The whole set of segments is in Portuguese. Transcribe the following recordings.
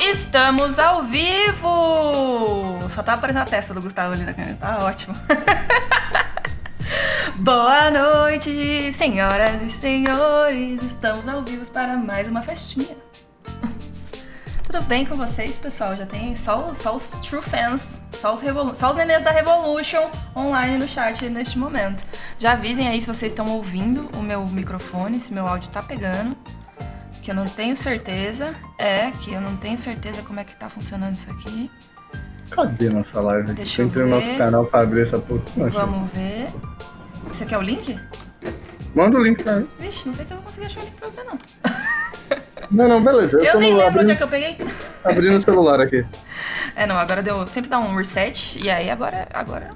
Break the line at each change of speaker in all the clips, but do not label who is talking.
Estamos ao vivo! Só tá aparecendo a testa do Gustavo ali na câmera, tá ótimo. Boa noite, senhoras e senhores! Estamos ao vivo para mais uma festinha. Tudo bem com vocês, pessoal? Já tem só, os- só os true fans, só os, revolu- só os nenês da Revolution online no chat neste momento. Já avisem aí se vocês estão ouvindo o meu microfone, se meu áudio tá pegando que eu não tenho certeza. É, que eu não tenho certeza como é que tá funcionando isso aqui.
Cadê nossa live? aqui?
Deixa
Você
eu
entra no
ver.
nosso canal pra abrir essa porra. Não, achei.
Vamos ver. Você quer o link?
Manda o link pra mim.
Vixe, não sei se eu vou conseguir achar o link pra você, não.
Não, não, beleza. Eu,
Eu
tô
nem
no-
lembro onde
abrindo,
é que eu peguei.
abrindo o celular aqui.
É, não, agora deu. Sempre dá um reset. E aí agora. Agora.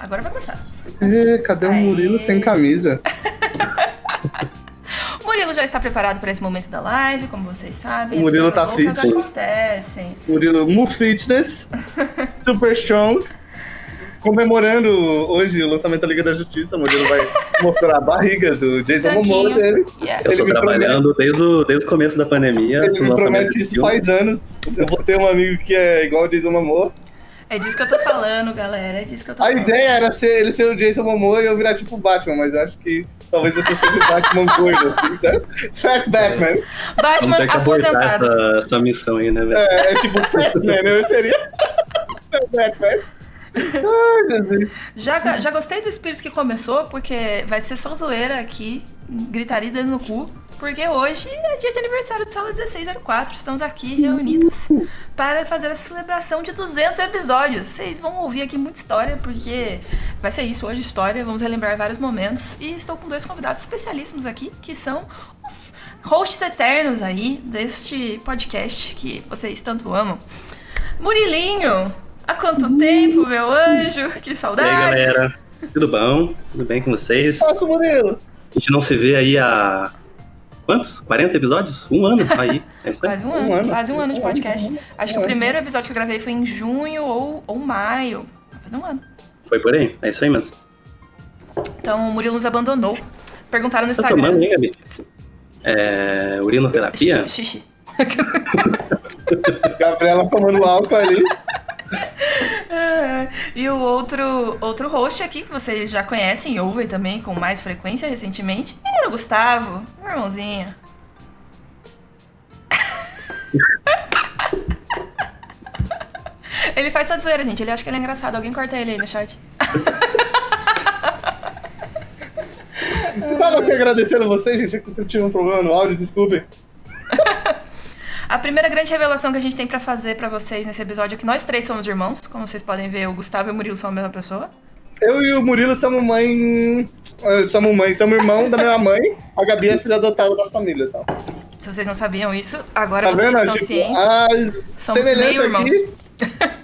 Agora vai começar.
Ê, cadê o
Aê.
Murilo sem camisa?
O Murilo já está preparado para esse momento da live, como vocês sabem.
O Murilo
As coisas loucas
tá fit.
acontecem.
Murilo Mu Fitness, Super Strong. Comemorando hoje o lançamento da Liga da Justiça, o Murilo vai mostrar a barriga do Jason
Santinho.
Momoa dele.
Yes.
Ele
Eu tô
me
trabalhando desde o, desde o começo da pandemia.
Ele
pro
me
lançamento
promete
desse
isso
filme.
faz anos. Eu vou ter um amigo que é igual o Jason Momoa.
É disso que eu tô falando, galera. É disso que eu tô
A
falando.
ideia era ser, ele ser o Jason Momoa e eu virar tipo o Batman, mas eu acho que talvez eu só seja o Batman gordo, assim, tá? Fat Batman.
Batman
Vamos ter que abordar
Tá aposentado.
essa, essa missão aí, né, velho?
É, é tipo Fat Man, eu seria Fat Batman. Ai, Jesus.
Já, já gostei do espírito que começou, porque vai ser só zoeira aqui, gritaria dando no cu, porque hoje é dia de aniversário de Sala 1604. Estamos aqui reunidos para fazer essa celebração de 200 episódios. Vocês vão ouvir aqui muita história, porque vai ser isso hoje, história. Vamos relembrar vários momentos. E estou com dois convidados especialíssimos aqui, que são os hosts eternos aí deste podcast que vocês tanto amam. Murilinho! Há quanto
Uhum.
tempo, meu anjo? Que
E aí,
saudade!
galera? Tudo bom? Tudo bem com vocês?
Nossa, Murilo.
A gente não se vê aí há. Quantos? 40 episódios? Um ano aí. É isso aí.
Quase um, ano,
Um ano.
quase um ano de
Um
podcast.
ano,
Acho que
um
o
ano.
primeiro episódio que eu gravei foi em junho ou, ou maio. Vai fazer um ano.
Foi por aí? É isso aí mesmo.
Então o Murilo nos abandonou. Perguntaram no
Você tá
Instagram.
tomando, hein, Gabi?
Sim.
É, urinoterapia?
Xixi, Xixi.
Gabriela tomando álcool ali.
É, E o outro, outro host aqui, que vocês já conhecem e ouvem também com mais frequência recentemente, era o Gustavo, meu irmãozinho. ele faz só de zoeira, gente. Ele acha que ele é engraçado. Alguém corta ele aí no chat.
Tava aqui agradecendo vocês, gente. é que Eu tive um problema no áudio, desculpem.
A primeira grande revelação que a gente tem pra fazer pra vocês nesse episódio é que nós três somos irmãos. Como vocês podem ver, o Gustavo e o Murilo são a mesma pessoa.
Eu e o Murilo somos mãe. eh, Somos mãe, somos irmão da minha mãe. A Gabi é filha adotada da família e tal.
Se vocês não sabiam isso, agora
Tá
vocês
vendo?
estão
Tipo,
cientes.
a
Somos meio
semelhança
irmãos.
aqui.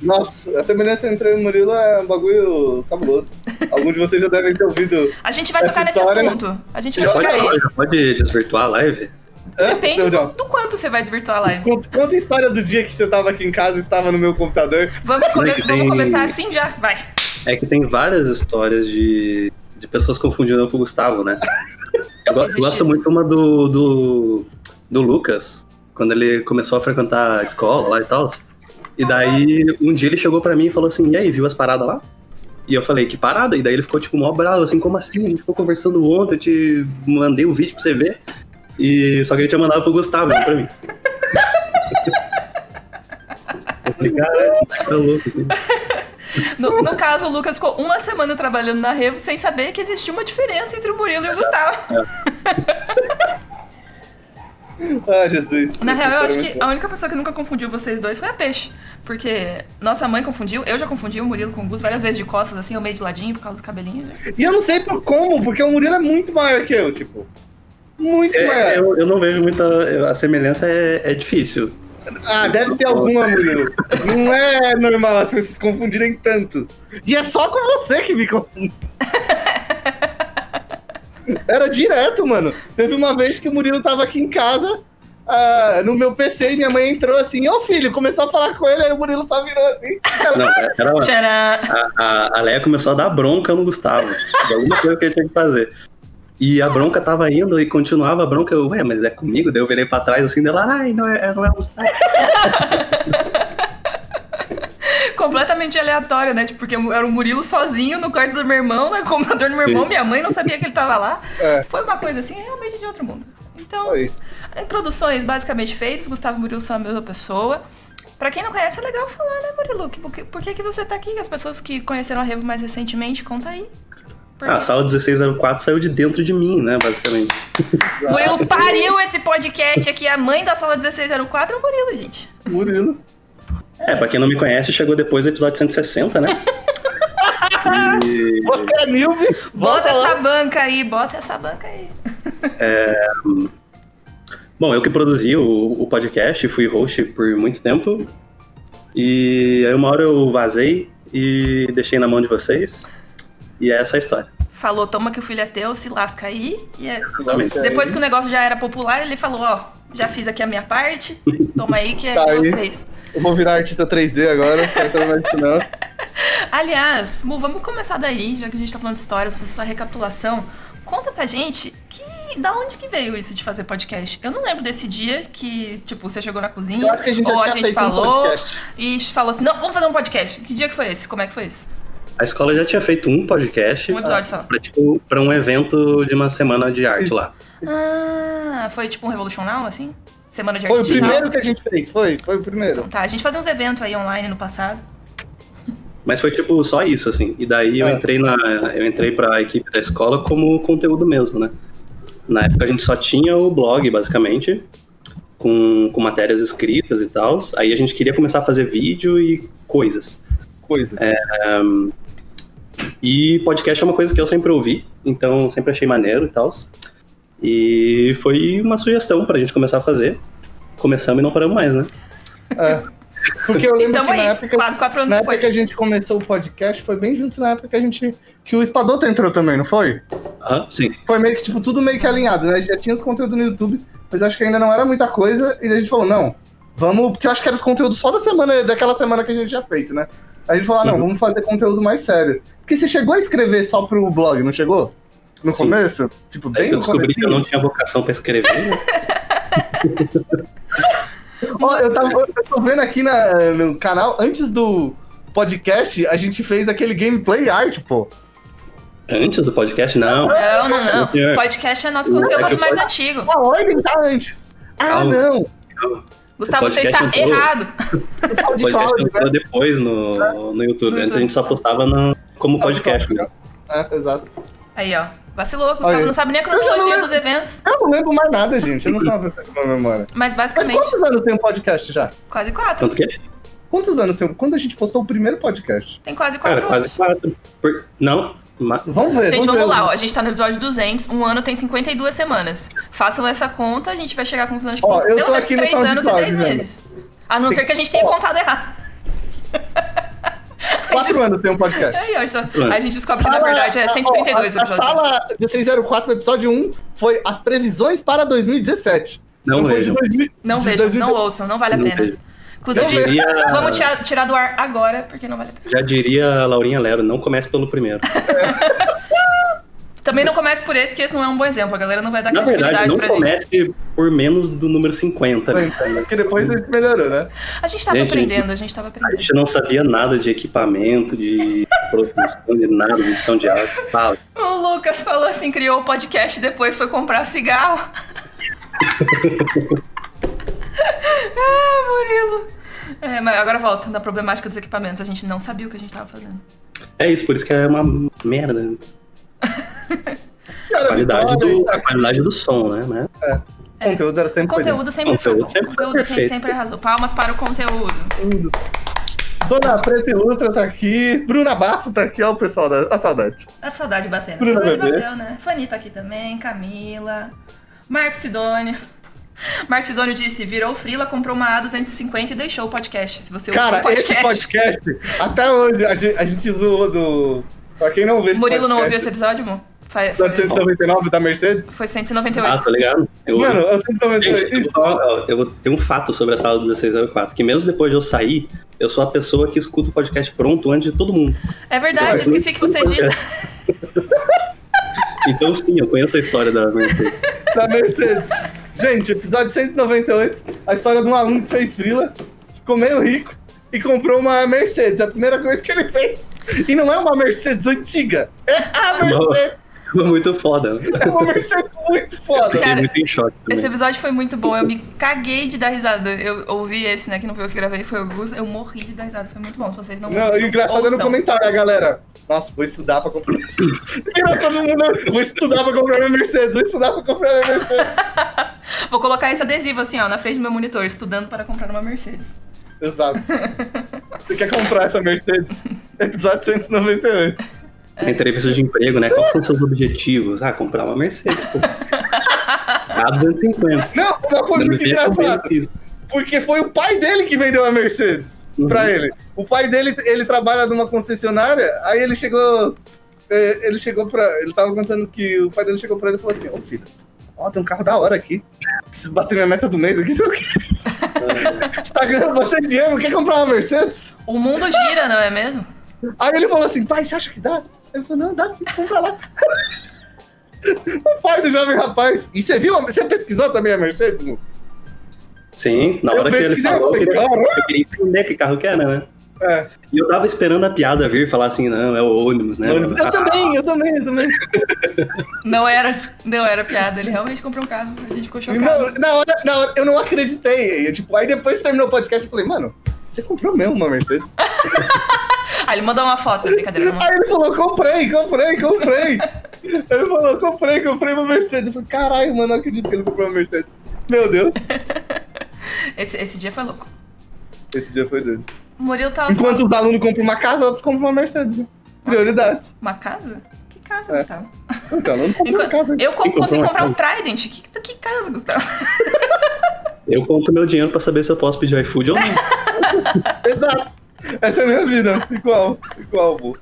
Nossa, a semelhança entre eu e o Murilo é um bagulho cabuloso. Alguns de vocês já devem ter ouvido.
A gente vai
essa
tocar nesse
história- tá
assunto. A gente vai
Já pode,
tocar
né?
ele.
já pode desvirtuar a live?
Hã?
Depende do,
Perdão.
do quanto você vai desvirtuar a live.
Conta, conta a história do dia que você tava aqui em casa e estava no meu computador.
Vamos, come-
Não é que
vamos
tem-
começar assim já? Vai.
É que tem várias histórias de, de pessoas confundindo eu com o Gustavo, né? Eu go-
Existe
gosto
isso.
muito uma do, do, do Lucas, quando ele começou a frequentar a escola lá e tal. E daí, um dia ele chegou pra mim e falou assim: E aí, viu as paradas lá? E eu falei: Que parada? E daí ele ficou tipo mó bravo, assim: Como assim? A gente ficou conversando ontem, eu te mandei um vídeo pra você ver. E só que ele tinha mandado pro Gustavo, não pra mim. Eu falei: Caralho, esse cara é louco.
No, no caso, o Lucas ficou uma semana trabalhando na Revo sem saber que existia uma diferença entre o Murilo e o Gustavo.
Ah, Jesus.
Na
essa
real, eu acho
história é
que
muito
a
boa.
única pessoa que nunca confundiu vocês dois foi a Peixe. Porque nossa mãe confundiu, eu já confundi o Murilo com o Gus várias vezes de costas, assim, eu meio de ladinho por causa do cabelinho. né?
E eu não sei por como, porque o Murilo é muito maior que eu, tipo. Muito maior.
É, eu, eu não vejo muita. eu- A semelhança é, é difícil.
Ah, deve ter alguma, Murilo. Não é normal as pessoas se confundirem tanto. E é só com você que me confundo. Era direto, mano. Teve uma vez que o Murilo tava aqui em casa, ah, no meu PC, e minha mãe entrou assim, ô filho, começou a falar com ele, aí o Murilo só virou assim. Ela,
Não, era lá.
Tcharam!
A, a, a Leia começou a dar bronca no Gustavo. De alguma coisa que ele tinha que fazer. E a bronca tava indo e continuava a bronca. Eu, ué, mas é comigo? Daí eu virei pra trás assim dela, ai, não é, não é um site.
Completamente aleatório, né? Tipo, porque era o Murilo sozinho no quarto do meu irmão, né? no computador do meu
Sim.
irmão, minha mãe não sabia que ele tava lá.
É.
Foi uma coisa assim, realmente de outro mundo. Então,
Aí.
introduções basicamente feitas, Gustavo e Murilo são a mesma pessoa. Pra quem não conhece, é legal falar, né, Murilo? Que- Por que, por que, que você tá aqui? As pessoas que conheceram a Revo mais recentemente, conta aí. Por
Ah, a
quê?
sala 1604 saiu de dentro de mim, né, basicamente.
Murilo pariu esse podcast aqui, a mãe da sala 1604 é o Murilo, gente.
Murilo.
É, pra quem não me conhece, chegou depois do episódio 160, né? E,
Você é Nilve?
Bota
Volta
essa
lá.
banca aí, bota essa banca aí.
bom, eu que produzi o, o podcast, fui host por muito tempo. E aí uma hora eu vazei e deixei na mão de vocês. E é essa a história.
Falou, toma que o filho é teu, se lasca aí. E é-
Exatamente.
Depois que o negócio já era popular, ele falou, ó, já fiz aqui a minha parte, toma aí que é
Tá
de
aí.
vocês.
Eu vou virar artista 3D agora, não quero saber mais disso não.
Aliás, Mu, vamos começar daí, já que a gente tá falando de histórias, fazer essa recapitulação. Conta pra gente que da onde que veio isso de fazer podcast? Eu não lembro desse dia que, tipo, você chegou na cozinha,
Eu acho que a gente
ou
já
a
tinha
gente
feito um
falou
podcast.
e falou assim, não, vamos fazer um podcast. Que dia que foi esse? Como é que foi isso?
A escola já tinha feito um podcast
Um episódio só.
ah,
pra, tipo, pra um evento de uma semana de arte lá.
Ah, foi tipo um revolucional, assim? Semana de
Foi o
arte digital?
primeiro que a gente fez, foi, foi o primeiro.
Tá, a gente fazia uns eventos aí online no passado.
Mas foi tipo só isso, assim. E daí eu
Ah.
entrei na. Eu entrei pra equipe da escola como conteúdo mesmo, né? Na época a gente só tinha o blog, basicamente, com, com matérias escritas e tal. Aí a gente queria começar a fazer vídeo e coisas.
Coisa.
E podcast é uma coisa que eu sempre ouvi, então sempre achei maneiro e tal. E foi uma sugestão pra gente começar a fazer. Começamos e não paramos mais, né?
É. Porque eu
E
lembro
tamo Então
que
aí,
na época,
quase quatro anos
na época
depois.
que a gente começou o podcast, foi bem junto na época que a gente. Que o Espadoto entrou também, não foi?
Aham, sim.
Foi meio que, tipo, tudo meio que alinhado, né? A gente já tinha os conteúdos no YouTube, mas acho que ainda não era muita coisa, e a gente falou, não, vamos, porque eu acho que era os conteúdos só da semana, daquela semana que a gente tinha feito, né? A gente falou, ah, não,
Uhum.
vamos fazer conteúdo mais sério. Porque você chegou a escrever só pro blog, não chegou? No
Sim.
começo? Tipo,
Aí
bem
É que eu
no
descobri que eu
comecinho?
não tinha vocação pra escrever. né?
Ó, eu, tava, eu tô vendo aqui na- no canal, antes do podcast, a gente fez aquele gameplay art, pô.
Antes do podcast, não.
Não, não,
Sim, senhor.
não. Podcast é nosso
Não, é que
conteúdo
o
mais
pod-
antigo.
A ordem tá antes. Ah,
Ah,
não.
Gustavo, você
podcast é
está
entrou.
errado.
O SoundCloud,
podcast
né?
entrou depois no, no YouTube.
No
Antes
YouTube.
a gente só postava na-
um
Ah,
como podcast. mesmo.
É, exato.
Aí, ó. Vacilou, Gustavo
Aí.
não sabe nem a
já não
cronologia
lembro.
dos eventos.
Eu não lembro mais nada, gente. Eu não sou uma pessoa com boa memória.
Mas
Mas
basicamente,
quantos anos tem um podcast já?
quase quatro.
Tanto que,
Quantos anos tem? um- Quando a gente postou o primeiro podcast?
Tem quase
cara,
quatro anos.
quase quatro. Por- Não, ma-
Vamos ver.
Gente,
ver.
vamos lá, ó. A gente tá no episódio 200, um ano tem 52 semanas. Façam essa conta, a gente vai chegar à conclusão de que
Ó,
tem
eu
pelo
tô
menos
aqui no
3 anos e
SoundCloud
10
mesmo.
meses. A não ser que a gente tenha
Ó.
contado errado.
Quatro anos tem um podcast. Ah,
Aí, ó, isso, a gente descobre que na verdade é
Ó,
132 o
a, a
episódio.
sala 1604, o episódio 1, foi as previsões para 2017.
não
foi de
vejo.
2000
Não
de
vejam,
2000
não ouçam, não vale a
Não
pena.
vejo. Já
Inclusive,
diria,
vamos tirar, tirar do ar agora, porque não vale a pena.
já diria a Laurinha Lero, não comece pelo primeiro.
Também não comece por esse, que esse não é um bom exemplo. A galera não vai dar
Na verdade,
credibilidade
não
pra gente.
comece por menos do número 50. né?
Porque depois ele melhorou, né?
A gente tava
Gente,
aprendendo, a gente tava
A
aprendendo.
gente não sabia nada de equipamento, de produção, de nada, de edição de áudio. Fala.
O Lucas falou assim, criou o podcast e depois foi comprar cigarro. ah, Murilo. É, mas agora volta na problemática dos equipamentos. A gente não sabia o que a gente tava fazendo.
É isso, por isso que é uma merda. A
Senhora
qualidade,
Vitória,
do, a qualidade do som, né? né?
o conteúdo era sempre
Conteúdo sempre
Conteúdo
foi bom.
sempre foi
Conteúdo a gente
perfeito.
sempre arrasou. Palmas para o conteúdo.
conteúdo. Dona Preta Ilustra tá aqui, Bruna Basso tá aqui, ó, o pessoal da a saudade.
A saudade batendo. A
Bruna
saudade
Bebê.
bateu, né? Fani tá aqui também, Camila. Marco Sidônio. Marco Sidônio disse, virou Frila, comprou uma A250 e deixou o podcast. Se você ouve
Cara,
o um podcast...
esse podcast, até hoje, a gente, a gente zoou do. Pra quem não ouviu esse
Murilo não ouviu esse
podcast,
episódio, amor? Foi,
não ouviu 199 da Mercedes?
foi
Ah,
198.
tá ligado? Eu-
Mano, é eu sempre tô vendo
Gente, eu
isso.
vou, falar- eu vou ter um fato sobre a sala 1604, que mesmo depois de eu sair, eu sou a pessoa que escuta o
Ah,
podcast pronto antes de todo mundo.
É verdade,
É,
esqueci que você edita.
Então sim, eu conheço a história da Mercedes.
da Mercedes. Gente, episódio 198, a história de um aluno que fez frila, ficou meio rico e comprou uma Mercedes. A primeira coisa que ele fez. E não é uma Mercedes antiga, é a Mercedes.
Muito foda.
É uma Mercedes muito foda.
Fiquei
Cara,
muito em choque.
né?
também.
Esse episódio foi muito bom, eu me caguei de dar risada. Eu ouvi esse, né, que não foi eu que gravei, foi o Gus. Eu morri de dar risada, foi muito bom. Se vocês não
Não, e o engraçado é no
ouçam.
comentário, a galera. Nossa, vou estudar pra comprar. Virou todo mundo. Vou estudar pra comprar minha Mercedes, vou estudar pra comprar minha Mercedes.
Vou colocar esse adesivo assim, ó, na frente do meu monitor, estudando para comprar uma Mercedes.
Exato. Você quer comprar essa Mercedes? É Episódio 198.
Entrevista de emprego, né? Quais são seus objetivos? Ah, comprar uma Mercedes, pô. A 250.
Não, mas foi
Ainda
muito
bem que eu
engraçado.
fiz isso.
Porque foi o pai dele que vendeu a Mercedes
Uhum.
pra ele. O pai dele, ele trabalha numa concessionária, aí ele chegou. eh, Ele chegou pra. Ele tava contando que o pai dele chegou pra ele e falou assim: Ô filho, ó, tem um carro da hora aqui. Preciso bater minha meta do mês aqui. Você, não quer-
Uhum.
você tá ganhando bastante dinheiro, não quer comprar uma Mercedes?
O mundo gira, não é mesmo?
Aí ele falou assim: pai, você acha que dá? Ele falou: não, dá sim, compra lá. o pai do jovem rapaz. E você viu? a- Você pesquisou também a Mercedes, Mu?
Sim, na
Eu
hora que ele
pesquisei,
falou,
eu falei,
eu queria,
"Caramba!"
eu queria entender que carro que era, né?
É.
E eu tava esperando a piada vir falar assim, não, é o ônibus, né?
Eu também, eu também, eu também.
Não era, não era piada, ele realmente comprou um carro, a gente ficou chocado.
Não, na hora, na hora, eu não acreditei. Eu, tipo, aí depois que terminou o podcast, eu falei, mano, você comprou mesmo uma Mercedes?
Ah, ele mandou uma foto, brincadeira, não.
aí ele falou, comprei, comprei, comprei. ele falou, comprei, comprei uma Mercedes. Eu falei, caralho, mano, não acredito que ele comprou uma Mercedes. Meu Deus.
Esse, esse dia foi louco.
Esse dia foi doido.
O Murilo tava
Enquanto os alunos compram uma casa, outros compram uma Mercedes. né? Prioridades.
uma casa? Que casa,
É.
Gustavo?
Então, aluno compra uma
Enquanto-
casa.
Eu como
Quem
consigo comprar
comprou
um
uma
Trident? Que, que casa, Gustavo?
Ah, Eu conto meu dinheiro pra saber se eu posso pedir iFood ou não.
Exato. Essa é a minha vida. Igual, igual, vô.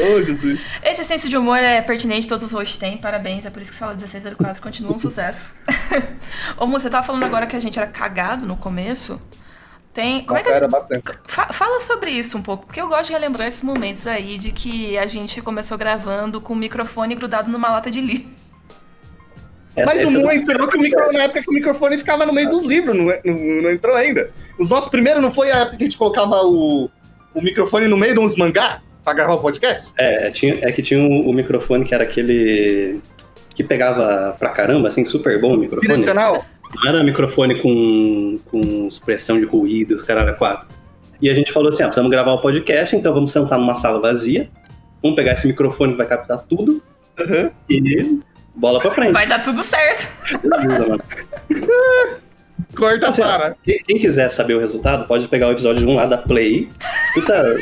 Ô, Jesus.
Esse senso de humor é pertinente, todos os hosts têm, parabéns, é por isso que Sala 1604 continua um sucesso. Ô, Mu, você tava falando agora que a gente era cagado no começo. Tem. Como é
Nossa,
que a
era bastante.
Fa- fala sobre isso um pouco, porque eu gosto de relembrar esses momentos aí de que a gente começou gravando com o microfone grudado numa lata de livro.
Essa- é
Mas o
essa
Mu
eu-
entrou que o micro, na época que o microfone ficava no meio
Ah,
dos livros, não, não, não entrou ainda. Os nossos primeiros não foi a época que a gente colocava o, o microfone no meio de uns mangá pra gravar o podcast?
É, tinha, é que tinha um- o microfone que era aquele que pegava pra caramba, assim, super bom o microfone.
Direcional?
Não era microfone com, com supressão de ruído, os caralho, a quatro. E a gente falou assim: ah, precisamos gravar o podcast, então vamos sentar numa sala vazia, vamos pegar esse microfone que vai captar tudo
Aham.
e bola pra frente.
Vai dar tudo certo.
Ajuda, mano.
Corta
Assim, ó,
para.
Quem, quem quiser saber o resultado, pode pegar o episódio 1 lá da Play, escuta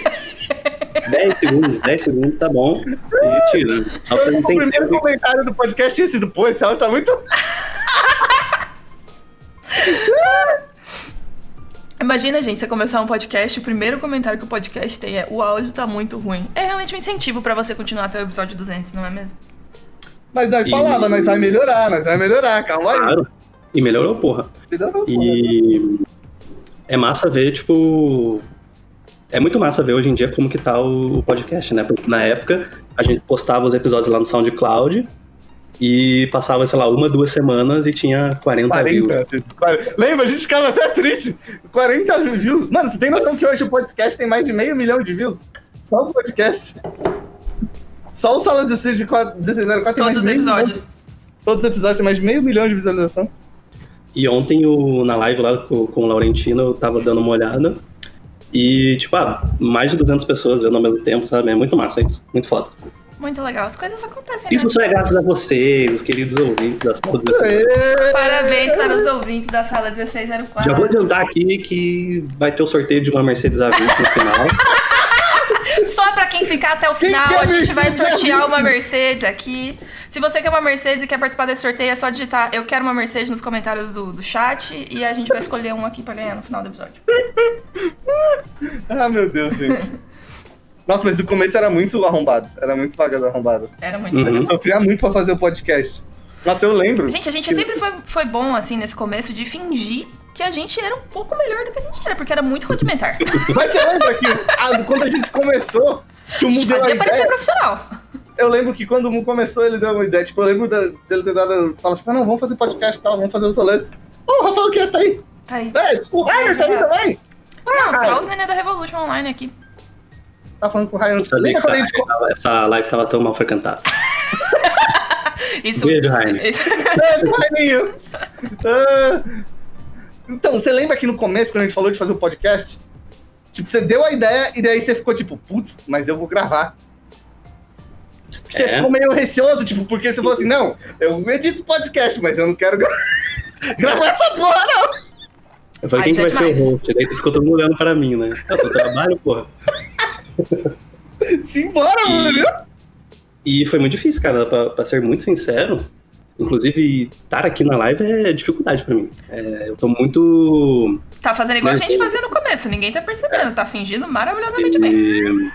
10 segundos, 10 segundos, tá bom, e tira. Só pra
Foi
não
o
ter
primeiro
tempo
comentário do podcast tinha sido, pô, esse áudio tá muito.
Imagina, gente, você começar um podcast, o primeiro comentário que o podcast tem é o áudio tá muito ruim. É realmente um incentivo pra você continuar até o episódio 200, não é mesmo?
Mas nós
E-
falava, nós vai melhorar, nós vai melhorar, calma aí.
Claro. E melhorou, porra.
Melhorou, porra.
Ah, E é massa ver, tipo. É muito massa ver hoje em dia como que tá o o podcast, né? Porque Na época, a gente postava os episódios lá no SoundCloud e passava, sei lá, uma, duas semanas e tinha 40, views.
40. Quar- Lembra, a gente ficava até triste. 40 views. Mano, você tem noção que hoje o podcast tem mais de meio milhão de views? Só o podcast. Só o Sala 16 de 4, 1604 tem mais
Todos os
de meio
episódios.
milhão- todos os episódios tem mais de meio milhão de visualização.
E ontem, o, na live lá com, com o Laurentino, eu tava dando uma olhada e, tipo, ah, mais de 200 pessoas vendo ao mesmo tempo, sabe? É muito massa isso, muito foda.
Muito legal, as coisas acontecem,
Isso
né?
só é graças a vocês, os queridos ouvintes da saúde.
Aê!
Parabéns para os ouvintes da Sala
Já vou
1604.
adiantar aqui que vai ter o sorteio de uma Mercedes A20 no final.
Só pra quem ficar até o
Quem
final,
quer
a gente vai
Mercedes, é
sortear uma
gente?
Mercedes aqui. Se você quer uma Mercedes e quer participar desse sorteio, é só digitar eu quero uma Mercedes nos comentários do, do chat e a gente vai escolher um aqui pra ganhar no final do episódio.
Ah, meu Deus, gente. Nossa, mas no começo era muito arrombado. Era muito vagas arrombadas.
Era muito
Uhum.
Eu
legal.
sofria muito pra fazer o podcast. Nossa, eu lembro.
Gente, a gente sempre foi, foi bom, assim, nesse começo, de fingir que a gente era um pouco melhor do que a gente era, porque era muito rudimentar.
Mas você lembra que ah, quando a gente começou, que o mundo deu a
Fazia
ideia.
parecer profissional.
Eu lembro que quando o Mu começou, ele deu uma ideia. Tipo, eu lembro da- dele ter dado. Falar, tipo, ah, não, vamos fazer podcast e tal, vamos fazer o Solance. Ô, o Rafael Kias tá aí!
Tá aí.
É, o Rainer tá aí também!
Não, só os neném da Revolution Online aqui.
Tá falando com o Rainer.
Não sabia que
Lembra
essa
quando a gente
live, tava, essa live tava tão mal frequentada.
Isso.
Beijo,
É,
Rainer.
Isso-
Beijo, Raininho. Ah, Então, você lembra que no começo, quando a gente falou de fazer o podcast? Tipo, você deu a ideia e daí você ficou tipo, putz, mas eu vou gravar. Você
É.
ficou meio receoso, tipo, porque você falou assim, não, eu edito podcast, mas eu não quero gra- gravar essa porra, não.
Eu
Ai,
falei, quem que vai
gente,
ser
mas-
o host? Daí ficou todo mundo olhando pra mim, né? Eu tô trabalho, porra.
Simbora, mano, viu?
E foi muito difícil, cara, pra, pra ser muito sincero. Inclusive, estar aqui na live é dificuldade pra mim. É, eu tô muito.
Tá fazendo igual a
Mas-
gente fazia no começo, ninguém tá percebendo, tá fingindo maravilhosamente bem.
E,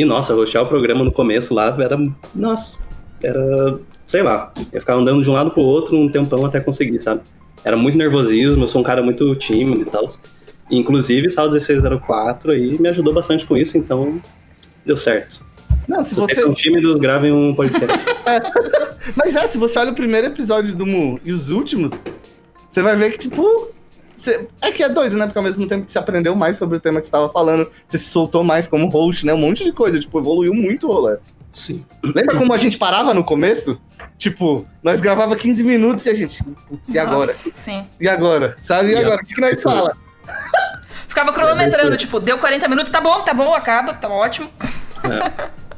e nossa, roxar o programa no começo lá era. Nossa, era. Sei lá. Eu ficava andando de um lado pro outro um tempão até conseguir, sabe? Era muito nervosismo, eu sou um cara muito tímido e tal. Inclusive, Sala 1604 aí me ajudou bastante com isso, então deu certo.
Não, se
Se vocês
você.
são tímidos, gravem um podcast.
Mas é, se você olha o primeiro episódio do Mu e os últimos, você vai ver que, tipo. você- É que é doido, né? Porque ao mesmo tempo que você aprendeu mais sobre o tema que você tava falando, você se soltou mais como host, né? Um monte de coisa, tipo, evoluiu muito o rolê.
Sim.
Lembra como a gente parava no começo? Tipo, nós gravava 15 minutos e a gente. Putz, e
Nossa,
agora?
Sim.
E agora? Sabe? E
E
agora? O que, que nós fala?
Ficava cronometrando, tipo, deu 40 minutos, tá bom, tá bom, acaba, tá ótimo.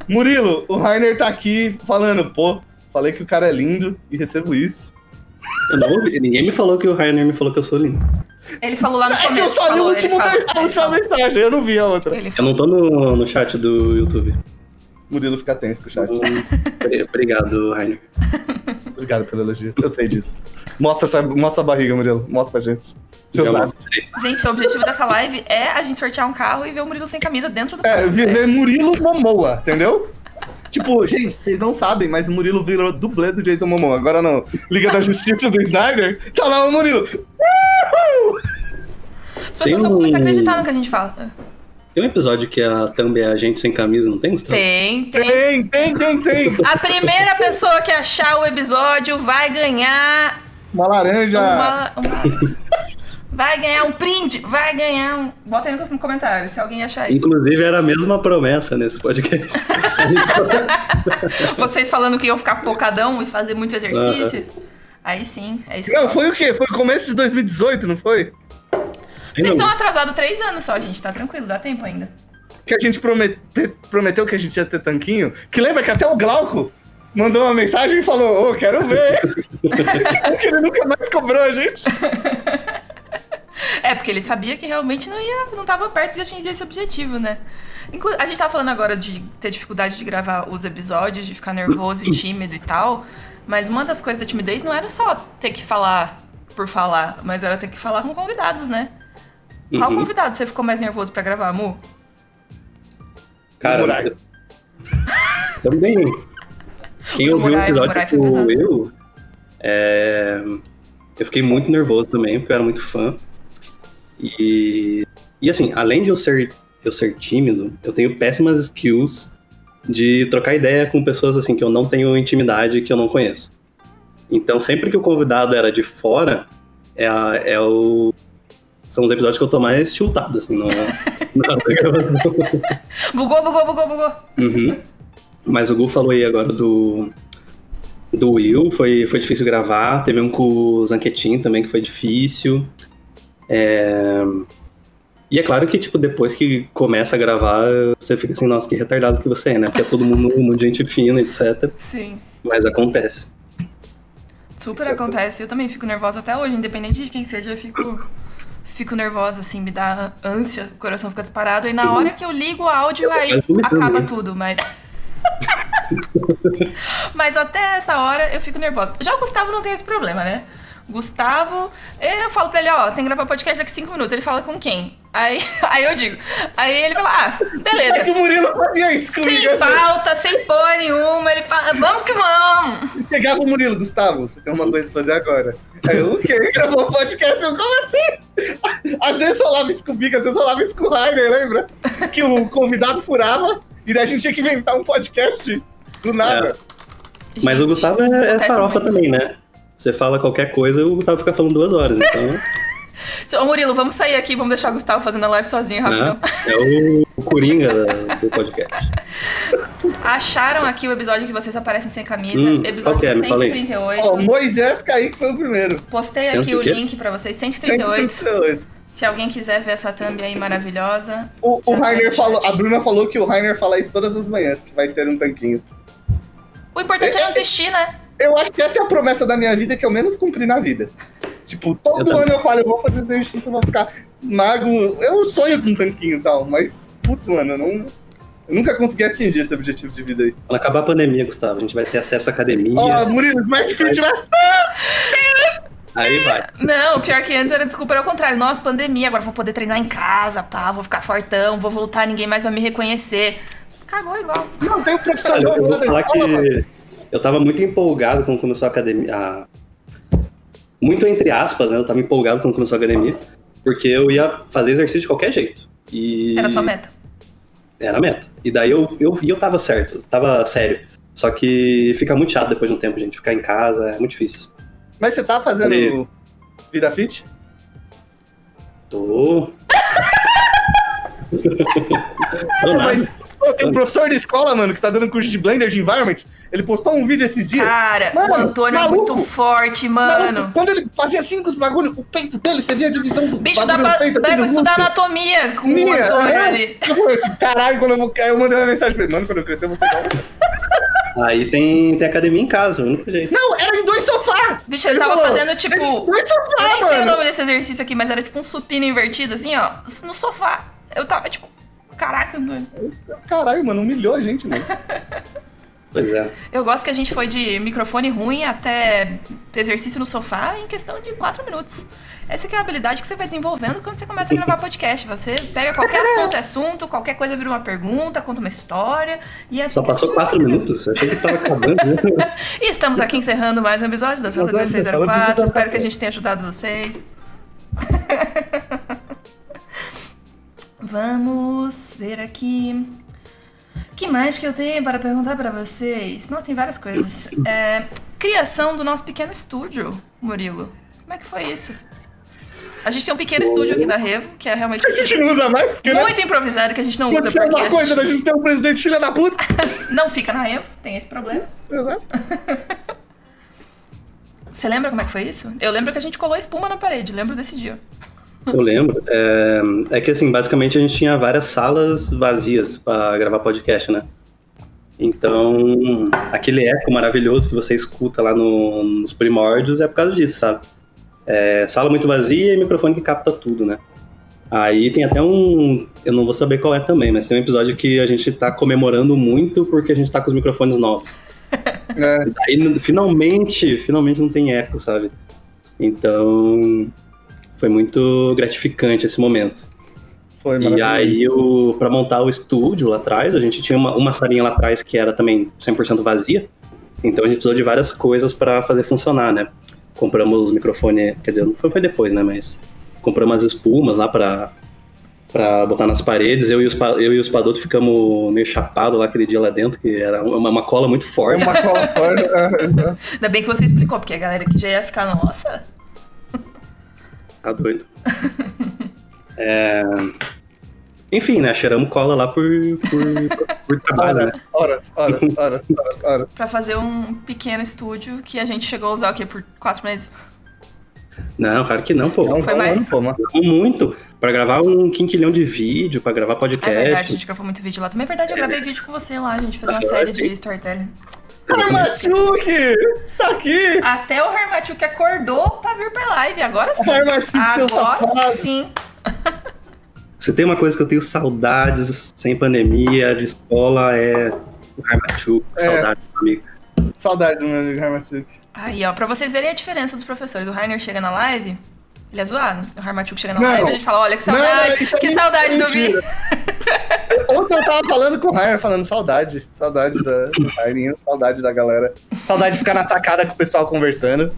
Murilo, o Rainer tá aqui falando, pô, falei que o cara é lindo e recebo isso.
Eu não ouvi. Ninguém me falou que o Rainer me falou que eu sou lindo.
Ele falou lá no
É
começo.
que eu só li o
falou,
último
ele
mens- a
falou, ele
última
falou.
mensagem, eu não vi a outra.
Ele
Eu
falou.
não tô no, no chat do YouTube.
Murilo fica tenso com o chat.
Então, Obrigado, Rainer.
Obrigado pelo elogio. Eu sei disso. Mostra sua, mostra a barriga, Murilo. Mostra pra gente. Seus
Já
lábios.
mostrei.
Gente, o objetivo dessa live é a gente sortear um carro e ver o Murilo sem camisa dentro do carro.
É, viver
isso.
Murilo Momoa, entendeu? Tipo, gente, vocês não sabem, mas o Murilo virou dublê do Jason Momoa. Agora não. Liga da Justiça do Snyder, tá lá o Murilo.
As pessoas
Tem
vão começar a
um-
acreditar no que a gente fala.
Tem um episódio que a Thumb é a gente sem camisa, não tem, Gustavo?
Tem, tem.
Tem, tem, tem, tem.
A primeira pessoa que achar o episódio vai ganhar
Uma laranja.
uma, uma- Vai ganhar um print, vai ganhar um. Bota aí no comentário se alguém achar isso.
Inclusive, era a mesma promessa nesse podcast.
Vocês falando que iam ficar pocadão e fazer muito exercício. Aí sim, é isso que eu
É, Não,
falo.
foi o quê? Foi o começo de 2018, não foi?
Vocês
Não,
estão atrasados três anos só, gente. Tá tranquilo, dá tempo ainda.
Que a gente prome- pe- prometeu que a gente ia ter tanquinho. Que lembra que até o Glauco mandou uma mensagem e falou, ô, quero ver. tipo, que ele nunca mais cobrou a gente.
É, porque ele sabia que realmente não ia, não tava perto de atingir esse objetivo, né? Inclu- a gente tava falando agora de ter dificuldade de gravar os episódios, de ficar nervoso e tímido e tal. Mas uma das coisas da timidez não era só ter que falar por falar, mas era ter que falar com convidados, né? Qual
Uhum.
convidado você ficou mais nervoso pra gravar, Mu?
Cara,
Murai.
também. Quem
O
ouviu o
Murai- o Murai
episódio
foi
com
pesado.
eu, é, eu fiquei muito nervoso também, porque eu era muito fã. E, e assim, além de eu ser, eu ser tímido, eu tenho péssimas skills de trocar ideia com pessoas assim que eu não tenho intimidade, que eu não conheço. Então, sempre que o convidado era de fora, é, a- é o são os episódios que eu tô mais tiltado, assim, na, na gravação.
Bugou, bugou, bugou, bugou.
Uhum. Mas o Gu falou aí agora do. Do Will, foi, foi difícil gravar. Teve um com o Zanquetin também que foi difícil. É, E é claro que, tipo, depois que começa a gravar, você fica assim, nossa, que retardado que você é, né? Porque é todo mundo um monte de gente fina, etc.
Sim.
Mas acontece.
Super
Isso é
acontece. Eu também fico nervosa até hoje, independente de quem seja, eu fico, fico nervosa, assim, me dá ânsia, o coração fica disparado. E na hora que eu ligo o áudio, aí
quase vomitando,
acaba
né?
tudo, mas. mas até essa hora eu fico nervosa. Já o Gustavo não tem esse problema, né? Gustavo, eh, eu falo pra ele, ó, tem que gravar podcast daqui cinco minutos. Ele fala com quem? Aí, aí eu digo. Aí ele fala, ah,
Mas
beleza.
o Murilo fazia isso comigo.
Sem
assim.
pauta, sem porra nenhuma. Ele fala, vamos que vamos.
Chegava o Murilo, Gustavo, você tem uma coisa pra fazer agora. Aí eu, o quê? Gravou um podcast? Eu, como assim? Às vezes eu falava isso comigo, às vezes eu falava isso com o Rainer, lembra? Que o convidado furava e E daí a gente tinha que inventar um podcast do nada.
Mas
Gente,
o Gustavo
isso
é, é
acontece
farofa
muito.
também, né? Você fala qualquer coisa, o Gustavo fica falando duas horas, então.
Ô Murilo, vamos sair aqui, vamos deixar o Gustavo fazendo a live sozinho rapidão.
né? É o, o Coringa da- do podcast.
Acharam aqui o episódio que vocês aparecem sem camisa?
Hum, qual
episódio
que é? Me fala aí.
138.
Ó, Moisés Kaique foi o primeiro.
Postei
Cento
aqui
e
o
quê?
link pra vocês, 138.
138.
Se alguém quiser ver essa thumb aí maravilhosa.
O,
Já
o
tá no
Rainer
chat.
falou, a Bruna falou que o Rainer fala isso todas as manhãs, que vai ter um tanquinho.
O importante é não desistir, né?
Eu acho que essa é a promessa da minha vida que eu menos cumpri na vida. Tipo,
Eu
todo
também.
ano eu falo, eu vou fazer exercício, eu vou ficar magro. Eu sonho com um tanquinho e tal, mas, putz, mano, eu, não, eu nunca consegui atingir esse objetivo de vida aí.
Quando acabar a pandemia, Gustavo, a gente vai ter acesso à academia.
Ó, Murilo, Smart Fit vai.
Aí vai.
Não, o pior que antes era desculpa, era o contrário. Nossa, pandemia, agora vou poder treinar em casa, pá, vou ficar fortão, vou voltar, ninguém mais vai me reconhecer. Cagou igual.
Não, tem um
Olha,
profissional
eu vou
lá da
falar
escola, mano.
que eu tava muito empolgado quando começou a academia. a- Muito entre aspas, né? Eu tava empolgado quando começou a academia, porque eu ia fazer exercício de qualquer jeito. E...
Era a sua meta.
Era a meta. E daí eu, eu, e eu tava certo, tava sério. Só que fica muito chato depois de um tempo, gente. Ficar em casa é muito difícil.
Mas você tá fazendo
Olha
Vida Fit?
Tô.
É,
Tô nada.
Mas pô, tem um professor da escola, mano, que tá dando curso de Blender de Environment. Ele postou um vídeo esses dias.
Cara,
Mano,
o Antônio é
maluco.
muito forte, mano.
Maluco, Quando ele fazia assim com os bagulho, o peito dele, você via a divisão do
Bicho, dá
bagulho
pra,
no peito,
dá
assim,
pra
do
estudar
músculo.
anatomia com o
Minha,
Antônio
é.
ali.
Eu falei assim, caralho, quando eu vou. Aí eu mandei uma mensagem pra ele, mano, quando eu crescer, você igual.
Aí tem, tem academia em casa, o único jeito.
Não, era em dois sofá!
Bicho, ele,
Ele
tava
falou,
fazendo tipo.
Era em
Eu
dois sofá,
nem sei o
mano!
nome desse exercício aqui, mas era tipo um supino invertido, assim, ó, no sofá. Eu tava tipo. Caraca, Antônio.
Caralho, mano, humilhou a gente, mano.
Pois é.
Eu gosto que a gente foi de microfone ruim até exercício no sofá em questão de 4 minutos. Essa que é a habilidade que você vai desenvolvendo quando você começa a gravar podcast. Você pega qualquer assunto, é assunto, qualquer coisa vira uma pergunta, conta uma história. E é assim
Só
que
passou
a gente vai
quatro minutos. Eu achei que tava acabando. né?
E estamos aqui encerrando mais um episódio da Sala
Episódio da
1604.
Sala
Espero que a gente tenha ajudado vocês. Vamos ver aqui. que mais que eu tenho para perguntar para vocês? Nossa, tem várias coisas. É, criação do nosso pequeno estúdio, Murilo. Como é que foi isso? A gente tem um pequeno estúdio aqui na Revo, que é realmente
A gente não usa mais, porque, né?
muito improvisado, que a gente não usa
Aconteceu
porque
uma
a
coisa da
gente
gente ter um presidente filha da puta.
não fica na Revo, tem esse problema.
Exato.
Você lembra como é que foi isso? Eu lembro que a gente colou espuma na parede, lembro desse dia.
Eu lembro. É, é que assim, basicamente a gente tinha várias salas vazias pra gravar podcast, né? Então, aquele eco maravilhoso que você escuta lá no- nos primórdios é por causa disso, sabe? É, sala muito vazia e microfone que capta tudo, né? Aí tem até um. Eu não vou saber qual é também, mas tem um episódio que a gente tá comemorando muito porque a gente tá com os microfones novos.
É.
Aí n- finalmente, finalmente não tem eco, sabe? Então foi muito gratificante esse momento.
Foi, mano.
E aí eu, pra montar o estúdio lá atrás, a gente tinha uma, uma salinha lá atrás que era também 100% vazia. Então a gente precisou de várias coisas pra fazer funcionar, né? Compramos os microfones, quer dizer, foi, foi depois, né? Mas compramos as espumas lá pra, pra botar nas paredes. Eu e, o Spa- eu e o Espadoto ficamos meio chapado lá aquele dia lá dentro, que era uma, uma cola muito
É
forte.
uma cola fora. é, exato.
Ainda bem que você explicou, porque a galera que já ia ficar, nossa.
Tá doido. É, Enfim, né? Cheiramos cola lá por, por, por trabalho, né?
Horas, horas, horas, horas, horas, horas.
Pra fazer um pequeno estúdio que a gente chegou a usar o quê? Por quatro meses?
Não, claro que não, pô.
Não, um
foi
não,
mais?
não, pô, mas-
Gravamos muito. Pra gravar um quinquilhão de vídeo, pra gravar
É verdade, a
podcast.
gente gravou muito vídeo lá também. É verdade, eu gravei vídeo com você lá, a gente
Ah,
fez uma série de storytelling.
Armatiuque! Está aqui!
Até o Hermatiuk acordou pra vir pra live, agora sim.
Hermatiuk, seu
Agora
safado.
sim.
Se tem uma coisa que eu tenho saudades sem pandemia, de escola, é o Armachuco,
É.
saudade do amigo.
Saudade do meu amigo Armatiuque.
Aí, ó, pra vocês verem a diferença dos professores. O Rainer chega na live, ele é zoado. O Hermatiuk chega na
Não.
live e a gente fala, olha que
Não,
saudade,
isso é
que
mentira.
saudade do Vi.
Ontem eu tava falando com o Rainer, falando saudade. Saudade da, do Raininho, saudade da galera. Saudade de ficar na sacada com o pessoal conversando.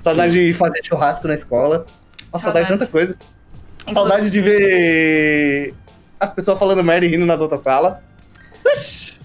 Saudade de fazer churrasco na escola. Nossa, saudade de tanta coisa. Saudade de ver as pessoas falando merda e rindo nas outras salas.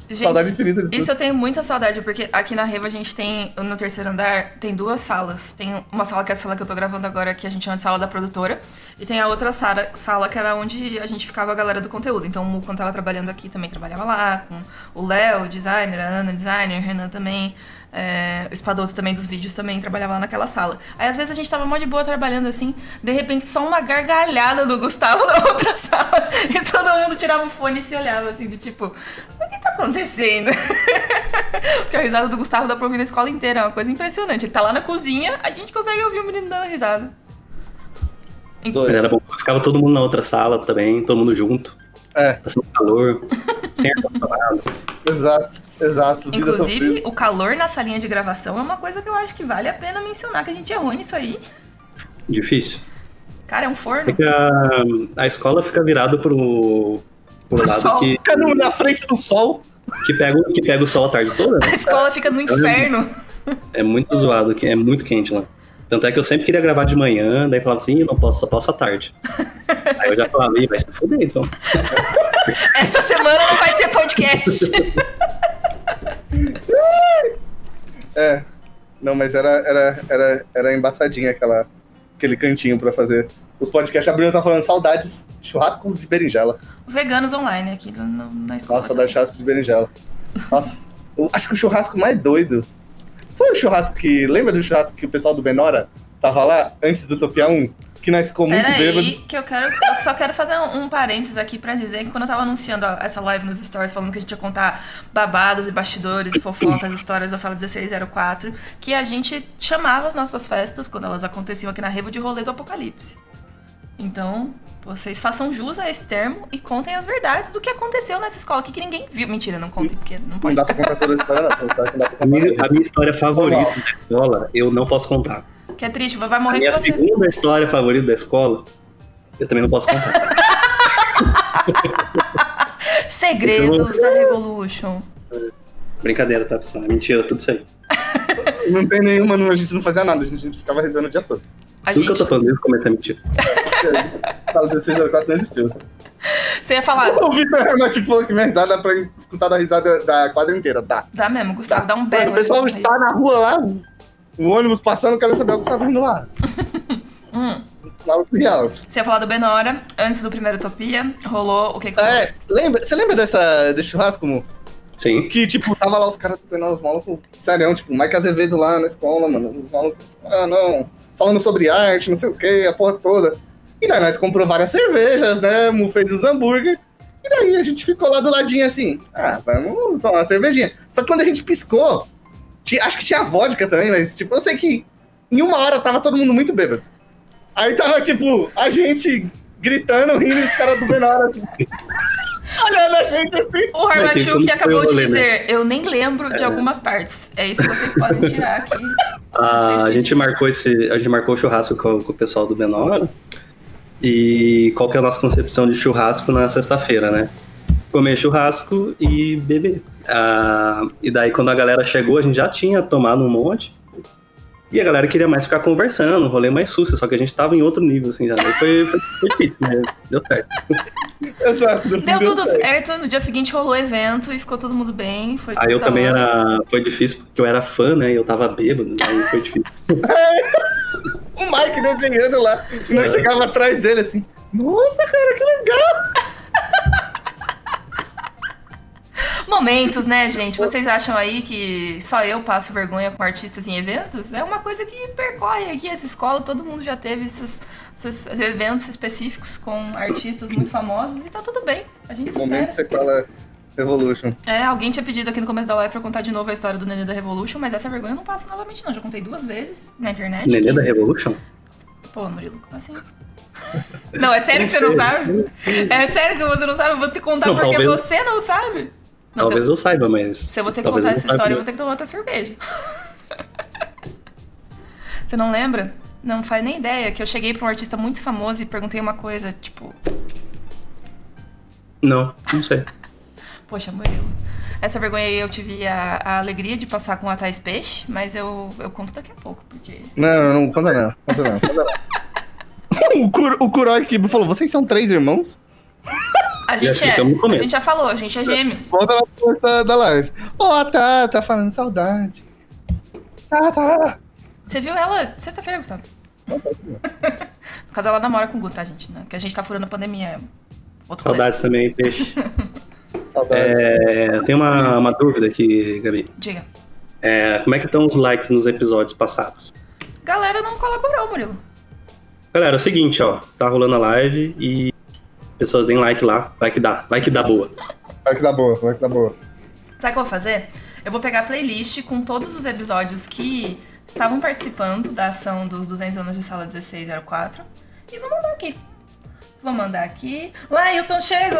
Gente,
Saudade infinita de tudo.
Isso eu tenho muita saudade, porque aqui na Reva a gente tem, no terceiro andar, tem duas salas. Tem uma sala que é a sala que eu tô gravando agora, que a gente chama de sala da produtora. E tem a outra sala, sala que era onde a gente ficava a galera do conteúdo. Então o Mu, quando tava trabalhando aqui, também trabalhava lá, com o Léo, designer, a Ana, designer, o Renan também. É, o Espadoto também dos vídeos também trabalhava lá naquela sala. Aí às vezes a gente tava mó de boa trabalhando assim, de repente só uma gargalhada do Gustavo na outra sala. E todo mundo tirava o fone e se olhava assim, do tipo, o que tá acontecendo? Porque a risada do Gustavo dá pra ouvir na escola inteira, é uma coisa impressionante. Ele tá lá na cozinha, a gente consegue ouvir o menino dando risada. é
Mas era bom, ficava todo mundo na outra sala também, todo mundo junto,
É,
passando calor, sem ar-condicionado.
exato, exato. Vida
Inclusive,
sofrida.
o calor na salinha de gravação é uma coisa que eu acho que vale a pena mencionar, que a gente é ruim nisso aí.
Difícil.
Cara, é um forno.
Porque a, a escola fica virada pro, pro
Pro
lado
sol.
que,
Fica no- na frente do sol.
que, pega, o- que pega o sol a tarde toda,
A
né?
escola fica no inferno.
É muito zoado, que é muito quente lá. Tanto é que eu sempre queria gravar de manhã, daí falava assim, "Ih, não posso, só posso à tarde. Aí eu já falava, "Ih, vai se fuder então.
Essa semana não vai ter podcast.
É. Não, mas era, era, era, era embaçadinha aquela, aquele cantinho pra fazer. Os podcasts abrindo tá falando saudades de churrasco de berinjela.
Veganos online aqui no- no- na escola.
Nossa, saudade de churrasco de berinjela. Nossa, eu acho que o churrasco mais doido. Foi o churrasco que. Lembra do churrasco que o pessoal do Benora tava lá antes do Utopia 1? Que nós ficou muito
Pera
bêbado.
aí, que eu quero. Eu só quero fazer um, um parênteses aqui pra dizer que quando eu tava anunciando a- essa live nos stories, falando que a gente ia contar babados e bastidores, e fofocas, histórias da sala 1604, que a gente chamava as nossas festas, quando elas aconteciam aqui na Revo, de rolê do apocalipse. Então, vocês façam jus a esse termo e contem as verdades do que aconteceu nessa escola aqui que ninguém viu. Mentira, não contem, porque não
Não
pode.
dá pra contar toda a história, não. Sabe que não dá pra
A
contar
minha,
tudo.
a minha história favorita da escola, eu não posso contar.
Que é triste, vai
A
morrer
minha
com você.
segunda história favorita da escola, eu também não posso contar.
Segredos da Revolution.
Brincadeira, tá, pessoal? Mentira, tudo isso aí.
Não tem nenhuma, não, a gente não fazia nada, a gente, a gente ficava rezando o dia todo.
A
tudo que eu tô
gente.
falando isso começa a mentir.
Fala 1604 não existiu.
Você ia falar.
O Vitor Renato tipo, falou que minha risada dá pra escutar da risada da quadra inteira. Dá.
Dá mesmo, Gustavo, dá um berro.
Mano, o pessoal
aí.
está na rua lá, o ônibus passando, eu quero saber o que está vindo lá.
Hum.
Maluco real.
Você ia falar do Benora, antes do primeiro Utopia, rolou o que que
É, lembra, você lembra dessa, desse churrasco, Mu?
Sim.
Que, tipo, tava lá os caras penando os malucos, sério, tipo, o Mike Azevedo lá na escola, mano. Os malucos, ah, não, falando sobre arte, não sei o que, a porra toda. E daí nós comprou várias cervejas, né? Mu fez os hambúrguer. E daí a gente ficou lá do ladinho assim, ah, vamos tomar uma cervejinha. Só que quando a gente piscou, ti- acho que tinha vodka também, mas, tipo, eu sei que em uma hora tava todo mundo muito bêbado. Aí tava, tipo, a gente gritando, rindo, os caras do Benora, assim, olhando a gente assim.
O Harvard
É, que
que
como
acabou
foi o
de
rolê,
dizer, eu nem lembro de algumas partes. É isso que vocês podem tirar aqui.
Ah, a
Deixa
gente marcou esse. A gente marcou o churrasco com, com o pessoal do Menor. E qual que é a nossa concepção de churrasco na sexta-feira, né? Comer churrasco e beber. Ah, e daí quando a galera chegou, a gente já tinha tomado um monte. E a galera queria mais ficar conversando, um rolê mais sucio, só que a gente tava em outro nível, assim, já. Daí Foi, foi, foi difícil, né? mas deu certo.
Exato.
Deu tudo
certo.
certo, no dia seguinte rolou o evento e ficou todo mundo bem. Foi
Aí
tudo
eu
da
também
hora.
era. Foi difícil porque eu era fã, né? E eu tava bêbado, daí foi difícil.
O Mike desenhando lá. E nós
É.
chegava atrás dele assim. Nossa, cara, que legal.
Momentos, né, gente? Vocês acham aí que só eu passo vergonha com artistas em eventos? É uma coisa que percorre aqui essa escola, todo mundo já teve esses, esses eventos específicos com artistas muito famosos e tá tudo bem. A gente supera.
Momento sequela Evolution.
É, alguém tinha pedido aqui no começo da live pra eu contar de novo a história do Nenê da Revolution, mas essa vergonha eu não passo novamente, não. Já contei duas vezes na internet.
Nenê da Revolution?
Pô, Murilo, como assim? não, é sério que você não
sei,
sabe? É sério que você não sabe? Eu vou te contar
Não,
porque
talvez-
você não sabe. Não, se, eu,
Talvez eu saiba, mas.
se eu vou ter que
talvez
contar
eu
essa
não
história, eu
saiba.
vou ter que tomar outra cerveja. você não lembra? Não faz nem ideia que eu cheguei pra um artista muito famoso e perguntei uma coisa, tipo,
Não, não sei.
Poxa, Murilo. Essa vergonha aí eu tive a, a alegria de passar com a Thais Peixe, mas eu, eu conto daqui a pouco, porque.
Não, não, não, conta não. Conta não. Conta não. o, Kur, o Kuroi Kibo falou: vocês são três irmãos?
A gente é.
ficamos com
A
medo.
gente já falou, a gente é gêmeos.
Volta lá pro começo da- da live. Ó, tá, tá falando saudade. Tá, tá.
Você viu ela sexta-feira, Gustavo? Por causa ela namora com o Gusto, tá, gente? Né? Que a gente tá furando a pandemia. é Outro rolê.
Saudades também, peixe.
Saudades.
É, tem uma, uma dúvida aqui, Gabi.
Diga.
É, como é que estão os likes nos episódios passados?
Galera não colaborou, Murilo.
Galera, é o seguinte, ó. Tá rolando a live e pessoas deem like lá. Vai que dá, vai que dá boa.
Vai que dá boa, vai que dá boa.
Sabe o que eu vou fazer? Eu vou pegar a playlist com todos os episódios que estavam participando da ação dos 200 anos de sala 1604 e vou mandar aqui. Vou mandar aqui. Lailton chegou!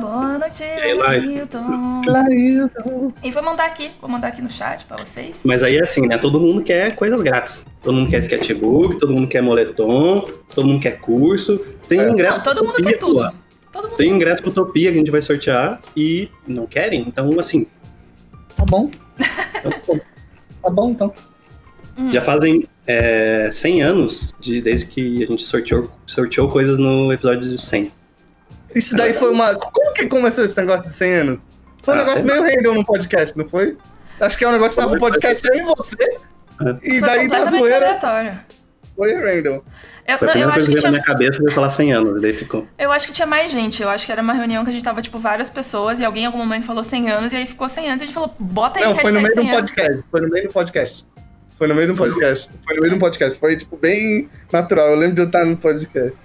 Boa noite,
aí,
Lailton!
Lailton.
E vou mandar aqui, vou mandar aqui no chat pra vocês.
Mas aí é assim, né? Todo mundo quer coisas grátis. Todo mundo quer sketchbook, todo mundo quer moletom, todo mundo quer curso. Tem
É.
ingresso
Não, todo
pra
mundo quer
Utopia,
tudo.
pô.
Todo mundo
Tem ingresso pra Utopia que a gente vai sortear e não querem. Então, assim,
Tá bom. Tá bom, então.
Hum.
já fazem é, 100 anos de, desde que a gente sorteou, sorteou coisas no episódio 100.
Isso daí foi uma. Como que começou esse negócio de 100 anos? Foi um
Ah,
negócio
sei lá.
meio random no podcast, não foi? Acho que é um negócio que tava no podcast eu e você.
É.
Foi
E daí da
completamente
zoeira
aleatório.
foi random.
Eu,
Foi a
não, eu
primeira né?
acho
coisa
que
que veio na
tinha,
minha cabeça foi falar 100 anos. Daí ficou.
eu acho que tinha mais gente. Eu acho que era uma reunião que a gente tava, tipo, várias pessoas e alguém em algum momento falou 100 anos e aí ficou 100 anos e a gente falou, bota aí
Não, foi
hashtag
no meio de
100
um
anos.
podcast. Foi no meio do podcast. Foi no meio de um podcast. Foi no meio de um podcast. Foi, tipo, bem natural. Eu lembro de eu estar no podcast.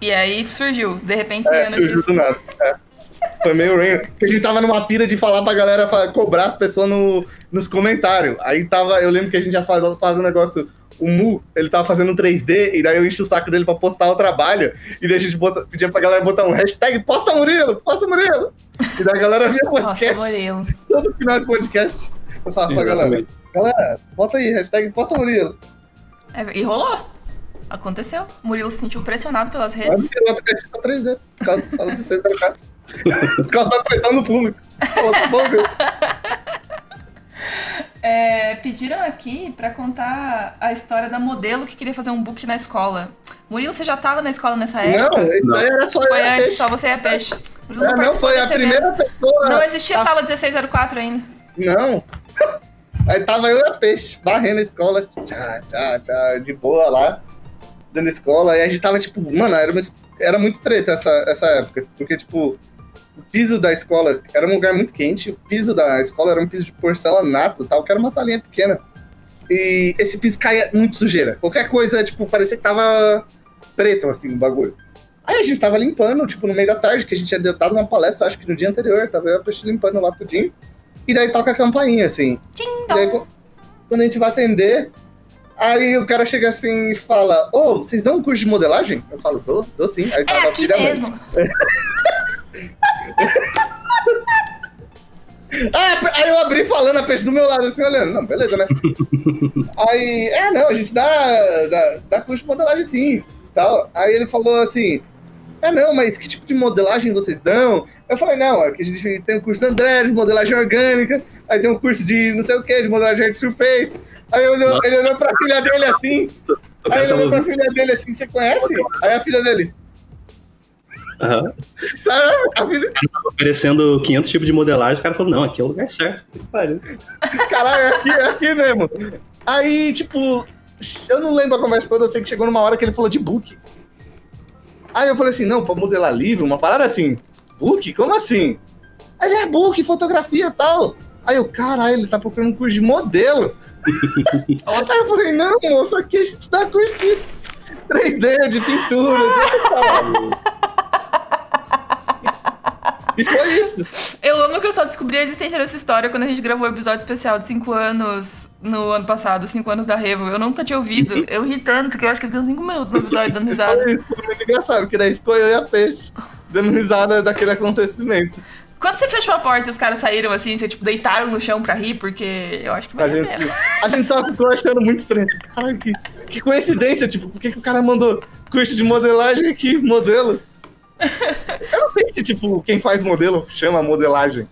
E aí surgiu, de repente, 100
É,
anos
surgiu do
disso.
nada. É. Foi meio random. Porque a gente tava numa pira de falar pra galera fa- cobrar as pessoas no, nos comentários. Aí tava. Eu lembro que a gente já faz, faz um negócio. O Mu, ele tava fazendo um 3D, e daí eu enchi o saco dele pra postar o trabalho. E daí a gente bota, pedia pra galera botar um hashtag posta Murilo, posta Murilo. E daí a galera via
Nossa,
podcast,
Murilo.
todo final de podcast. Eu falava pra galera,
Exatamente.
galera, bota aí, hashtag posta Murilo.
É, e rolou. Aconteceu. Murilo se sentiu pressionado pelas
Aí
redes.
virou outra caixa 3D, por causa do salão de 64. Por causa da pressão no público. Falou, tá bom, viu?
É, pediram aqui pra contar a história da modelo que queria fazer um book na escola. Murilo, você já tava na escola nessa época?
Não, isso daí era só eu.
É? Foi
era
antes,
peixe.
só você é peixe. Murilo
Ah, não,
participou
foi a
desse evento.
primeira pessoa.
Não existia
Ah,
sala 1604 ainda.
Não. Aí tava eu e a peixe, varrendo a escola. Tchau, tchau, tchau, de boa lá. Dando escola. E a gente tava tipo, mano, era, uma es- era muito treta essa, essa época. Porque, tipo, o piso da escola era um lugar muito quente. O piso da escola era um piso de porcelanato e tal, que era uma salinha pequena. E esse piso caía muito sujeira. Qualquer coisa, tipo, parecia que tava preto, assim, o bagulho. Aí a gente tava limpando, tipo, no meio da tarde, que a gente tinha dado uma palestra, acho que no dia anterior, tava eu e a peixe limpando lá tudinho. E daí toca a campainha, assim. E daí,
Então,
qu- quando a gente vai atender, aí o cara chega assim e fala: Ô, vocês dão um curso de modelagem? Eu falo: Dou, dou sim. Aí
é
tava a
aqui
filha
mesmo.
mãe. Ah, pe- aí eu abri falando, a peixe do meu lado, assim, olhando. Não, beleza, né? aí, é, não, a gente dá, dá, dá curso de modelagem sim. Tal. Aí ele falou assim: É, não, mas que tipo de modelagem vocês dão? Eu falei: Não, é que a gente tem um curso de André, de modelagem orgânica, aí tem um curso de não sei o que, de modelagem de surface. Aí olhou, ele olhou pra filha dele assim,
O
aí
cara tá
ele
tava
olhou pra
ouvindo.
filha dele assim: Você conhece? Aí a filha dele,
Aham.
sabe? A filha,
Oferecendo 500 tipos de modelagem, o cara falou: não, aqui é o lugar certo. Que pariu.
Caralho, é aqui, é aqui mesmo. Aí, tipo, eu não lembro a conversa toda, eu sei que chegou numa hora que ele falou de book. Aí eu falei assim, não, pra modelar livro, uma parada assim. Book? Como assim? Aí ele é book, fotografia e tal. Aí eu, caralho, ele tá procurando um curso de modelo. Aí eu falei, não, moço, aqui a gente dá curso de 3D, de pintura. de- e foi isso.
Eu amo que eu só descobri a existência dessa história quando a gente gravou o episódio especial de 5 anos no ano passado, 5 anos da Revo. Eu nunca tinha ouvido. Eu ri tanto que eu acho que eu fiquei 5 minutos no episódio dando risada.
Foi isso, foi muito engraçado, porque daí ficou eu e a Peixe dando risada daquele acontecimento.
Quando você fechou a porta e os caras saíram assim, você tipo deitaram no chão pra rir, porque eu acho que
A
vale a
gente,
pena.
a gente só ficou achando muito estranho. assim, Caralho, que, que coincidência, tipo, por que, que o cara mandou curso de modelagem aqui, modelo? Eu não sei se, tipo, quem faz modelo chama modelagem.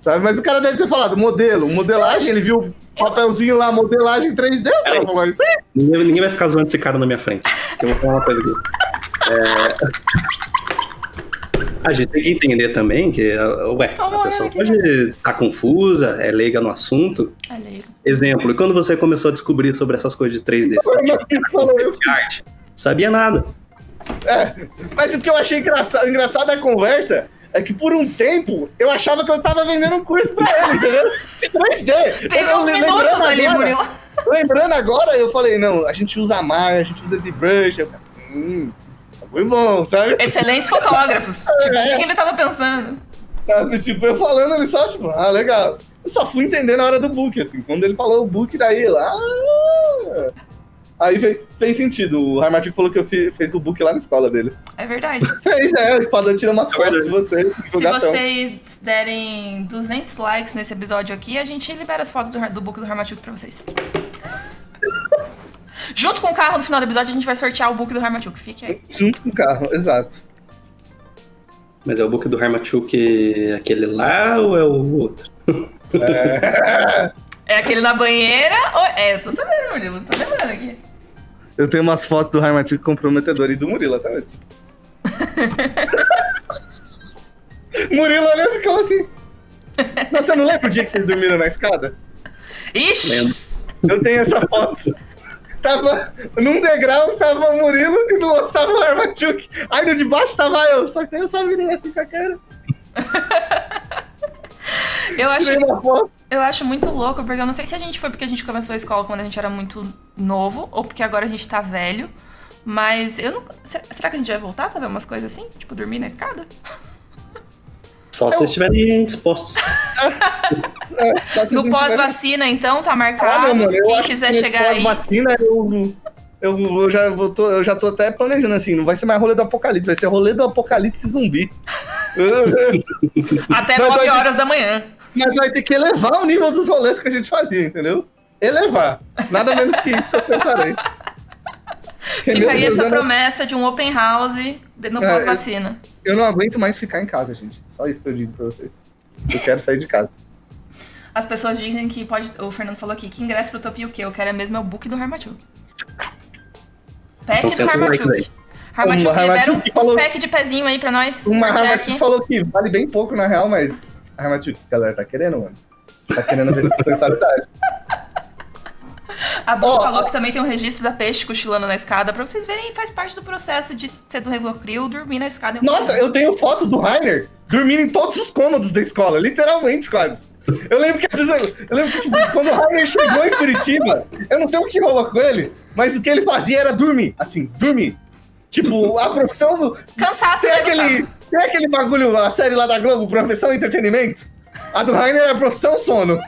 Sabe? Mas o cara deve ter falado modelo, modelagem, ele viu o papelzinho lá, modelagem 3D, o cara falou isso aí.
Ninguém, ninguém vai ficar zoando esse cara na minha frente. Eu vou falar uma coisa aqui. É, A gente tem que entender também que, ah, ué,
Tá
a pessoa
morrendo aqui,
pode estar confusa, é leiga no assunto.
Olha aí.
Exemplo, e quando você começou a descobrir sobre essas coisas de 3D, sabia
Mas que falou eu-
de arte? Sabia nada.
Mas o que eu achei engraçado, engraçado da conversa é que por um tempo eu achava que eu tava vendendo um curso pra ele, entendeu? De 3D.
Teve
Eu-
uns
eu-
minutos
lembrando
ali,
agora-
Murilo.
Lembrando agora, eu falei, não, a gente usa Maya, a gente usa ZBrush. Eu, hum, foi bom, sabe?
Excelentes fotógrafos.
É.
Tipo, o que que ele tava pensando?
Sabe, Tipo, eu falando, ele só, tipo, ah, legal. Eu só fui entender na hora do book, assim. Quando ele falou o book, daí eu, ah... Aí fez, fez sentido. O Harmatic falou que eu fi- fez o book lá na escola dele.
É verdade.
Fez, é, o espadão tirou umas fotos de vocês. do
Se
gatão.
vocês derem 200 likes nesse episódio aqui, a gente libera as fotos do, do book do Harmatuto pra vocês. Junto com o carro, no final do episódio, a gente vai sortear o book do Harmatuto. Fique aí.
Junto com o carro, exato.
Mas é o book do Harmachuk aquele lá ou é o outro?
É aquele na banheira ou... É, eu tô sabendo, Murilo. Tô lembrando aqui.
Eu tenho umas fotos do Harmatic comprometedor e do Murilo tá, até antes. Murilo olha assim, como assim? Nossa, eu não lembro o dia que vocês dormiram na escada?
Ixi!
Lembro.
Eu tenho essa foto. Tava num degrau, tava o Murilo e no outro tava o Harmatic. Aí no de baixo tava eu, só que eu só virei assim com a cara.
Eu acho,
Tirei uma foto.
eu acho muito louco, porque eu não sei se a gente foi porque a gente começou a escola quando a gente era muito novo, ou porque agora a gente tá velho. Mas eu não... se- Será que a gente vai voltar a fazer umas coisas assim? Tipo, dormir na escada?
Só se vocês estiverem dispostos.
É, só se
No
não tiver-
pós-vacina, então, tá
Ah,
marcado.
não, mano, eu
Quem
acho
quiser
que nesse
chegar aí.
pós-vacina, eu, eu, eu, já vou, tô, eu já tô até planejando assim, não vai ser mais rolê do apocalipse, vai ser rolê do apocalipse zumbi.
Até
Mas
9
vai-
horas da manhã.
Mas vai ter que elevar o nível dos rolês que a gente fazia, entendeu? Elevar. Nada menos que isso, eu tentarei. Entendeu?
Fica aí
eu,
essa
não,
promessa de um open house de- no
É,
pós-vacina.
eu não aguento mais ficar em casa, gente. Só isso que eu digo pra vocês. Eu quero sair de casa.
As pessoas dizem que pode. O Fernando falou aqui que ingresso pro Utopia o quê? Eu quero é mesmo é o book do Harmachuk. Pack
Então
do
senta os likes
Harmachuk.
Uma
Harmachuk, libera
Harmachuk
um,
que
um
falou-
pack de pezinho aí pra nós.
Uma
sortear
Harmatic falou que vale bem pouco, na real, mas. Harmatic, a galera tá querendo, mano. Tá querendo ver se sensualidade.
A Bom
Ó,
falou
ó.
que também tem um registro da peixe cochilando na escada. Pra vocês verem, faz parte do processo de ser do Revocrio dormir na escada. em um
Nossa, eu tenho foto do Rainer dormindo em todos os cômodos da escola, literalmente quase. Eu lembro que às vezes, eu lembro que tipo, quando o Rainer chegou em Curitiba, eu não sei o que rolou com ele, mas o que ele fazia era dormir, assim, dormir. Tipo, a profissão do
Cansaço,
tem
né, Gustavo?
aquele, tem aquele bagulho, a série lá da Globo, profissão entretenimento. A do Rainer era profissão sono.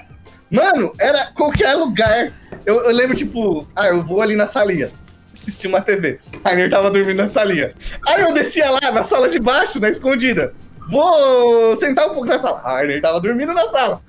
Mano, era qualquer lugar. Eu, eu lembro, tipo, ah, eu vou ali na salinha assistir uma TV. Rainer tava dormindo na salinha. Aí eu descia lá na sala de baixo, na escondida. Vou sentar um pouco na sala. Rainer tava dormindo na sala.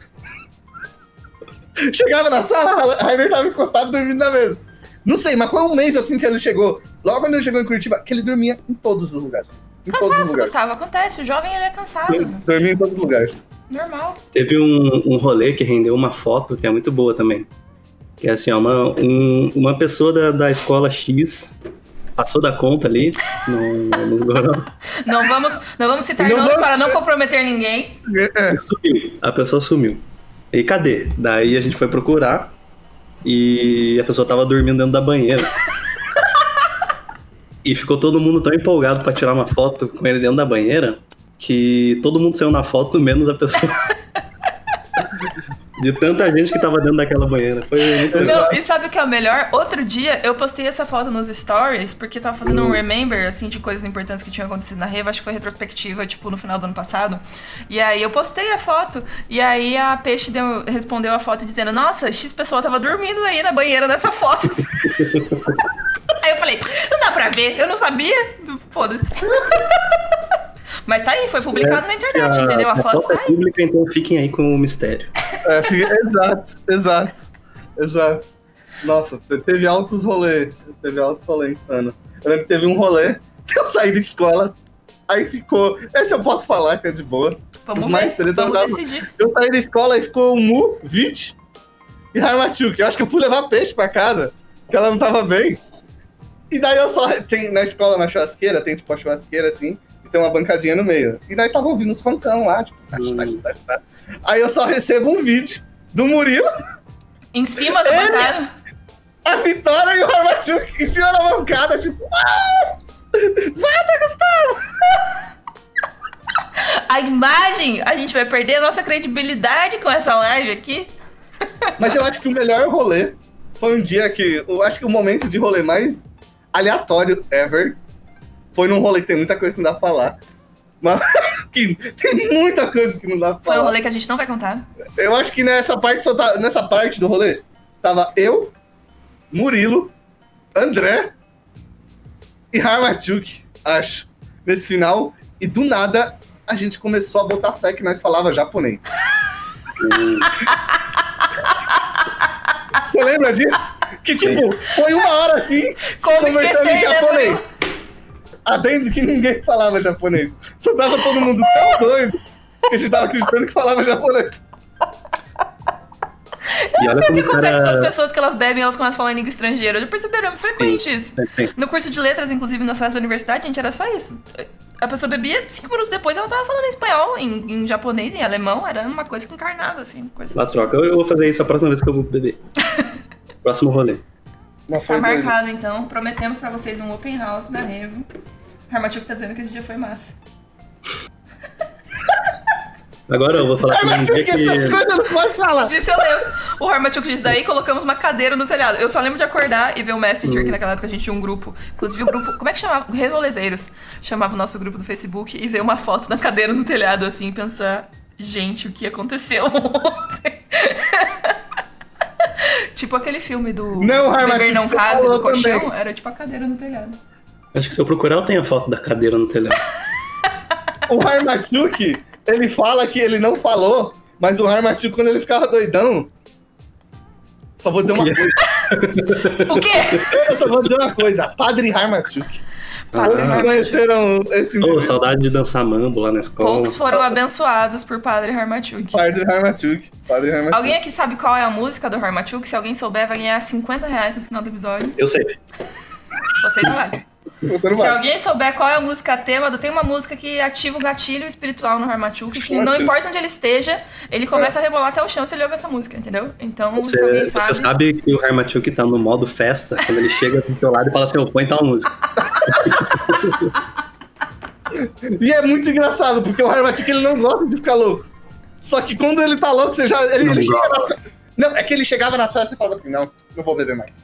Chegava na sala, Rainer tava encostado dormindo na mesa. Não sei, mas foi um mês assim que ele chegou. Logo quando ele chegou em Curitiba, que ele dormia em todos os lugares. Em todos os
Cansaço,
lugares.
Gustavo, acontece. O jovem ele é cansado.
Dormia em todos os lugares.
Normal.
Teve um, um rolê que rendeu uma foto que é muito boa também. Que é assim, ó, uma, um- uma pessoa da, da escola X passou da conta ali no, no, Goró,
Não vamos, não vamos citar
Não
nomes
vamos-
para não comprometer ninguém.
e sumiu. A pessoa sumiu. E cadê? Daí a gente foi procurar e a pessoa tava dormindo dentro da banheira. E ficou todo mundo tão empolgado pra tirar uma foto com ele dentro da banheira que todo mundo saiu na foto, menos a pessoa. De tanta gente que tava dentro daquela banheira. Foi muito legal.
Não, e sabe o que é o melhor? Outro dia eu postei essa foto nos stories porque tava fazendo
Hum.
um remember assim de coisas importantes que tinham acontecido na Reva, acho que foi retrospectiva, tipo no final do ano passado. E aí eu postei a foto e aí a Peixe deu- respondeu a foto dizendo: "Nossa, X pessoa tava dormindo aí na banheira nessa foto". aí eu falei: "Não dá pra ver, eu não sabia". Foda-se. Mas tá aí, foi publicado na internet,
Se
entendeu? A
se
foto tá
é
aí.
pública, então fiquem aí com o mistério.
É, fica- exato, exato, exato. Nossa, te- teve altos rolê, teve altos rolê insano. Eu lembro que teve um rolê, eu saí da escola, aí ficou, esse eu posso falar que é de boa.
Vamos
Mais
ver,
treta não
vamos
dá-
decidir.
Eu saí da escola e ficou o Mu, Vit e Harmachuk. Eu acho que eu fui levar peixe pra casa, que ela não tava bem. E daí eu só, tem, na escola, na churrasqueira, tem tipo a churrasqueira assim, E tem uma bancadinha no meio. E nós estávamos ouvindo os funkão lá, tipo, tach, tach, tach, tach. tá. Aí eu só recebo um vídeo do Murilo,
Em cima da
Ele-
bancada.
a Vitória e o Armachuk em cima da bancada, tipo, ah! Vai, tá Gustavo!
A imagem, a gente vai perder a nossa credibilidade com essa live aqui.
Mas eu acho que o melhor rolê foi um dia que. Eu acho que o momento de rolê mais aleatório ever foi num rolê que tem muita coisa que não dá pra falar. Mas que tem muita coisa que não dá pra
Foi
falar.
um rolê que a gente não vai contar.
Eu acho que nessa parte só tá, nessa parte do rolê tava eu, Murilo, André e Harmachuk, acho. Nesse final e do nada a gente começou a botar fé que nós falava japonês. Você lembra disso? Que tipo, foi uma hora assim,
Como
conversando em
esquecer, né,
japonês. Adendo que ninguém falava japonês. Só tava todo mundo tão doido que a gente tava acreditando que falava japonês.
E
Não
olha
sei o que
como o
acontece com as
cara.
pessoas que elas bebem, elas começam a falar em língua estrangeira. Já perceberam? É frequente isso.
Tem-
No curso de letras, inclusive, nas classes da universidade, gente, era só isso. A pessoa bebia, cinco minutos depois ela tava falando em espanhol, em, em japonês, em alemão, era uma coisa que encarnava, assim, coisa.
Lá troca. Eu eu vou fazer isso a próxima vez que eu vou beber. Próximo rolê.
Mas
Tá
foi doido. né?
marcado, então. Prometemos pra vocês um open house na Revo. Harmatico tá dizendo que esse dia foi massa.
Agora eu vou falar que
Mas
um
por
dia
que essas
que.
coisas não pode falar?
Disso eu lembro. O Harmatico disse, daí colocamos uma cadeira no telhado. Eu só lembro de acordar e ver o Messenger,
Hum.
que naquela época a gente tinha um grupo. Inclusive o grupo, como é que chamava? Revolezeiros. Chamava o nosso grupo do Facebook e ver uma foto da cadeira no telhado, assim, e pensar... Gente, o que aconteceu ontem? tipo aquele filme do...
Não,
Se Beber
Harmatico,
Não
você
Case, do
falou
colchão.
também.
Era tipo a cadeira no telhado.
Acho que se eu procurar, eu tenho a foto da cadeira no telhado.
O Harmachuk, ele fala que ele não falou, mas o Harmachuk, quando ele ficava doidão. Só vou dizer uma coisa.
O quê?
Eu só vou dizer uma coisa. Padre Harmachuk.
Padre
Vocês
Harmatico.
conheceram esse
Ah. Ô,
indivíduo?
saudade de dançar mambo lá na escola.
Poucos foram abençoados por Padre Harmachuk.
Padre Harmachuk. Padre Harmachuk.
Alguém aqui sabe qual é a música do Harmachuk? Se alguém souber, vai ganhar 50 reais no final do episódio.
Eu sei.
Vocês não vale.
Você não
Se
vai.
alguém souber qual é a música tema, do- tem uma música que ativa o gatilho espiritual no Harmachuk, que não
Harmachuk.
importa onde ele esteja, ele
É.
começa a rebolar até o chão se ele ouvir essa música, entendeu? Então, se
Você,
alguém
você
sabe...
sabe que o Harmachuk tá no modo festa, quando ele chega do teu lado e fala assim, ô, põe tal música.
E é muito engraçado, porque o Harmachuk, ele não gosta de ficar louco. Só que quando ele tá louco, você já. Ele,
Não
ele chega
gosta.
nas... Não, é que ele chegava nas festas e falava assim: não, não vou beber mais.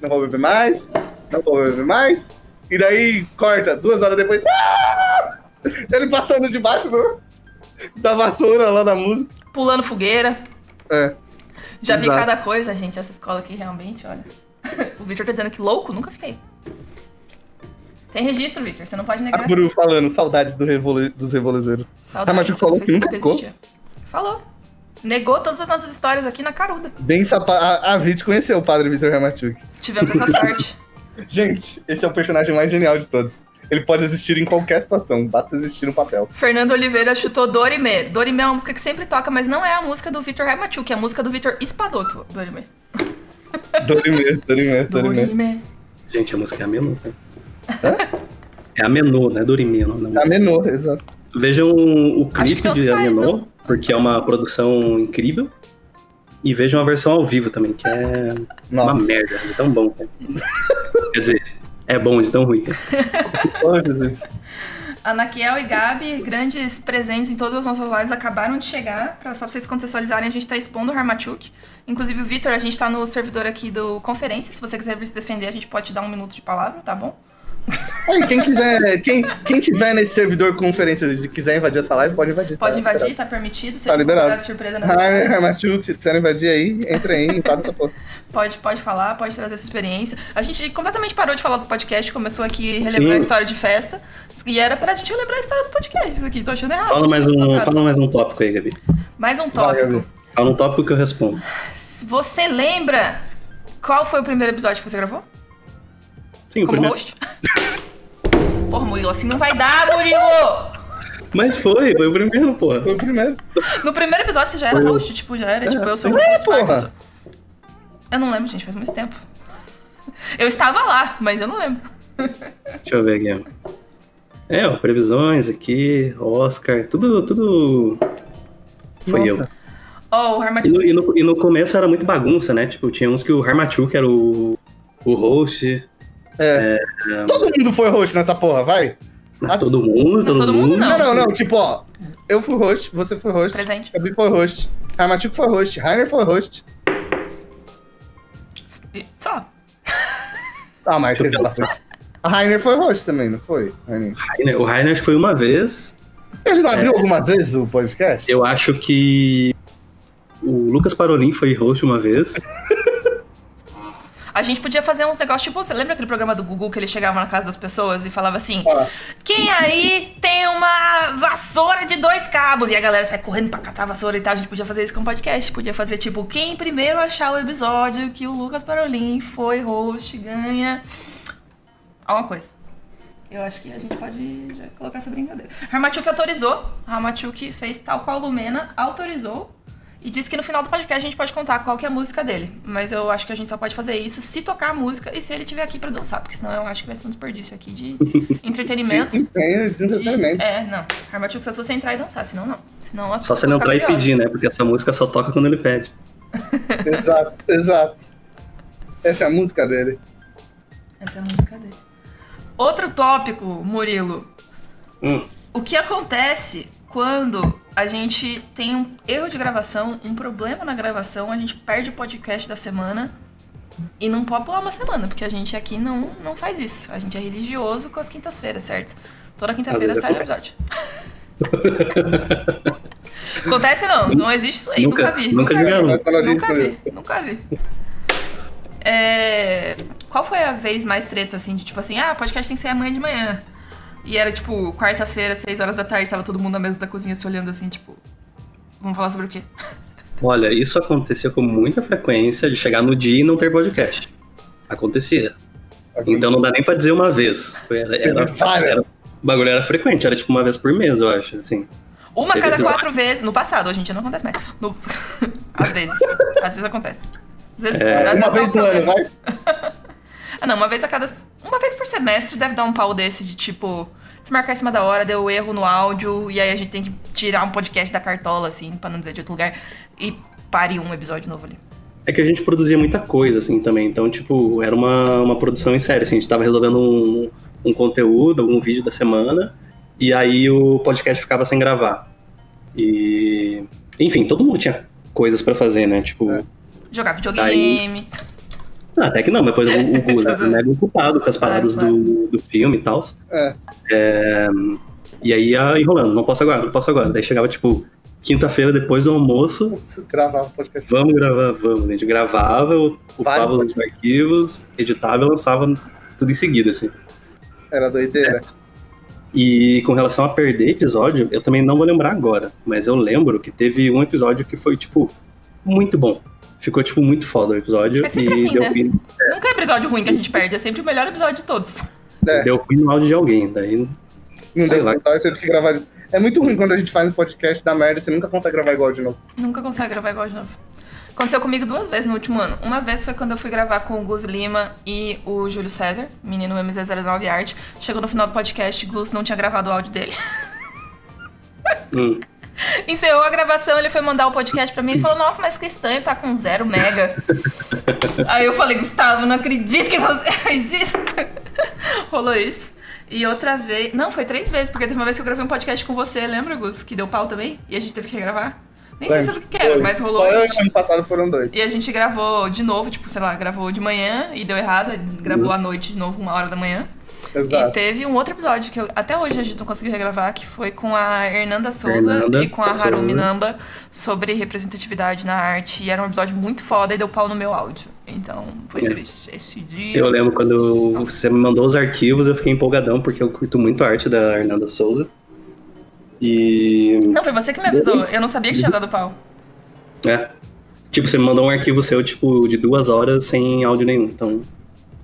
Não vou beber mais. Não vou beber mais. E daí corta, duas horas depois. "Ah!" Ele passando debaixo do, da vassoura lá da música.
Pulando fogueira.
É.
Já vi
Exato.
cada coisa, gente, essa escola aqui realmente, olha... o Victor tá dizendo que louco, nunca fiquei. Tem registro, Victor, você não pode
A
negar.
Bru falando, saudades do revole, dos revolezeiros.
Saudades
Ah, mas tu
quando
falou
o
que nunca
Facebook
ficou?
existia. Falou. Negou todas as nossas histórias aqui na caruda.
Bem sapa... A, a Vit conheceu o padre Vitor Ramachuk.
Tivemos essa sorte.
Gente, esse é o personagem mais genial de todos. Ele pode existir em qualquer situação, basta existir no papel.
Fernando Oliveira chutou Dorime. Dorime é uma música que sempre toca, mas não é a música do Victor Ramachuk, é a música do Victor Espadoto. Dorime.
Dorime, Dorime, Dorime.
Dorime.
Gente, a música é a Menô, tá? É a Menô, né? Dorimê, não. não.
É A menor, exato.
Vejam o
Acho que tem
clipe de
outro país,
Amenô,
não?
porque é uma produção incrível. E vejam a versão ao vivo também, que é uma
Nossa,
merda, é tão bom. cara. Quer dizer, é bom de tão ruim. cara.
oh, Jesus.
Anaquiel e Gabi, grandes presentes em todas as nossas lives, acabaram de chegar. Pra, só pra vocês contextualizarem, a gente tá expondo o Harmachuk. Inclusive, o Victor, a gente tá no servidor aqui do Conferência. Se você quiser vir se defender, a gente pode te dar um minuto de palavra, tá bom?
Aí, quem quiser, quem, quem tiver nesse servidor conferências e quiser invadir essa live, pode invadir.
Pode
tá?
invadir, tá permitido. Você
Tá liberado. Ah,
surpresa nessa
Ai, Ramachuk, se vocês quiserem invadir aí, entra aí, invada essa porra.
Pode, pode falar, pode trazer sua experiência. A gente completamente parou de falar do podcast, começou aqui relembrar a
Sim.
história de festa. E era pra gente relembrar a história do podcast, isso aqui. Tô achando errado.
Fala mais um,
Colocado.
fala mais um tópico aí, Gabi.
Mais um
Vai,
tópico.
Gabi.
Fala um tópico que eu respondo.
Você lembra qual foi o primeiro episódio que você gravou?
Sim, o
Como
primeiro.
host? Porra, Murilo, assim não vai dar, Murilo!
Mas foi, foi o primeiro, porra.
Foi o primeiro.
No primeiro episódio você já era
Foi eu.
host, tipo, já era, tipo, eu sou o
É,
Marcos
porra.
Marcos. Eu não lembro, gente, faz muito tempo. Eu estava lá, mas eu não lembro.
Deixa eu ver aqui. ó. É, ó, previsões aqui, Oscar, tudo, tudo foi eu.
Nossa.
Ó, o
E no,
Harmatius.
e no- e no começu era muito bagunça, né? Tipo, tinha uns que o Harmachu, que era o, o host,
É. Todo mundo foi host nessa porra, vai.
mas
Ah,
todo mundo, todo,
todo mundo
mundo.
Não. é
Não, não, não. Tipo, ó. Eu fui host, você foi host,
Presente.
Gabi foi host, Ramatico foi host, Rainer foi host.
E- Só.
Ah, mas
Deixa eu
teve bastante. A Rainer foi host também, não foi? Rainer?
Rainer- O Rainer acho que foi uma vez.
Ele não abriu algumas vezes o podcast?
É. Eu acho que o Lucas Parolin foi host uma vez.
A gente podia fazer uns negócios, tipo, você lembra aquele programa do Google que ele chegava na casa das pessoas e falava assim:
Ah.
Quem aí tem uma vassoura de dois cabos? E a galera sai correndo pra catar a vassoura e tal. A gente podia fazer isso com um podcast. Podia fazer, tipo, quem primeiro achar o episódio que o Lucas Parolin foi host, ganha. Alguma coisa. Eu acho que a gente pode já colocar essa brincadeira. Ramachuk autorizou. Ramachuk fez tal qual Lumena, autorizou. E disse que no final do podcast a gente pode contar qual que é a música dele. Mas eu acho que a gente só pode fazer isso se tocar a música e se ele estiver aqui pra dançar. Porque senão eu acho que vai ser um desperdício aqui de entretenimento.
Sim, tem desentretenimento.
É, não. Armatil só se você entrar e dançar, senão não. Senão as
Só
pessoas
você não
ficam
entrar e
curiosas.
pedir, né? Porque essa música só toca quando ele pede.
Exato, exato. Essa é a música dele.
Essa é a música dele. Outro tópico, Murilo.
Hum.
O que acontece quando a gente tem um erro de gravação, um problema na gravação, a gente perde o podcast da semana e não pode pular uma semana, porque a gente aqui não, não faz isso. A gente é religioso com as quintas-feiras, certo? Toda quinta-feira
Às vezes
sai o episódio. acontece não, não existe isso aí, nunca,
Nunca-
vi.
nunca
vi.
diga
Mas ela disse
Nunca
pra
vi,
mim,
nunca vi. É, Qual foi a vez mais treta, assim, de tipo assim, ah, podcast tem que ser amanhã de manhã. E era tipo, quarta-feira, seis horas da tarde, tava todo mundo na mesa da cozinha se olhando assim, tipo, vamos falar sobre o quê?
Olha, isso acontecia com muita frequência de chegar no dia e não ter podcast. Acontecia. Então não dá nem pra dizer uma vez. Foi- Era, era,
Teve várias.
era- o bagulho era frequente, era tipo uma vez por mês, eu acho, assim.
Uma a
Teve
cada
episódio.
quatro vezes. No passado, hoje em dia não acontece mais. No- Às vezes. Às vezes acontece. Às vezes,
É.
às vezes
Uma
dá
vez
uns
no ano,
problemas.
vai.
Ah, não, uma vez a cada. Uma vez por semestre deve dar um pau desse de tipo. Desmarcar em cima da hora, deu erro no áudio, e aí a gente tem que tirar um podcast da cartola, assim, pra não dizer de outro lugar, e pare um episódio novo ali.
É que a gente produzia muita coisa, assim, também. Então, tipo, era uma, uma produção em série. Assim, a gente tava resolvendo um, um conteúdo, algum vídeo da semana, e aí o podcast ficava sem gravar. E. Enfim, todo mundo tinha coisas pra fazer, né? Tipo.
É.
Jogar videogame.
Não, até que não, depois o, o Gus era mega ocupado com as paradas
é Claro,
do, do filme e tal.
É.
E aí ia enrolando, não posso agora, não posso agora. Daí chegava, tipo, quinta-feira depois do almoço,
Gravava o podcast.
vamos gravar, vamos. né? A gente gravava, eu upava
Vários
os arquivos, editava e lançava tudo em seguida, assim.
Era doideira.
E com relação a perder episódio, eu também não vou lembrar agora, mas eu lembro que teve um episódio que foi, tipo, muito bom. Ficou, tipo, muito foda o episódio.
É sempre
e
assim,
deu
né?
ruim-
Nunca é episódio ruim que a gente perde, é sempre o melhor episódio de todos.
É.
Deu ruim no áudio de alguém, daí
Não
É, Sei
deu
lá.
pra usar, eu tive que gravar. de- É muito ruim quando a gente faz um podcast da merda, você nunca consegue gravar igual de novo.
Nunca consegue gravar igual de novo. Aconteceu comigo duas vezes no último ano. Uma vez foi quando eu fui gravar com o Gus Lima e o Júlio César, menino MZ09 Arte. Chegou no final do podcast, Gus não tinha gravado o áudio dele.
Hum.
Encerrou a gravação, ele foi mandar o podcast pra mim e falou: Nossa, mas que estranho, tá com zero mega. Aí eu falei: Gustavo, não acredito que você fez isso. Rolou isso. E outra vez. Não, foi três vezes, porque teve uma vez que eu gravei um podcast com você, lembra, Gus? Que deu pau também? E a gente teve que regravar? Nem sei sobre o que que era,
Dois.
mas rolou.
Só eu
a
e
gente-
ano passado foram dois.
E a gente gravou de novo, tipo, sei lá, gravou de manhã e deu errado, aí gravou à noite de novo, uma hora da manhã. E
Exato.
teve um outro episódio que eu- até hoje a gente não conseguiu regravar, que foi com a Hernanda Souza
Hernanda
e com a Harumi
Souza.
Namba sobre representatividade na arte. E era um episódio muito foda e deu pau no meu áudio. Então foi
É.
triste. Esse dia.
Eu lembro quando
Nossa.
você me mandou os arquivos, eu fiquei empolgadão, porque eu curto muito a arte da Hernanda Souza. E.
Não, foi você que me avisou. Eu não sabia que tinha dado pau.
É. Tipo, você me mandou um arquivo seu, tipo, de duas horas sem áudio nenhum. Então.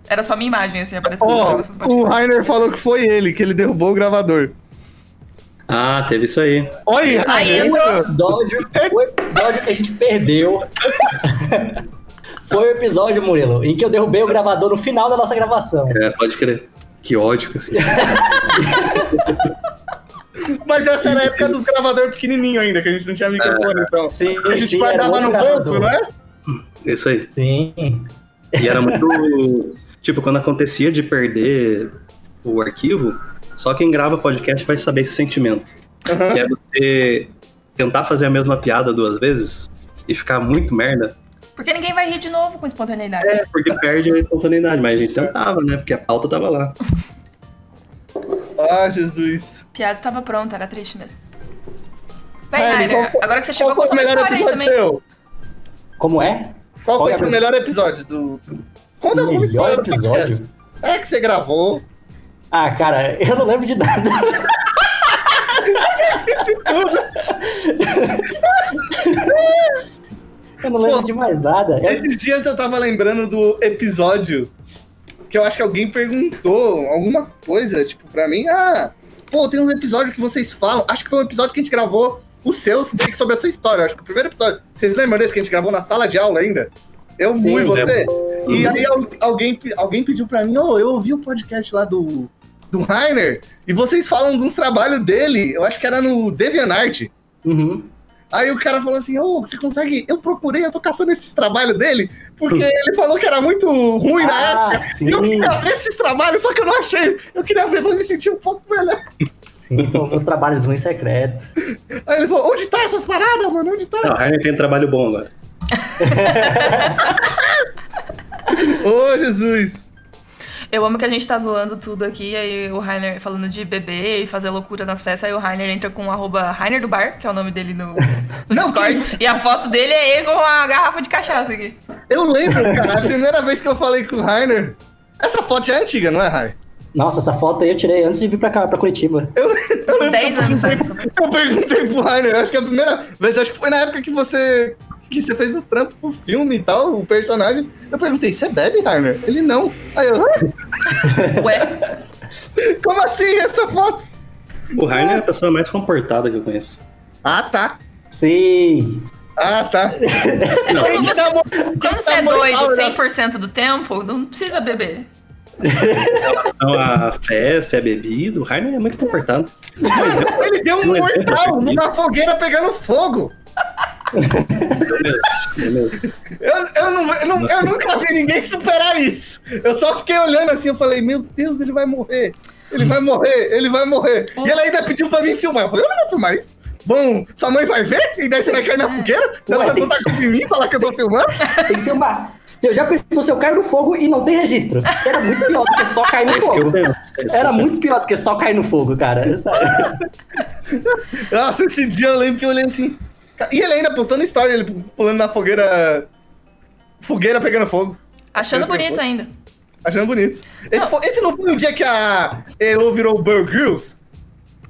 Era só minha imagem, assim, aparecendo na
Ó,
gravação do
o
podcast.
Rainer falou que foi ele, que ele derrubou o gravador.
Ah, teve isso aí.
Olha
Aí
Rainer.
entrou.
episódio, o episódio que a gente perdeu foi o episódio, Murilo, em que eu derrubei o gravador no final da nossa gravação.
É, pode crer. Que ódio que assim.
Mas essa era a época dos gravadores pequenininho ainda, que a gente não tinha microfone, então.
Sim,
A gente
sim, era
guardava
outro
no bolso,
gravador.
né?
Isso aí.
Sim.
E era muito. tipo, quando acontecia de perder o arquivo, só quem grava podcast vai saber esse sentimento.
Aham.
Que é você tentar fazer a mesma piada duas vezes e ficar muito merda.
Porque ninguém vai rir de novo com espontaneidade.
É, porque perde a espontaneidade, mas a gente tentava, né? Porque a pauta tava lá.
Ah, Jesus.
Piada estava pronta, era triste mesmo. Bem,
Mas
Rainer,
qual foi-
agora que você
Qual
chegou,
foi
conta
o
uma
melhor
história aí
episódio
também.
seu?
Como é?
Qual
Qual
foi
é
seu
o-
melhor episódio do. Conta
O
alguma história
melhor
do podcast.
episódio?
É que você gravou.
Ah, cara, eu não lembro de nada. eu não lembro de mais nada. Eu-
Esses dias eu tava lembrando do episódio que eu acho que alguém perguntou alguma coisa, tipo, pra mim. Ah, pô, tem um episódio que vocês falam. Acho que foi um episódio que a gente gravou o seu, meio que sobre a sua história. Acho que o primeiro episódio. Vocês lembram desse que a gente gravou na sala de aula ainda? Eu,
Sim,
Mu e você. E
Uhum.
aí al- alguém, pe- alguém pediu pra mim, ô, eu ouvi o podcast lá do, do Rainer, e vocês falam de uns trabalhos dele, eu acho que era no DeviantArt.
Uhum.
Aí o cara falou assim, ô, você consegue? Eu procurei, eu tô caçando esses trabalhos dele, porque ele falou que era muito ruim na época.
Ah,
E eu
sim,
queria ver esses trabalhos, só que eu não achei. Eu queria ver pra me sentir um pouco melhor.
sim, são os meus trabalhos ruins secretos.
Aí ele falou, onde tá essas paradas, mano? Onde tá?
Não, a Harner tem um trabalho bom agora.
Ô, Jesus.
Eu amo que a gente tá zoando tudo aqui, aí o Rainer falando de beber e fazer loucura nas festas, aí o Rainer entra com o arroba Rainer do Bar, que é o nome dele no, no
Não,
Discord, e a foto dele é ele com uma garrafa de cachaça aqui.
Eu lembro, cara, a primeira vez que eu falei com o Rainer... Essa foto já é antiga, não é, Rainer?
Nossa, essa foto aí eu tirei antes de vir pra cá, pra Curitiba.
Eu, eu lembro
10 anos faz.
Eu perguntei pro Rainer, acho que a primeira vez, acho que foi na época que você que você fez os trampos pro filme e tal, o personagem. Eu perguntei, você bebe, Rainer? Ele não. Aí eu, "Hã?
Ué,
como assim essa foto?
O Harner é a pessoa mais comportada que eu conheço.
Ah, tá.
Sim.
Ah, tá. Quem
quando você,
que dá mo- quem
quando
que
você
dá
é
moral,
doido
né?
100% do tempo, não precisa beber.
Então a festa, é bebido, o Harner é muito comportado.
Mano, ele deu um
Não é
mortal
verdade.
numa fogueira pegando fogo.
Eu mesmo, eu mesmo.
Eu, eu, não, eu, não- eu nunca vi ninguém superar isso. Eu só fiquei olhando assim, eu falei, meu Deus, ele vai morrer. Ele vai morrer, ele vai morrer. E ela ainda pediu pra mim filmar. Eu falei, eu não vou filmar isso. Bom, sua mãe vai ver? E daí você vai cair
É.
na fogueira? Ela
Ué,
vai
tem-
botar a culpa em mim e falar que eu tô filmando?
Tem que filmar. Se Eu já pensou se eu caio no fogo e não tem registro. Era muito pior do que só cair
É
no
isso que eu
fogo.
penso. é isso que
Era
eu penso.
muito pior do que só cair no fogo, cara. É Sério.
Nossa, esse dia eu lembro que eu olhei assim. ca- E ele ainda postando história, ele pulando na fogueira. Fogueira pegando fogo.
Achando
Eu que
bonito
vou.
ainda.
Achando bonito. Esse, fo- esse não foi o dia que a Elo virou Bear Grylls?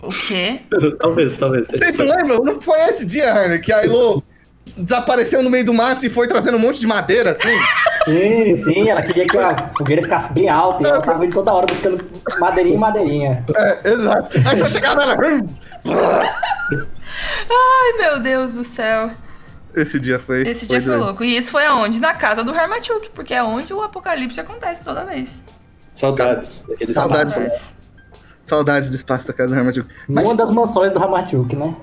O quê?
Talvez, talvez.
Vocês não lembram? Não foi esse dia, Rainer, que a Elo desapareceu no meio do mato e foi trazendo um monte de madeira, assim?
Sim, sim, ela queria que a fogueira ficasse bem alta e ela tava indo toda hora buscando madeirinha e madeirinha.
É, exato. Aí só chegava ela. "Hum."
Ai, meu Deus do céu.
Esse dia foi.
Esse dia foi
doido.
louco. E isso foi aonde? Na casa do Hermatiuk, porque é onde o apocalipse acontece toda vez.
Saudades. daquele
Saudades.
espaço.
Acontece.
Saudades do espaço da casa do Hermatico. Mas
Uma das mansões do Ramatiuk, né?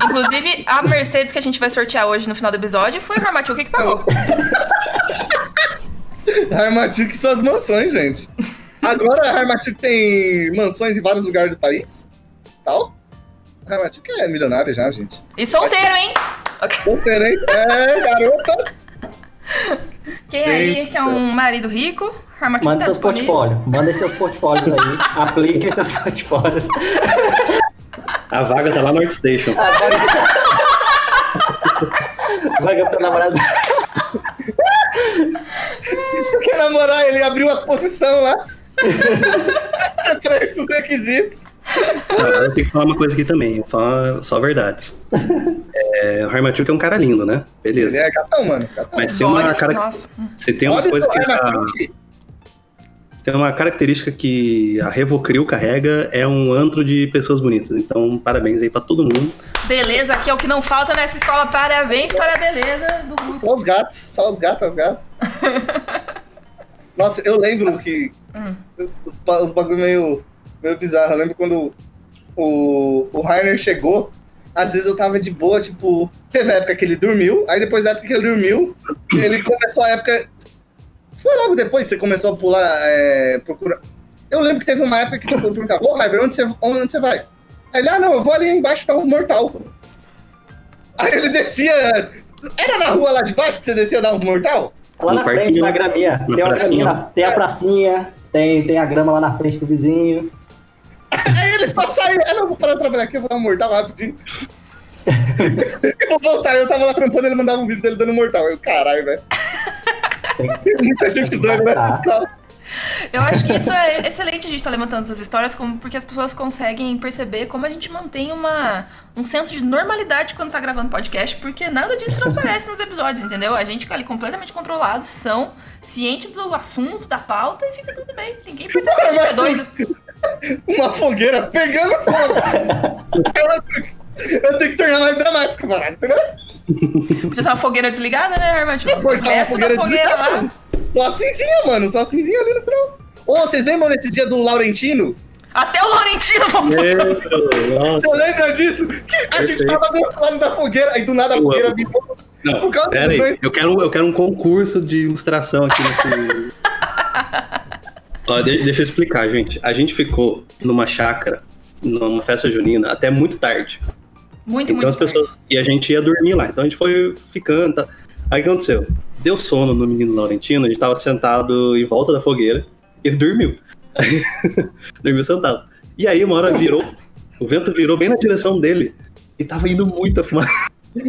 Inclusive, a Mercedes que a gente vai sortear hoje no final do episódio foi o Hermatiuk que pagou.
Hermatico e suas mansões, gente. Agora a Hermatico tem mansões em vários lugares do país. Tal. A Hermatico é milionário já, gente.
E solteiro, hein?
Solteiro, hein? É, garotas.
Quem aí
Gente,
que é um marido rico, Hermatiuk
Manda
tá
seus
disponível.
portfólios. Manda seus portfólios aí. Apliquem seus portfólios.
A vaga tá lá no Artstation.
Agora. Vaga pra namorada.
Tu quer namorar? Ele abriu as posições lá. é Você presta os requisitos.
Agora eu tenho que falar uma coisa aqui também, eu falo só verdades. É, o Harmatiuk é um cara lindo, né?
Ele
Beleza.
é gatão, mano. Gatão.
Mas
Os
tem uma
olhos,
cara...
nossa.
se tem uma
Olha
coisa
isso,
que tá- a...
Hermatico.
se tem uma característica que a Revocril carrega é um antro de pessoas bonitas. Então, parabéns aí pra todo mundo.
Beleza, aqui é o que não falta nessa escola. Parabéns para a beleza do grupo.
Só os gatos, só os gatos, as gatas. Nossa, eu lembro que. ba- uns bagulho meio, meio bizarro. Eu lembro quando o, o Rainer chegou, às vezes eu tava de boa, tipo, teve a época que ele dormiu, aí depois da época que ele dormiu, ele começou a época. Foi logo depois que você começou a pular, é, procurar. Eu lembro que teve uma época que tipo, eu perguntava, ô Rainer, onde você, onde você vai? Aí ele, ah não, eu vou ali embaixo, tá um mortal. Aí ele descia. Era na rua lá de baixo que você descia dar uns mortal?
Lá
No
na frente,
parquinho,
na graminha.
na
Tem, uma
pracinha.
graminha, tem a pracinha, tem, tem a grama lá na frente do vizinho.
Aí ele só saiu. Ah, não, vou parar de trabalhar aqui, eu vou dar um mortal rapidinho. eu vou voltar. Eu tava lá trampando, ele mandava um vídeo dele dando mortal. Eu, caralho, velho. Tem Muita gente doida nessa escola.
Eu acho que isso é excelente a gente estar levantando essas histórias, como- porque as pessoas conseguem perceber como a gente mantém uma, um senso de normalidade quando tá gravando podcast, porque nada disso transparece nos episódios, entendeu? A gente fica ali completamente controlado, são ciente do assunto, da pauta, e fica tudo bem. Ninguém percebe que a gente é
né?
doido.
Uma fogueira pegando fogo. eu, eu tenho que tornar mais dramático, mano. Entendeu?
Podia ser uma fogueira desligada, né, Armand? O
Cortar uma
resto da
fogueira
fogueira lá.
desligada. Só a cinzinha, mano. Só a cinzinha ali no final. Ô, vocês lembram nesse dia do Laurentino?
Até o Laurentino
Então
voltou.
Meu, nossa.
Você lembra disso? Que a gente
Perfeito.
tava do outro lado da fogueira, aí do nada a
Eu
fogueira
amo.
virou.
Não,
Por causa
pera
dos
aí.
dois.
Eu quero, eu quero um concurso de ilustração aqui nesse. Ó, de- deixa eu explicar, gente. A gente ficou numa chácara, numa festa junina, até muito tarde.
Muito,
Então
muito
as pessoas. E a gente ia dormir lá. Então a gente foi ficando. Tá? Aí o que aconteceu? Deu sono no menino Laurentino, a gente tava sentado em volta da fogueira, e ele dormiu. dormiu sentado. E aí uma hora virou, o vento virou bem na direção dele. E tava indo muita fumaça.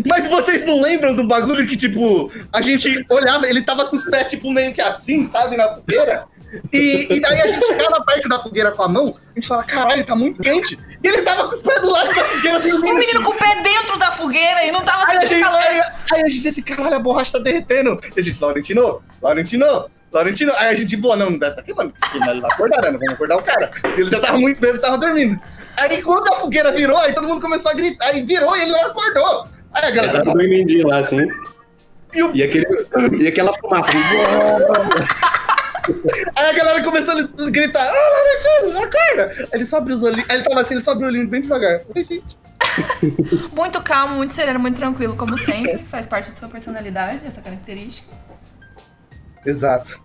Mas vocês não lembram do bagulho que, tipo, a gente olhava, ele tava com os pés, tipo, meio que assim, sabe, na fogueira? E, e daí a gente chegava perto da fogueira com a mão, a gente fala, caralho, tá muito quente. E ele tava com os pés do lado da fogueira, dormindo.
O Um menino com o pé dentro da fogueira e não tava
Aí a
sentindo
gente, é
calor.
aí, aí a gente, esse caralho, a borracha tá derretendo. E a gente, Laurentino, Laurentino, Laurentino. Aí a gente, boa, não, não deve tá queimando, porque se queimar ele vai acordar, né? Não Vamos acordar o cara. E ele já tava muito bêbado, tava dormindo. Aí quando a fogueira virou, aí todo mundo começou a gritar, aí virou e ele não acordou. Aí a galera,
Tava bem mendinho lá, assim.
e o-
E, aquele, e aquela fumaça. assim,
aí a galera começou a gritar, ah, Laurentino, acorda. Aí ele só abriu os olhinhos, aí ele tava assim, ele só abriu o olhinho bem devagar. Eu falei, gente,
Muito calmo, muito sereno, muito tranquilo, como sempre. Faz parte da sua personalidade, essa característica.
Exato.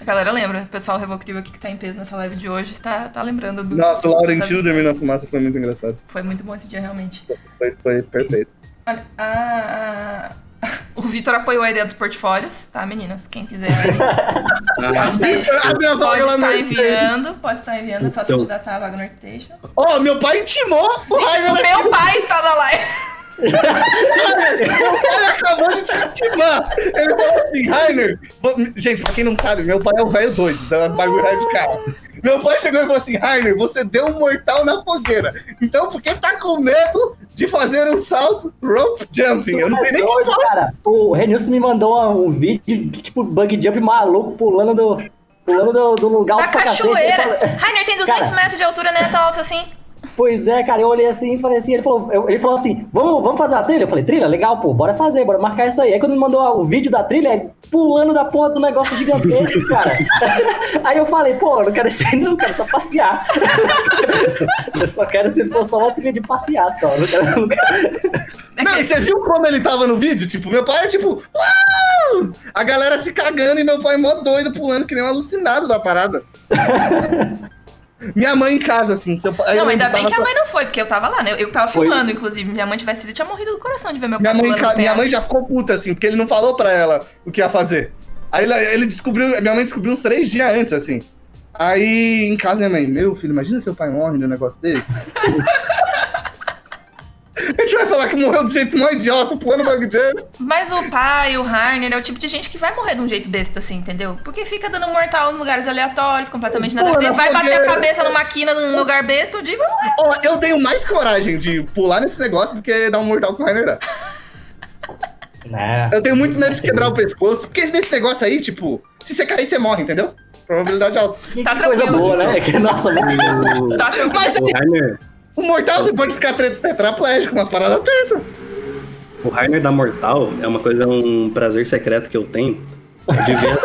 A galera lembra, o pessoal Revocrível aqui que tá em peso nessa live de hoje está tá lembrando do.
Nossa, o Laurentino
das
dormindo na
histórias.
fumaça foi muito engraçado.
Foi muito bom esse dia, realmente.
Foi, foi perfeito.
Olha, a- a- o Vitor apoiou a ideia dos portfólios, tá, meninas? Quem quiser aí, um
Ah,
Abre a
pode
vaga lá
estar
no-
enviando, pode estar enviando, é só se
Então.
candidatar à vaga no Station.
Ó, meu pai intimou o Rainer
O meu pai está na live.
Meu pai acabou de te intimar. Ele falou assim, Rainer. vo- Gente, pra quem não sabe, meu pai é o velho doido das bagulhadas é de cara. Meu pai chegou e falou assim: Rainer, você deu um mortal na fogueira. Então, por que tá com medo de fazer um salto rope jumping? Eu não sei nem
É
o que
Doido,
falar.
cara. O Renilson me mandou uma- um vídeo de tipo bug jump maluco pulando do. Pulando do, do lugar
Da
pra cacete. Eu
cachoeira.
falei-
Rainer tem 200
Cara.
metros de altura, né? Tá alto assim.
Pois é, cara, eu olhei assim e falei assim, ele falou, eu- ele falou assim, vamos, vamos fazer a trilha? Eu falei, trilha? Legal, pô, bora fazer, bora marcar isso aí. Aí quando me mandou o vídeo da trilha, ele pulando da porra do negócio gigantesco, cara. aí eu falei, pô, eu não quero isso aí não, eu quero só passear. eu só quero se for só uma trilha de passear, só. Eu não quero- não quero-
Não, é e você viu como ele tava no vídeo? Tipo, meu pai é tipo. "Uau!" A galera se cagando e meu pai é mó doido pulando, que nem um alucinado da parada. Minha mãe em casa, assim. Seu pai, aí eu
não,
lembro
ainda bem
que
que
tava
a
com-
mãe não foi, porque eu tava lá, né? Eu, eu tava
Foi.
filmando, inclusive. Minha mãe tivesse ido, eu tinha morrido do coração de ver meu pai
Minha mãe,
pulando
ca-
no
minha
penhasco.
mãe já ficou puta, assim, porque ele não falou pra ela o que ia fazer. Aí ela- ele descobriu, minha mãe descobriu uns três dias antes, assim. Aí em casa minha mãe, meu filho, imagina seu pai morre num negócio desse. A gente vai falar que morreu do jeito mais idiota, pulando bug jump.
Mas o pai, o Harner, é o tipo de gente que vai morrer de um jeito besta, assim, entendeu? Porque fica dando mortal em lugares aleatórios, completamente nada a
Pô,
ver.
na
Vai bater a
fogueira.
cabeça numa quina num lugar besta, um dia vai morrer.
Ó, eu tenho mais coragem de pular nesse negócio do que dar um mortal com o Rainer dá.
Né?
Eu tenho muito medo de quebrar o pescoço, porque nesse negócio aí, tipo, se você cair, você morre, entendeu? Probabilidade alta.
Que,
Tá
que coisa
tranquilo.
boa, né? Que- Nossa, mano.
o-
Tá tranquilo.
Mas
Ah, O Rainer,
o mortal você pode ficar tre- tetraplégico, umas paradas tensas.
o Rainer da Mortal é uma coisa, é um prazer secreto que eu tenho. É de ver,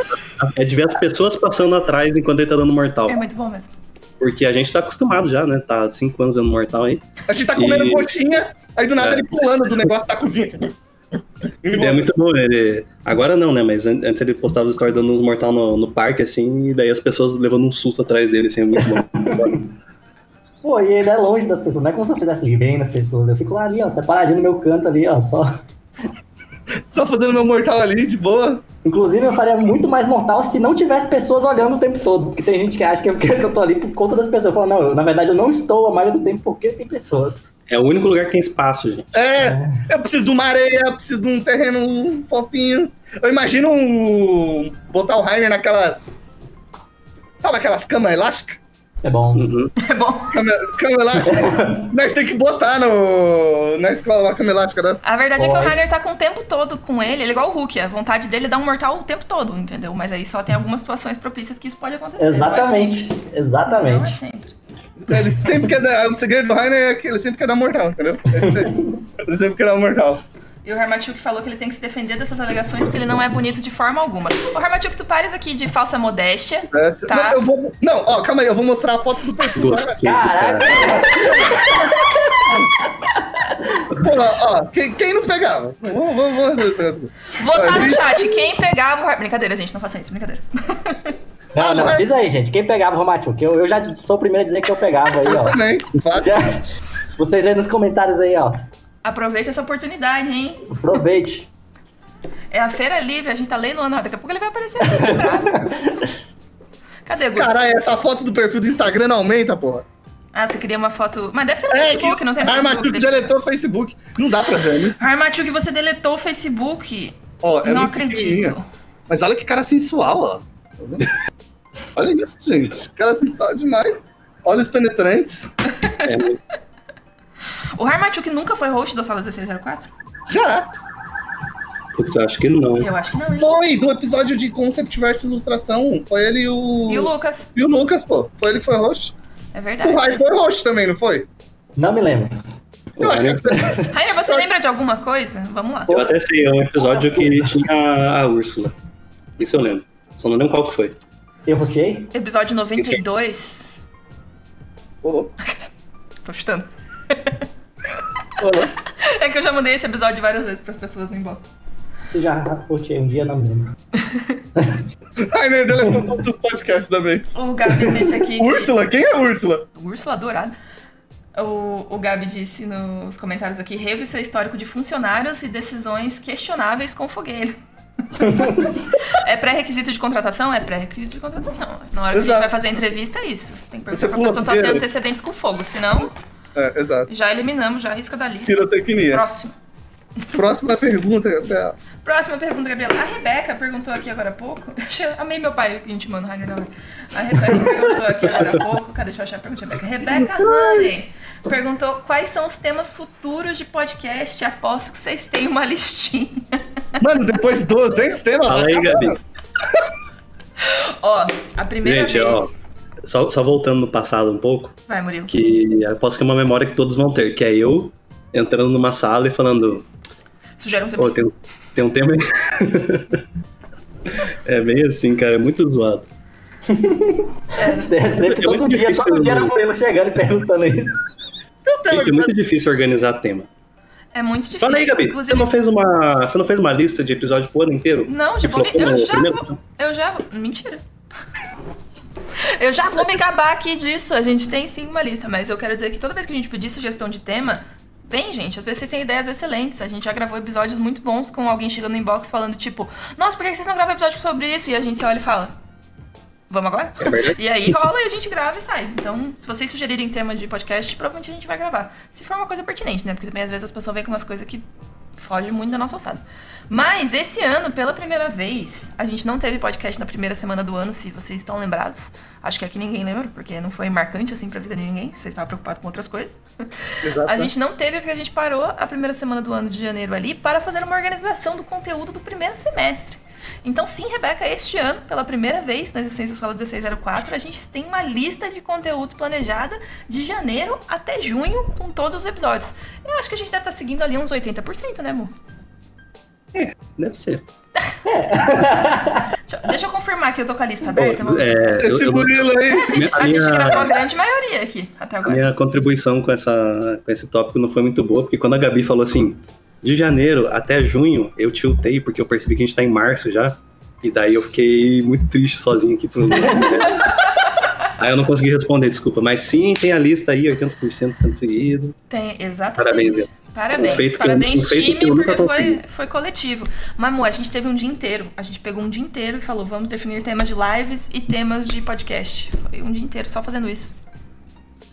é de ver as pessoas passando atrás enquanto ele tá dando mortal.
É muito bom mesmo.
Porque a gente tá acostumado já, né? Tá cinco anos dando mortal aí.
A gente tá comendo
E-
coxinha, aí do nada
É.
ele pulando do negócio da cozinha. assim. Ele
E é muito bom, ele. Agora não, né? Mas an- antes ele postava os stories dando uns mortal no, no parque, assim, e daí as pessoas levando um susto atrás dele, assim, é muito bom.
Pô, e ele é longe das pessoas, não é como se eu fizesse de bem nas pessoas. Eu fico lá ali, ó, separadinho no meu canto ali, ó, só.
Só fazendo meu mortal ali, de boa.
Inclusive, eu faria muito mais mortal se não tivesse pessoas olhando o tempo todo. Porque tem gente que acha que eu, que eu tô ali por conta das pessoas. Eu falo, não, eu, na verdade eu não estou a maioria do tempo porque tem pessoas.
é o único lugar que tem espaço, gente.
É, eu preciso de uma areia, eu preciso de um terreno fofinho. Eu imagino um, botar o Rainer naquelas. Sabe aquelas camas elásticas?
É bom.
Uhum.
É bom.
Cama, cama elástica? nós tem que botar no, na escola uma cama elástica dessa.
A verdade é que
Pode.
o Rainer tá com o tempo todo com ele, ele é igual o Hulk, a vontade dele é dar um mortal o tempo todo, entendeu? Mas aí só tem algumas situações propícias que isso pode acontecer.
Exatamente.
Não é sempre. Não é
Exatamente.
sempre.
Ele sempre quer dar, o segredo do Rainer é que ele sempre quer dar mortal, entendeu? É isso aí. Ele sempre quer dar mortal.
E o Hermatiuk falou que ele tem que se defender dessas alegações porque ele não é bonito de forma alguma. O Hermatiuk, tu pares aqui de falsa modéstia.
É, se-
Tá.
Não, eu vou- não, ó, calma aí, eu vou mostrar a foto do perfil. tá? do Rainer.
Gostei, cara.
Porra, ó, quem, quem não pegava? Vamos, vamos, vamos resolver esse negócio.
Votar
Olha.
no chat, quem pegava o Her... Brincadeira, gente, não façam isso, brincadeira.
Não, não, diz aí, gente. Quem pegava o Romachu? Que eu, eu já sou o primeiro a dizer que eu pegava aí, ó.
Também, fácil.
Já- vocês aí nos comentários aí, ó.
Aproveita essa oportunidade, hein?
Aproveite.
É a feira livre, a gente tá leiloando. ó, Daqui a pouco ele vai aparecer aqui, bravo. Cadê, Gus?
Caralho, essa foto do perfil do Instagram não aumenta, porra. É,
Ah, você queria uma foto... Mas deve ter no É, Facebook, não tem no Facebook.
Armatuk
deixa eu ver.
deletou o Facebook. Não dá pra ver, né?
Armatiu que você deletou o Facebook.
Ó, é
não
muito pequenininha.
acredito.
Mas olha que cara sensual, ó. olha isso, gente. Cara sensual demais. Olhos penetrantes.
É,
O Armatiu que nunca foi host da sala 1604?
Já
putz, eu acho que não.
Eu acho que não, hein?
foi do episódio de Concept versus Ilustração. Foi ele e o.
E o Lucas?
e o Lucas, pô. Foi ele que foi host.
É
O Rai
verdade.
foi host também, não foi?
Não me lembro.
Eu,
Eu acho
acho-
que.
Rainer, você lembra de alguma coisa? Vamos lá.
eu até sei, é um episódio que tinha a Úrsula. Isso eu lembro. Só não lembro qual que foi.
Eu rosquei?
Episódio 92.
Ô, louco,
Tô chutando.
ô, louco.
É que eu já mandei esse episódio várias vezes pras pessoas no inbox.
Se já rosquei um dia, não me lembro.
Rainer deletou todos os podcasts da vez.
O Gabi disse aqui que...
Úrsula? Quem é Úrsula?
Úrsula Dourada. O, o Gabi disse nos comentários aqui: revi seu histórico de funcionários e decisões questionáveis com fogueira. é pré-requisito de contratação? É pré-requisito de contratação. Na hora que a
Exato.
gente vai fazer a entrevista, é isso. Tem que perguntar
Você
pra
pula
pessoa se ela
fogueira.
tem antecedentes com fogo. Senão,
É, exato.
já eliminamos, já risca da lista.
Pirotecnia.
Próximo.
Próxima pergunta, Gabriel.
Próxima pergunta, Gabriela. A Rebeca perguntou aqui agora há pouco. Deixa eu- Amei meu pai intimando o Rainer na live. A Rebeca perguntou aqui agora há pouco. Cadê? Deixa eu achar a pergunta, Rebeca. Rebeca Honey perguntou quais são os temas futuros de podcast. Aposto que vocês têm uma listinha.
Mano, depois de 200 temas.
Fala aí, Gabi.
Ó, a primeira
Gente, ó,
vez.
só, só voltando no passado um pouco,
Vai, Murilo.
que aposto que é uma memória que todos vão ter, que é eu entrando numa sala e falando,
Sugere um tema.
Pô, tem, um- tem um tema aí. é meio assim, cara, é muito zoado.
É sempre,
É muito
todo dia,
difícil,
todo dia
né?
era o Murilo chegando e perguntando isso.
um
Gente, é muito difícil organizar tema.
É muito difícil.
Fala aí, Gabi, você
Inclusive,
não fez uma, você não fez uma lista de episódio pro ano inteiro?
Não, já
Que
vou me,
flopou
eu
no
já
primeiro?
vou. Eu já vou. Mentira. Eu já vou me gabar aqui disso. A gente tem sim uma lista, mas eu quero dizer que toda vez que a gente pedir sugestão de tema, tem, gente. Às vezes vocês têm ideias excelentes. A gente já gravou episódios muito bons com alguém chegando no inbox falando, tipo, nossa, por que vocês não gravam episódio sobre isso? E a gente se olha e fala. Vamos agora?
Uhum.
e aí rola e a gente grava e sai. Então, se vocês sugerirem tema de podcast, provavelmente a gente vai gravar. Se for uma coisa pertinente, né? Porque também às vezes as pessoas vêm com umas coisas que foge muito da nossa alçada. Mas esse ano, pela primeira vez, a gente não teve podcast na primeira semana do ano, se vocês estão lembrados. Acho que aqui ninguém lembra, porque não foi marcante assim pra vida de ninguém. Vocês estavam preocupados com outras coisas. A gente não teve porque a gente parou a primeira semana do ano de janeiro ali para fazer uma organização do conteúdo do primeiro semestre. Então, sim, Rebeca, este ano, pela primeira vez na existência da Sala 1604, a gente tem uma lista de conteúdos planejada de janeiro até junho com todos os episódios. Eu acho que a gente deve estar seguindo ali uns 80%, né, amor?
Deve ser.
Deixa eu confirmar que eu tô com a lista aberta. Vamos...
É, eu-
Esse
eu-
gorila aí.
A gente, a
minha-
gente gravou a grande maioria aqui até
a
agora.
minha contribuição com, essa, com esse tópico não foi muito boa, porque quando a Gabi falou assim, de janeiro até junho, eu tiltei, porque eu percebi que a gente tá em março já, e daí eu fiquei muito triste sozinho aqui pro Aí eu não consegui responder, desculpa. Mas sim, tem a lista aí, 80% sendo seguido.
Tem, exatamente.
Parabéns, Bia.
Parabéns,
Um feito que eu-
parabéns
um feito que
time,
eu
porque
nunca
foi,
consegui.
foi coletivo. Mamu, a gente teve um dia inteiro. A gente pegou um dia inteiro e falou, vamos definir temas de lives e temas de podcast. Foi um dia inteiro só fazendo isso.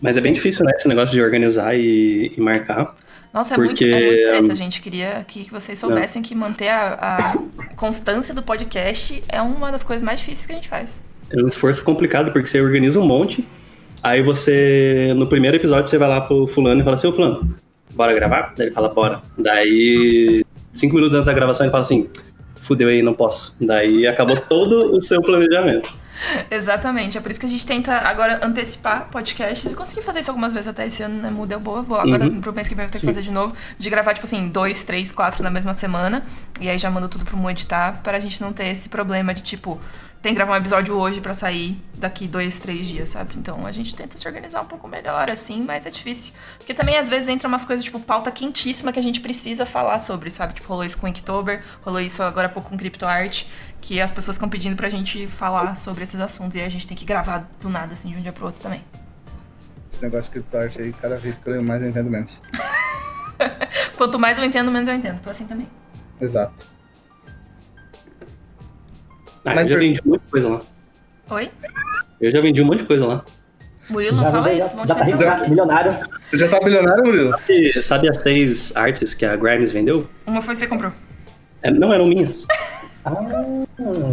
Mas é bem difícil, né? Esse negócio de organizar e, e marcar.
Nossa, é, muito,
Porque,
é muito treta,
um,
gente. Queria aqui que vocês soubessem que manter a, a constância do podcast é uma das coisas mais difíceis que a gente faz.
É um esforço complicado, porque você organiza um monte, aí você, no primeiro episódio, você vai lá pro fulano e fala assim, ô fulano, bora gravar? Daí ele fala, bora. Daí, cinco minutos antes da gravação, ele fala assim, fudeu aí, não posso. Daí acabou todo o seu planejamento.
Exatamente, é por isso que a gente tenta agora antecipar podcast. Eu consegui fazer isso algumas vezes até esse ano, né? Mudeu boa. Vou agora
Uhum.
pro mês que vem eu vou ter que
Sim.
fazer de novo. De gravar, tipo assim, dois, três, quatro na mesma semana. E aí já mando tudo pro Mu editar pra gente não ter esse problema de tipo, tem que gravar um episódio hoje pra sair daqui dois, três dias, sabe? Então a gente tenta se organizar um pouco melhor, assim, mas é difícil. Porque também às vezes entra umas coisas, tipo, pauta quentíssima que a gente precisa falar sobre, sabe? Tipo, rolou isso com o Inktober, rolou isso agora há pouco com CryptoArt, que as pessoas ficam pedindo pra gente falar sobre esses assuntos e aí a gente tem que gravar do nada, assim, de um dia pro outro também.
Esse negócio de criptoarte aí, cada vez que eu leio mais eu entendo menos.
Quanto mais eu entendo, menos eu entendo. Tô assim também.
Exato.
Ah,
Mas
eu já
por-
vendi um monte de coisa lá.
Oi?
Eu já vendi um monte de coisa lá.
Murilo, não
Já
fala
vendeu,
isso. um Vão
já-
te
já tá
cancelar
rico,
aqui.
milionário.
Você já tá bilionário, Murilo?
E sabe as seis artes que a Grimes vendeu?
Uma foi que você comprou.
É, não eram minhas.
Ah,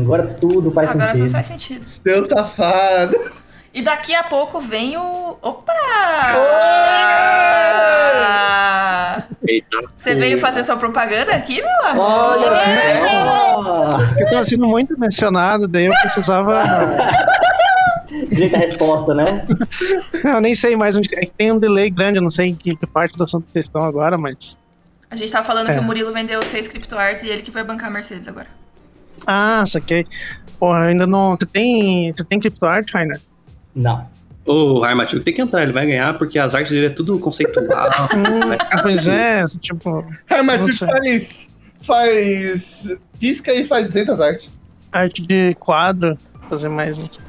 agora tudo faz
Agora
sentido.
não faz sentido.
Seu safado.
E daqui a pouco vem o. Opa!
Eita,
Você veio fazer sua propaganda aqui, meu amor?
né?
Olha só!
Porque tá sendo muito mencionado, daí eu precisava.
Direito à resposta, né?
Eu nem sei mais onde. É que tem um delay grande, eu não sei em que, que parte do assunto vocês estão agora, mas.
A gente tava falando que
É.
o Murilo vendeu seis criptoarts e ele que vai bancar a Mercedes agora.
Ah, saquei. Porra, eu ainda não. Você tem. Você tem CryptoArt, Rainer?
Não.
Ô, Armatil, tem que entrar, ele vai ganhar, porque as artes dele é tudo conceitual. Vai ficar
Pois
tudo.
é, tipo.
Ah, mas
Não
tipo, faz. Faz. Pisca e faz 200 artes.
arte de quadro, fazer mais. uns.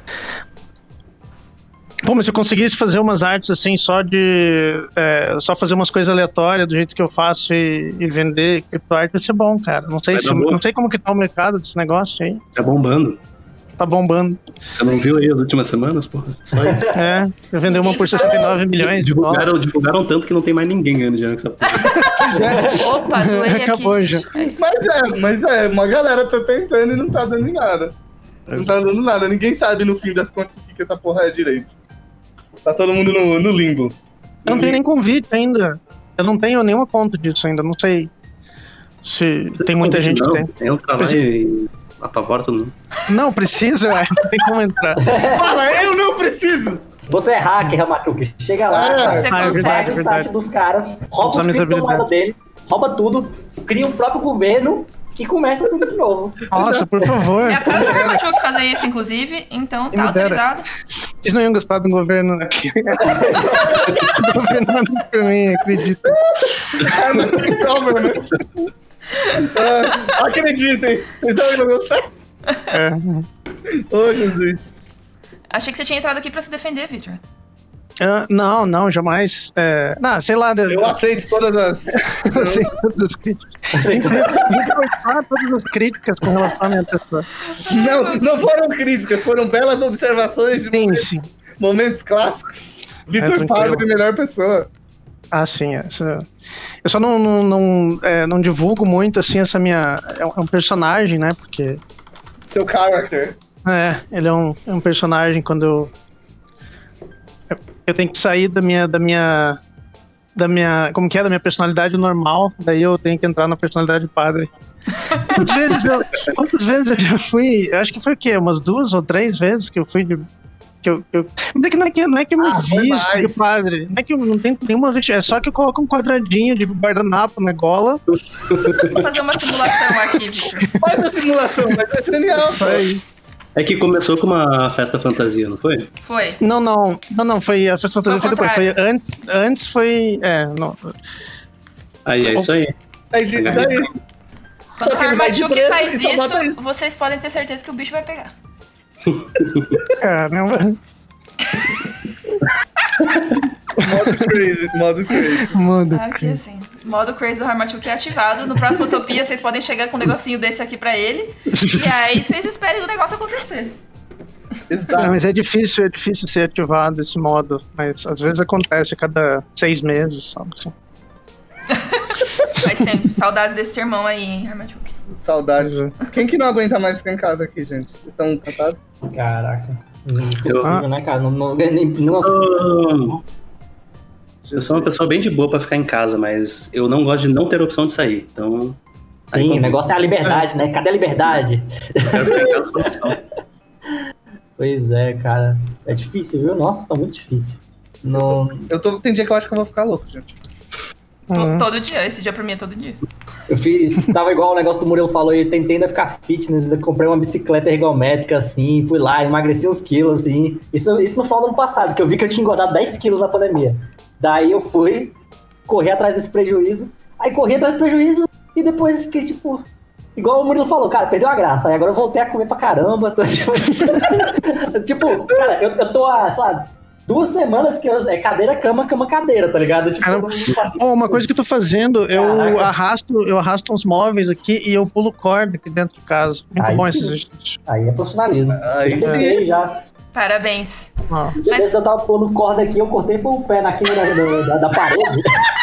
Pô, mas se eu conseguisse fazer umas artes assim, só de. é, só fazer umas coisas aleatórias do jeito que eu faço e, e vender criptoarte, ia ser bom, cara. Não sei,
Vai
se-
dar boa.
não sei como que tá o mercado desse negócio aí.
Tá bombando.
Tá bombando.
Você não viu aí as últimas semanas, porra? Só isso.
É, eu vendei uma por 69 milhões de dólares.
divulgaram, divulgaram tanto que não tem mais ninguém ganhando dinheiro com essa porra.
É,
Opa, zoei aqui.
Acabou
gente. É.
Mas é, mas é, uma galera tá tentando e não tá dando em nada. Não tá dando nada, ninguém sabe no fim das contas o que que essa porra é direito. Tá todo mundo no, no limbo.
Eu não tenho nem convite ainda. Eu não tenho nenhuma conta disso ainda. Não sei se tem muita gente que
não,
tem.
Entra lá e apavora todo mundo.
Não, precisa, ué. não tem como entrar.
Fala, eu não preciso!
Você é hacker, Ramatuque. Chega
Ah,
lá,
você
Ah, é
consegue.
verdade,
sai
é
do
verdade.
site dos caras, rouba
Usando
os
as
criptomoedas dele, rouba tudo, cria um próprio governo e começa tudo de novo.
Nossa, por favor.
É a casa do Hermachuc fazer isso, inclusive, então
Me
tá
dera.
autorizado.
Vocês não iam gostar do governo aqui. Governando por é mim, acredito.
Ah, não tem prova, né? Ah, acreditem, vocês não vão gostar.
É.
Ô, Jesus.
Achei que você tinha entrado aqui pra se defender, Victor.
Ah, não, não, jamais. É, não, sei lá, eu,
Eu aceito todas as.
eu aceito todas as críticas. Vou conversar todas as críticas com relação à minha pessoa.
Não, não foram críticas, foram belas observações de
Sim, sim.
momentos clássicos. Vitor
tranquilo.
Pardo é a melhor pessoa.
Ah, sim. Essa... Eu só não, não, não, é, não divulgo muito, assim, essa minha... É um é um personagem, né, porque...
Seu character.
É, ele é um, é um personagem quando eu. Eu tenho que sair da minha. da minha. da minha. como que é? Da minha personalidade normal, daí eu tenho que entrar na personalidade do padre. Quantas vezes eu. Quantas vezes eu já fui. Eu acho que foi o quê? Umas duas ou três vezes que eu fui de. Que eu, que eu, mas é que não é que, não é que eu me
Ah, foi
visto de
mais.
padre. Não é que eu não tenho nenhuma vesti- É só que eu coloco um quadradinho de guardanapo na gola.
Vou fazer uma simulação aqui, Victor.
Faz a simulação, mas é genial.
Isso aí.
É que começou com uma festa fantasia, não foi?
Foi.
Não, não, não, não, foi a festa
Foi
fantasia
ao
foi depois. Foi antes, antes foi. É, não.
Aí é isso aí.
Aí diz isso daí.
Quando
Só
o
que ele vai de
Armaduke
preto
faz
e só bota
isso,
isso.
vocês podem ter certeza que o bicho vai pegar.
Caramba,
Modo crazy, modo crazy.
mano.
Tá.
Aqui, assim. Modo Crazy do Armaduke é ativado. No próximo Utopia, vocês podem chegar com um negocinho desse aqui pra ele. E aí vocês esperem o negócio acontecer.
Não,
Exato.
mas é difícil, é difícil ser ativado esse modo. Mas às vezes acontece a cada seis meses, algo assim.
Faz tempo. Saudades desse irmão aí, hein, Armaduke.
Saudades.
Mas, é.
Quem que não aguenta mais ficar em casa aqui, gente? Vocês estão cansados?
Caraca. Impossível, né, cara? Não, não, nem- nossa.
Ah. Eu- Então, Eu sou uma pessoa bem de boa pra ficar em casa, mas eu não gosto de não ter opção de sair. Então, Aí,
Sim,
como-
o negócio é a liberdade, né? Cadê a liberdade?
eu quero ficar em casa com opção.
Pois é, cara. É difícil, viu? Nossa, tá muito difícil. Não,
Eu tô, tem dia que eu acho que eu vou ficar louco, gente.
To-
Uhum.
Todo dia. Esse dia pra mim é todo dia.
eu fiz. Tava igual o negócio do Murilo falou, eu tentei ainda ficar fitness, ainda comprei uma bicicleta ergométrica, assim, fui lá, emagreci uns quilos, assim. Isso, isso no final do ano passado, que eu vi que eu tinha engordado 10 quilos na pandemia. Daí eu fui, corri atrás desse prejuízo, aí corri atrás do prejuízo e depois eu fiquei tipo. Igual o Murilo falou, cara, perdeu a graça. Aí agora eu voltei a comer pra caramba. Tô... tipo, cara, eu, eu tô há, sabe, duas semanas que eu, é cadeira, cama, cama, cadeira, tá ligado? Tipo,
Caramba.
eu não-
Oh, uma coisa que eu tô fazendo, eu
Caraca.
arrasto, eu arrasto uns móveis aqui e eu pulo corda aqui dentro de casa. Muito
Aí
bom
sim.
esses exercícios.
Aí é profissionalismo.
Aí
eu
sim.
cortei já.
Parabéns.
Ó.
Um dia
Mas-
desse eu tava pulando corda aqui, eu cortei foi o pé na quina da, da- da parede.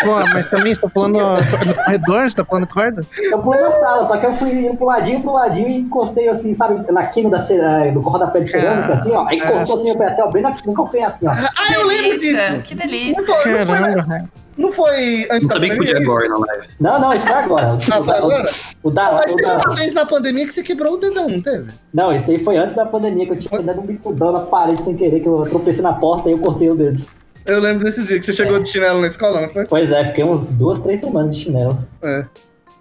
Pô, mas também você tá pulando no corredor, você tá pulando corda?
Eu pulei na sala, só que eu fui indo pro ladinho, pro ladinho e encostei assim, sabe, na quina da, ce- eh, do corda-pé de cerâmica,
Ah,
assim, ó. Aí cortou assim meu pé assim, ó, bem na no calcanhar assim, ó.
Ah, eu lembro
Delícia,
disso!
Que
Não
delícia.
foi, não foi,
Caramba, velho.
não foi antes
Não
da
sabia que podia
pandemia?
agora na live.
Não, não, isso foi agora. O,
Ah, foi
o-
agora?
O, da,
Mas
o
teve
da-
uma vez na pandemia que você quebrou o dedão, não teve?
Não, isso aí foi antes da pandemia, que eu tinha dado um bicudão na parede sem querer, que eu tropecei na porta e eu cortei o dedo.
Eu lembro desse dia que você chegou de chinelo na escola, não foi?
Pois é, fiquei uns duas, três semanas de chinelo.
É.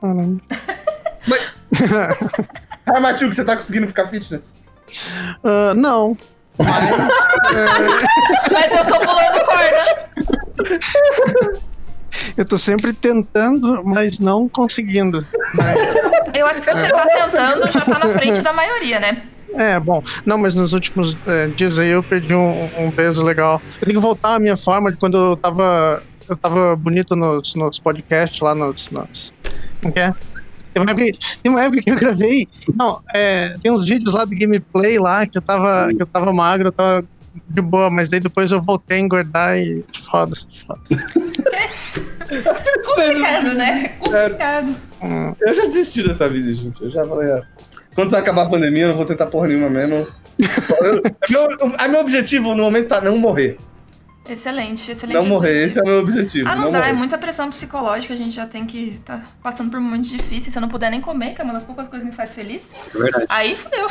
Caramba.
Ah, Matilde, você tá conseguindo ficar fitness?
Ah, não.
Mas eu tô pulando corda.
Eu tô sempre tentando, mas não conseguindo.
Eu acho que se você tá tentando, já tá na frente da maioria, né?
É, bom. Não, mas nos últimos é, dias aí eu perdi um, um peso legal. Eu tenho que voltar à minha forma de quando eu tava. Eu tava bonito nos, nos podcasts lá nos. nos como que é? Tem uma, época, tem uma época que eu gravei. Não, é, tem uns vídeos lá do gameplay lá que eu tava. que eu tava magro, eu tava de boa, mas daí depois eu voltei a engordar e. Foda, foda.
Complicado,
É.
né? Complicado.
Hum.
Eu já desisti dessa vida, gente. Eu já falei, ah, quando acabar a pandemia, eu não vou tentar porra nenhuma mesmo. Eu, meu, a meu objetivo no momento tá não morrer.
Excelente, excelente.
Não morrer,
objetivo.
esse é o meu objetivo.
Ah, não,
não
dá,
morrer.
é muita pressão psicológica, a gente já tem que tá passando por momentos difíceis. Se eu não puder nem comer, que é uma das poucas coisas que me faz feliz,
É verdade.
aí fudeu.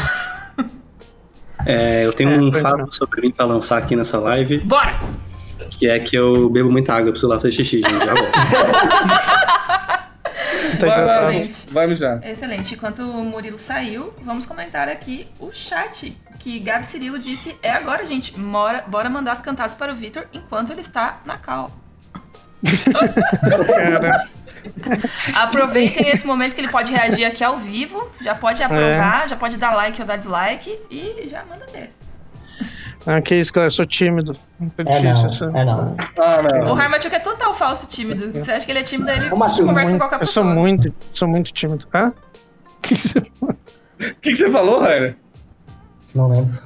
É, eu tenho
É,
um
pois
fato sobre mim pra lançar aqui nessa live,
Bora!
que é que eu bebo muita água, eu preciso lá fazer xixi, gente. Já volto.
Tá
Vai,
engraçado.
vai,
Exatamente.
vai mijar.
Excelente. Enquanto o Murilo saiu, vamos comentar aqui o chat que Gabi Cirilo disse: é agora, gente. Mora, bora mandar as cantadas para o Vitor enquanto ele está na cal.
Cara,
Aproveitem esse momento que ele pode reagir aqui ao vivo. Já pode aprovar, já pode dar like ou dar dislike e já manda ver.
ah, que isso, cara, eu sou tímido. Muito
É
difícil essa.
não, é não.
Ah,
O
não.
Harmatuk é total falso tímido. Você acha que ele é tímido, aí ele
Ô, Matheus,
conversa com
Muito-
qualquer
eu sou
pessoa.
muito, sou muito tímido. Hã? Que que você-
O que, que você falou, Rainer?
Não lembro.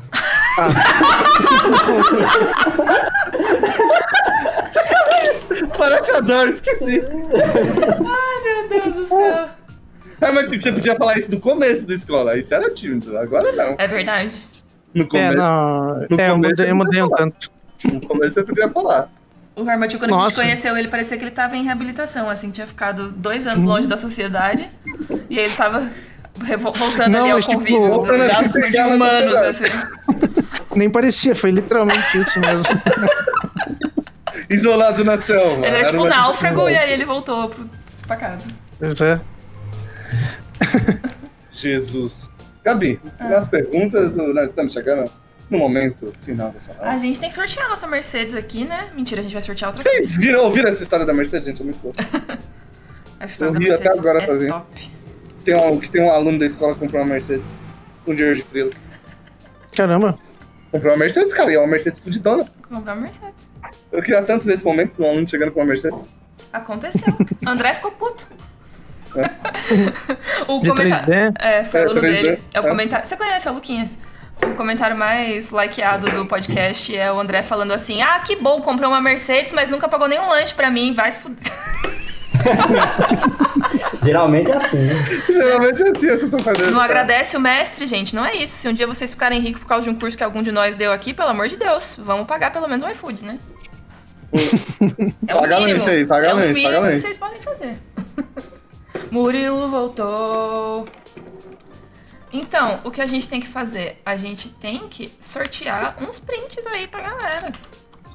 Parece a Dora, esqueci.
Meu Deus do céu.
Ah, mas tipo, você podia falar isso no começo da escola. Isso era tímido. Agora não.
É verdade.
No
É,
começo,
não.
No
É, eu
começo
mudei,
eu
eu
não
mudei um
vou falar.
tanto.
no começo você podia falar.
O Harmatil, quando a gente
Nossa.
conheceu ele, parecia que ele tava em reabilitação, assim, tinha ficado dois anos
Uhum.
longe da sociedade. E aí ele tava revo- voltando
Não,
ali ao
mas, tipo,
convívio do-
voltando a
das-
se pegar
de
na
humanos, assim.
sociedade.
Nem parecia, foi literalmente isso mesmo.
Isolado na selva.
Ele era tipo um
uma-
náufrago e aí ele voltou pro, pra casa.
Pois é.
Jesus. Gabi,
Ah.
nas perguntas, nós estamos tá chegando no momento final dessa
A
live.
gente tem que sortear a nossa Mercedes aqui, né? Mentira, a gente vai sortear outra coisa.
Vocês viram, ouviram essa história da Mercedes, gente? É muito boa.
Essa história
Eu
da
ri até
Mercedes
agora
é
sozinho.
top.
Tem um, que tem um aluno da escola que comprou uma Mercedes. um O George Freeland.
Caramba.
Comprou uma Mercedes, cara, e é uma Mercedes fudidona.
Comprar uma Mercedes.
Eu queria tanto ver esse momento do aluno chegando com uma Mercedes.
Aconteceu. André ficou puto. o
De
comentário.
3D?
É, foi
É,
o aluno
3D,
dele. É o
é.
comentário. Você conhece o Luquinhas? O comentário mais likeado do podcast é o André falando assim: Ah, que bom, comprou uma Mercedes, mas nunca pagou nenhum lanche pra mim. Vai se fuder.
Geralmente é assim.
Geralmente é assim, essa safadeza.
Não agradece o mestre, gente. Não é isso. Se um dia vocês ficarem ricos por causa de um curso que algum de nós deu aqui, pelo amor de Deus, vamos pagar pelo menos um iFood, né? é o
Paga
mínimo.
lanche aí, paga
é o
lanche,
mínimo
paga
que
lanche.
vocês podem fazer. Murilo voltou. Então, o que a gente tem que fazer? A gente tem que sortear uns prints aí pra galera.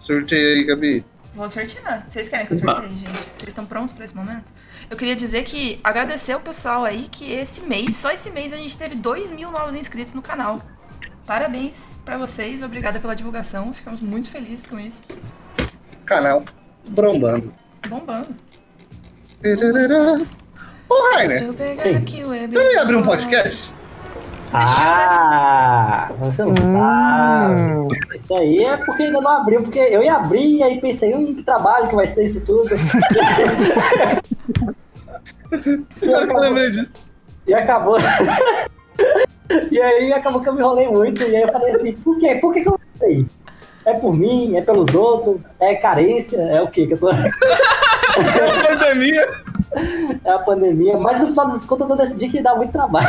Surtei aí, Gabi.
Vou sortear. Vocês querem que eu
Bah.
sorteie, gente? Vocês estão prontos pra esse momento? Eu queria dizer que agradecer o pessoal aí que esse mês, só esse mês, a gente teve 2 mil novos inscritos no canal. Parabéns pra vocês, obrigada pela divulgação. Ficamos muito felizes com isso.
Canal brombando.
Bombando.
Ô, Rainer,
Deixa eu pegar
Sim.
aqui o web.
né? você não ia abrir um podcast?
Ah, você
Hum.
não sabe.
Hum.
Isso aí é porque ainda não abriu, porque eu ia abrir e aí pensei, hum, que trabalho que vai ser isso tudo.
Agora que
e,
eu
acabou,
lembrei disso.
e acabou. E aí acabou que eu me enrolei muito, e aí eu falei assim, por quê? Por que, que eu vou isso? É por mim, é pelos outros, é carência, é o quê? Que eu tô... É
A pandemia.
a pandemia, mas no final das contas eu decidi que dá muito trabalho.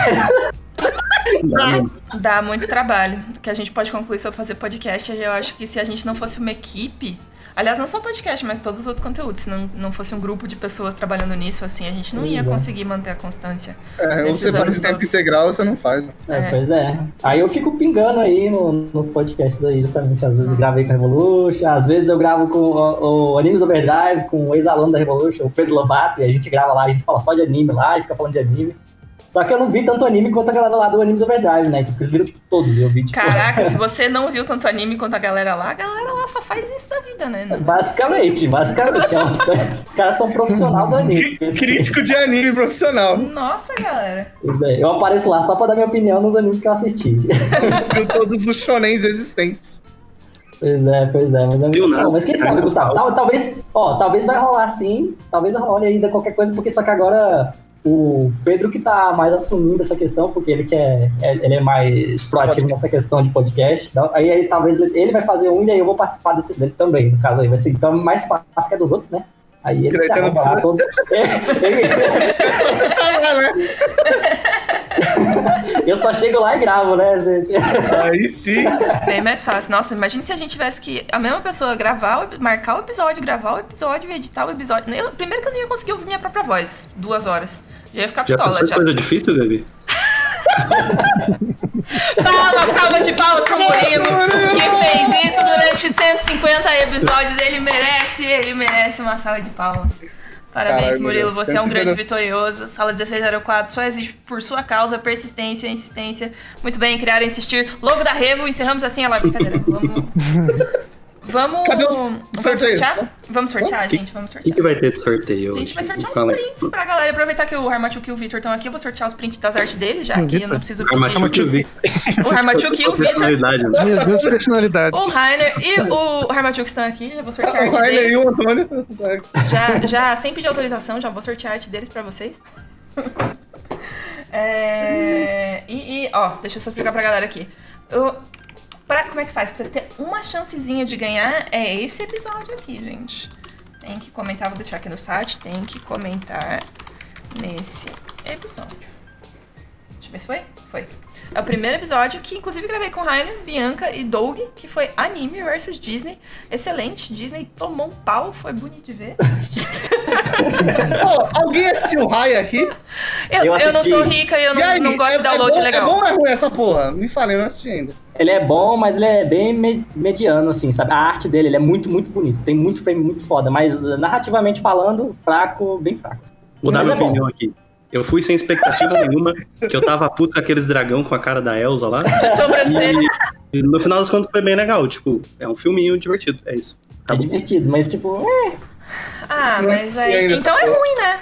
Dá muito trabalho. O que a gente pode concluir sobre fazer podcast, é, eu acho que se a gente não fosse uma equipe. Aliás, não só podcast, mas todos os outros conteúdos. Se não, não fosse um grupo de pessoas trabalhando nisso, assim, a gente não ia
Exato.
conseguir manter a constância.
É, ou
Esses
você faz
anos
de tempo
todos.
integral ou você não faz. né?
É,
É.
Pois é. Aí eu fico pingando aí no- nos podcasts aí, justamente. Às vezes eu gravei com a Revolution, às vezes eu gravo com o, o Animes Overdrive, com o ex-aluno da Revolution, o Pedro Lobato, e a gente grava lá, a gente fala só de anime lá e fica falando de anime. Só que eu não vi tanto anime quanto a galera lá do Animes Overdrive, né? Porque eles viram tipo, todos, eu vi tipo.
Caraca, se você não viu tanto anime quanto a galera lá, a galera lá só faz isso da vida, né? Não-
Basicamente, basicamente. é um- Os caras são profissionais do anime.
Cri- Um Crítico de anime profissional.
Nossa, galera.
Pois é, eu apareço lá só pra dar minha opinião nos animes que eu assisti.
Viu todos os shonens existentes.
Pois é, pois é, mas é muito
Viu nada.
bom. Mas quem sabe, Gustavo? Tal- talvez, ó, talvez vai rolar sim, talvez role ainda qualquer coisa, porque só que agora o Pedro que tá mais assumindo essa questão, porque ele quer, é- ele é mais proativo nessa questão de podcast, então, aí, aí talvez ele ele vai fazer um e aí eu vou participar desse dele também, no caso aí, vai ser então mais fácil que a dos outros, né? Aí ele
Daí
se
você não
arruma lá
precisa-
todo. Ele-
Tá,
Ah, né?
eu só chego lá e gravo, né, gente?
Aí sim.
Bem mais fácil. Nossa, imagina se a gente tivesse que a mesma pessoa gravar, o- marcar o episódio, gravar o episódio, editar o episódio. Eu- primeiro que eu não ia conseguir ouvir minha própria voz duas horas. Já ia ficar
Já
pistola.
pensou em
já.
coisa difícil, Gabi?
Palmas, salva de palmas pro Murilo, que fez isso durante 150 episódios. Ele merece, ele merece uma salva de palmas. Parabéns,
Caralho,
Murilo.
Murilo,
Você é um grande
150.
vitorioso. Sala 1604 só existe por sua causa, persistência, insistência. Muito bem, criar e insistir. Logo da Revo, encerramos assim a live. Brincadeira. Vamos. Vamos.
Cadê o
vamos
sorteio?
sortear? Vamos sortear,
O que-
gente. Vamos
O que,
sortear.
que vai ter de sorteio
A
hoje?
gente vai sortear uns
Fala aí.
prints pra galera. Aproveitar que o Harmatuk e o Victor estão aqui, eu vou sortear os prints das artes dele, já que eu não preciso
Armatinho que eu vi.
O Harmatuk e o Victor.
Personalidade, né?
Minhas
Ah.
duas personalidades.
O Rainer e o Harmachuk estão aqui, já vou sortear a
O
arte
Rainer e
deles.
o Antônio.
Já, já, sem pedir autorização, já vou sortear a arte deles pra vocês. É, e, e, ó, deixa eu só explicar pra galera aqui. Eu, pra, como é que faz? Pra você ter uma chancezinha de ganhar, é esse episódio aqui, gente. Tem que comentar, vou deixar aqui no site, tem que comentar nesse episódio. Deixa eu ver se foi? Foi. É o primeiro episódio que, inclusive, gravei com Rainer, Bianca e Doug, que foi anime versus Disney. Excelente, Disney tomou um pau, foi bonito de ver.
Pô, alguém assistiu Rai aqui?
Eu,
Eu
eu, não
assisti.
sou rica e eu
E
não,
aí?
não gosto
é,
de download
é bom,
legal.
é bom ou é ruim essa porra? Me fala, eu não assisti ainda.
Ele é bom, mas ele é bem me- mediano, assim, sabe? A arte dele ele é muito, muito bonito. Tem muito frame muito foda, mas eh, narrativamente falando, fraco, bem fraco.
Vou dar
Mas
minha
é bom.
opinião aqui. Eu fui sem expectativa nenhuma, que eu tava puto com aqueles dragão com a cara da Elsa lá.
De sobrancelha.
E, e no final das contas foi bem legal, tipo, é um filminho divertido, é isso.
É divertido, mas tipo. é.
Ah, mas
E
aí.
ainda
Então é ruim, né?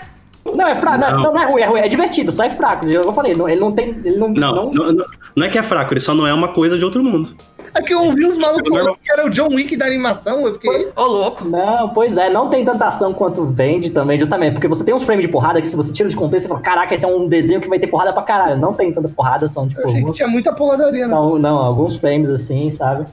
Não, é fraco, não.
Não.
é- não é ruim, é ruim, é divertido, só é fraco. Eu falei, não- ele não tem. Ele não,
Não, não, não, não é que é fraco, ele só não é uma coisa de outro mundo.
É que eu ouvi os malucos falando que era o John Wick da animação, eu fiquei.
Ô, louco.
Não, pois é, não tem tanta ação quanto vende também, justamente, porque você tem uns frames de porrada que se você tira de contexto, você fala, caraca, esse é um desenho que vai ter porrada pra caralho. Não tem tanta porrada, são tipo
Eu achei que
alguns,
tinha muita porradaria, né?
são, não, alguns frames assim, sabe?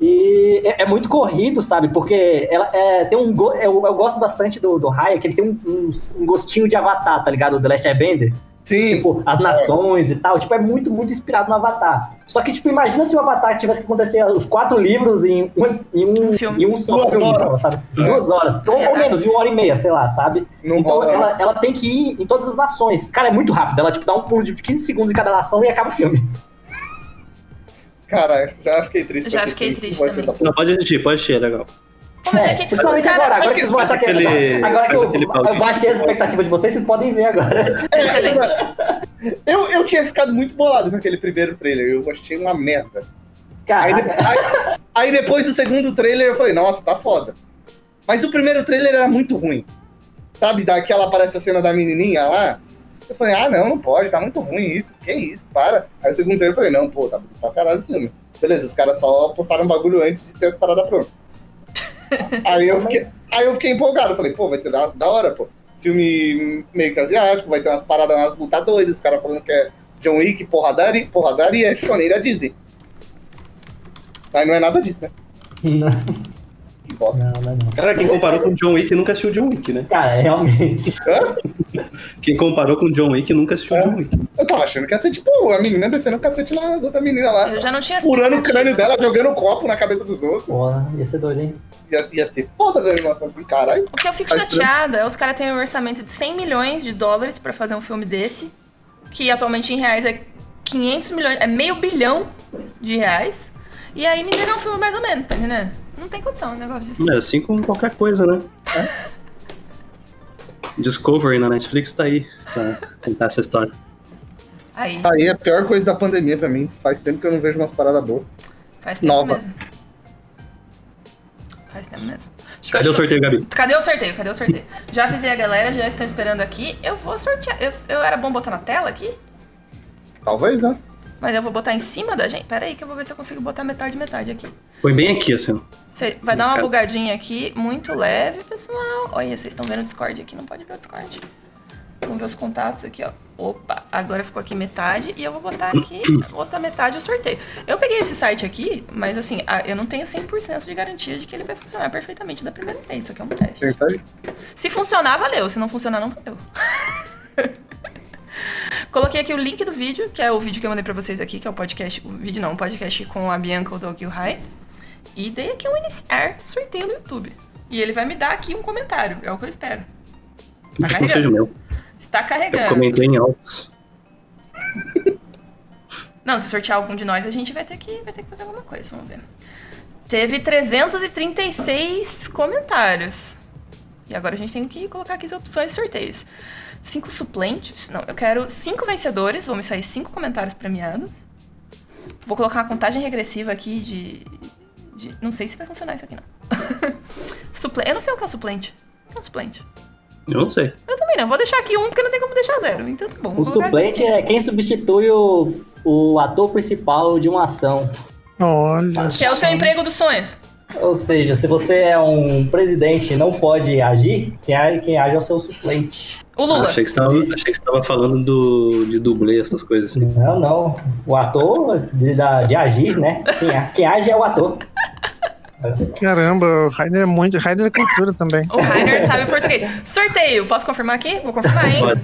E é, é muito corrido, sabe? Porque ela é, tem um go- eu, eu gosto bastante do do Raya, que ele tem um, um- um gostinho de Avatar, tá ligado? Do The Last Airbender.
Sim.
Tipo, as nações e tal. Tipo, é muito, muito inspirado no Avatar. Só que, tipo, imagina se o Avatar tivesse que acontecer os quatro livros em um, em um,
Um filme.
Em um só
Duas
filme,
horas.
sabe? Duas horas. Ou, ou menos, em uma hora e meia, sei lá, sabe?
Não
então,
rola,
ela, ela tem que ir em todas as nações. Cara, é muito rápido. Ela, tipo, dá um pulo de 15 segundos em cada nação e acaba o filme.
Cara, já fiquei triste.
Já
com esse
fiquei
filme,
triste
não pode ser
também.
da
Não, pode assistir, pode assistir, é legal.
Pô, mas é
É,
que os
principalmente
caras-
agora, agora que vocês vão
faz
achar que é
aquele-
legal. Agora que
faz
eu,
aquele
eu
balde.
baixei as expectativas de vocês, vocês podem ver agora.
Excelente.
Eu, eu tinha ficado muito bolado com aquele primeiro trailer, eu achei uma merda. Aí, de-
Caraca.
aí- aí depois do segundo trailer eu falei, nossa, tá foda. Mas o primeiro trailer era muito ruim. Sabe, daquela aparece a cena da menininha lá. Eu falei, ah, não, não pode, tá muito ruim isso, que isso, para. Aí o segundo trailer eu falei, não, pô, tá bonito pra caralho o filme. Beleza, os caras só postaram um bagulho antes de ter as paradas prontas. aí, eu fiquei, aí eu fiquei empolgado, eu falei, pô, vai ser da, da hora, pô. Filme meio que asiático, vai ter umas paradas, umas lutas doidas, os caras falando que é John Wick, porradaria, porradaria, é choneira Disney. Mas não é nada disso, né?
Não,
Que bosta.
não, não, não.
Cara, quem comparou com John Wick nunca assistiu John Wick, né?
Cara, é realmente.
Hã?
Quem comparou com John Wick nunca assistiu John Wick.
Eu tava achando que ia ser tipo a menina descendo o cacete nas outras meninas lá.
Eu já não tinha
Furando o crânio
expectativa.
dela, jogando copo na cabeça dos outros.
Porra, ia ser doido, hein?
Ia, ia ser foda ver uma animação assim, caralho.
O que eu fico
Faz
chateada é os caras terem um orçamento de 100 milhões de dólares pra fazer um filme desse, que atualmente em reais é 500 milhões, é meio bilhão de reais, e aí me deram um filme mais ou menos, tá entendendo? Não tem condição um negócio disso.
Né.
É assim com qualquer coisa, né? Discovery na Netflix tá aí pra contar essa história.
Aí,
Tá Aí é a pior coisa da pandemia pra mim. Faz tempo que eu não vejo umas paradas boas.
faz tempo
nova.
mesmo. Faz tempo mesmo. Acho que
Cadê
eu-
o sorteio, Gabi?
Cadê o sorteio? Cadê o sorteio? Já avisei a galera, já estão esperando aqui. Eu vou sortear. Eu, eu era bom botar na tela aqui,
Talvez, né?
mas eu vou botar em cima da gente. Pera aí que eu vou ver se eu consigo botar metade metade aqui.
Foi bem aqui, assim. ó.
Cê- vai dar uma
Cara.
bugadinha aqui, muito leve, pessoal. Olha, vocês estão vendo o Discord aqui, não pode ver o Discord. Vamos ver os contatos aqui, ó. Opa, agora ficou aqui metade e eu vou botar aqui outra metade eu sorteio. Eu peguei esse site aqui, mas assim, a- eu não tenho 100% de garantia de que ele vai funcionar perfeitamente da primeira vez. Isso aqui é um teste.
Gente, tá aí.
Se funcionar, valeu. Se não funcionar, não valeu. Coloquei aqui o link do vídeo, que é o vídeo que eu mandei pra vocês aqui, que é o podcast. O vídeo não, o podcast com a Bianca, o Doug e o Rai. E dei aqui um iniciar sorteio no YouTube. E ele vai me dar aqui um comentário. É o que eu espero. Tá
Não seja
carregando.
meu.
Está
Eu
carregando.
comentei em altos.
Não, se sortear algum de nós, a gente vai ter que, vai ter que fazer alguma coisa. Vamos ver. Teve 336 comentários. E agora a gente tem que colocar aqui as opções de sorteios. Cinco suplentes. Não, eu quero cinco vencedores. Vamos sair cinco comentários premiados. Vou colocar uma contagem regressiva aqui de. de- não sei se vai funcionar isso aqui, não. Suple... Eu não sei o que é um suplente. O que é um suplente?
Eu não sei.
Eu também não. Vou deixar aqui um porque não tem como deixar zero. Então tá bom.
O
vou colocar aqui
suplente
cinco.
é quem substitui o, o ator principal de uma ação.
Olha.
Que é o seu emprego dos sonhos.
Ou seja, se você é um presidente e não pode agir, quem age, quem age é o seu suplente.
O
Ah,
Lula.
achei, que você tava, achei que você tava falando do, de dublê, essas coisas assim.
Não, não. O ator de, da- de agir, né? Quem, a- quem age é o ator. Olha só.
Caramba, o Raider é muito. Raider é cultura também.
O Rainer sabe português. Sorteio, posso confirmar aqui? Vou confirmar, hein?
Pode.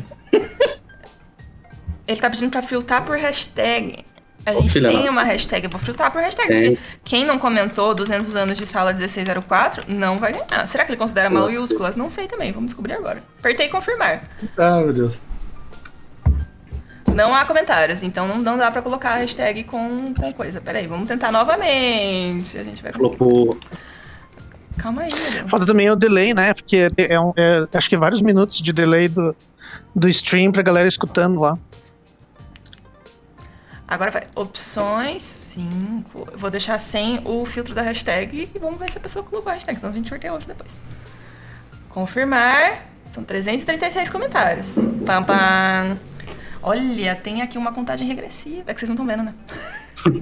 Ele tá pedindo pra filtrar por hashtag. A gente
filha,
tem
não.
uma hashtag, eu vou filtrar por hashtag.
Tem.
Porque quem não comentou 200 anos de sala 1604 não vai ganhar. Será que ele considera
Nossa.
maiúsculas? Não sei também, vamos descobrir agora. Apertei confirmar.
Ah, meu Deus.
Não há comentários, então não, não dá pra colocar a hashtag com, com coisa. Peraí, vamos tentar novamente. A gente vai
Falou,
conseguir.
pô,
Calma aí, meu Deus.
é Falta também o delay, né? Porque é um, é- acho que vários minutos de delay do, do stream pra galera escutando lá.
Agora vai. Opções 5. Vou deixar sem o filtro da hashtag e vamos ver se a pessoa colocou a hashtag, senão a gente sorteia outro depois. Confirmar. São 336 comentários. Pam, pam. Olha, tem aqui uma contagem regressiva. É que vocês não estão vendo, né?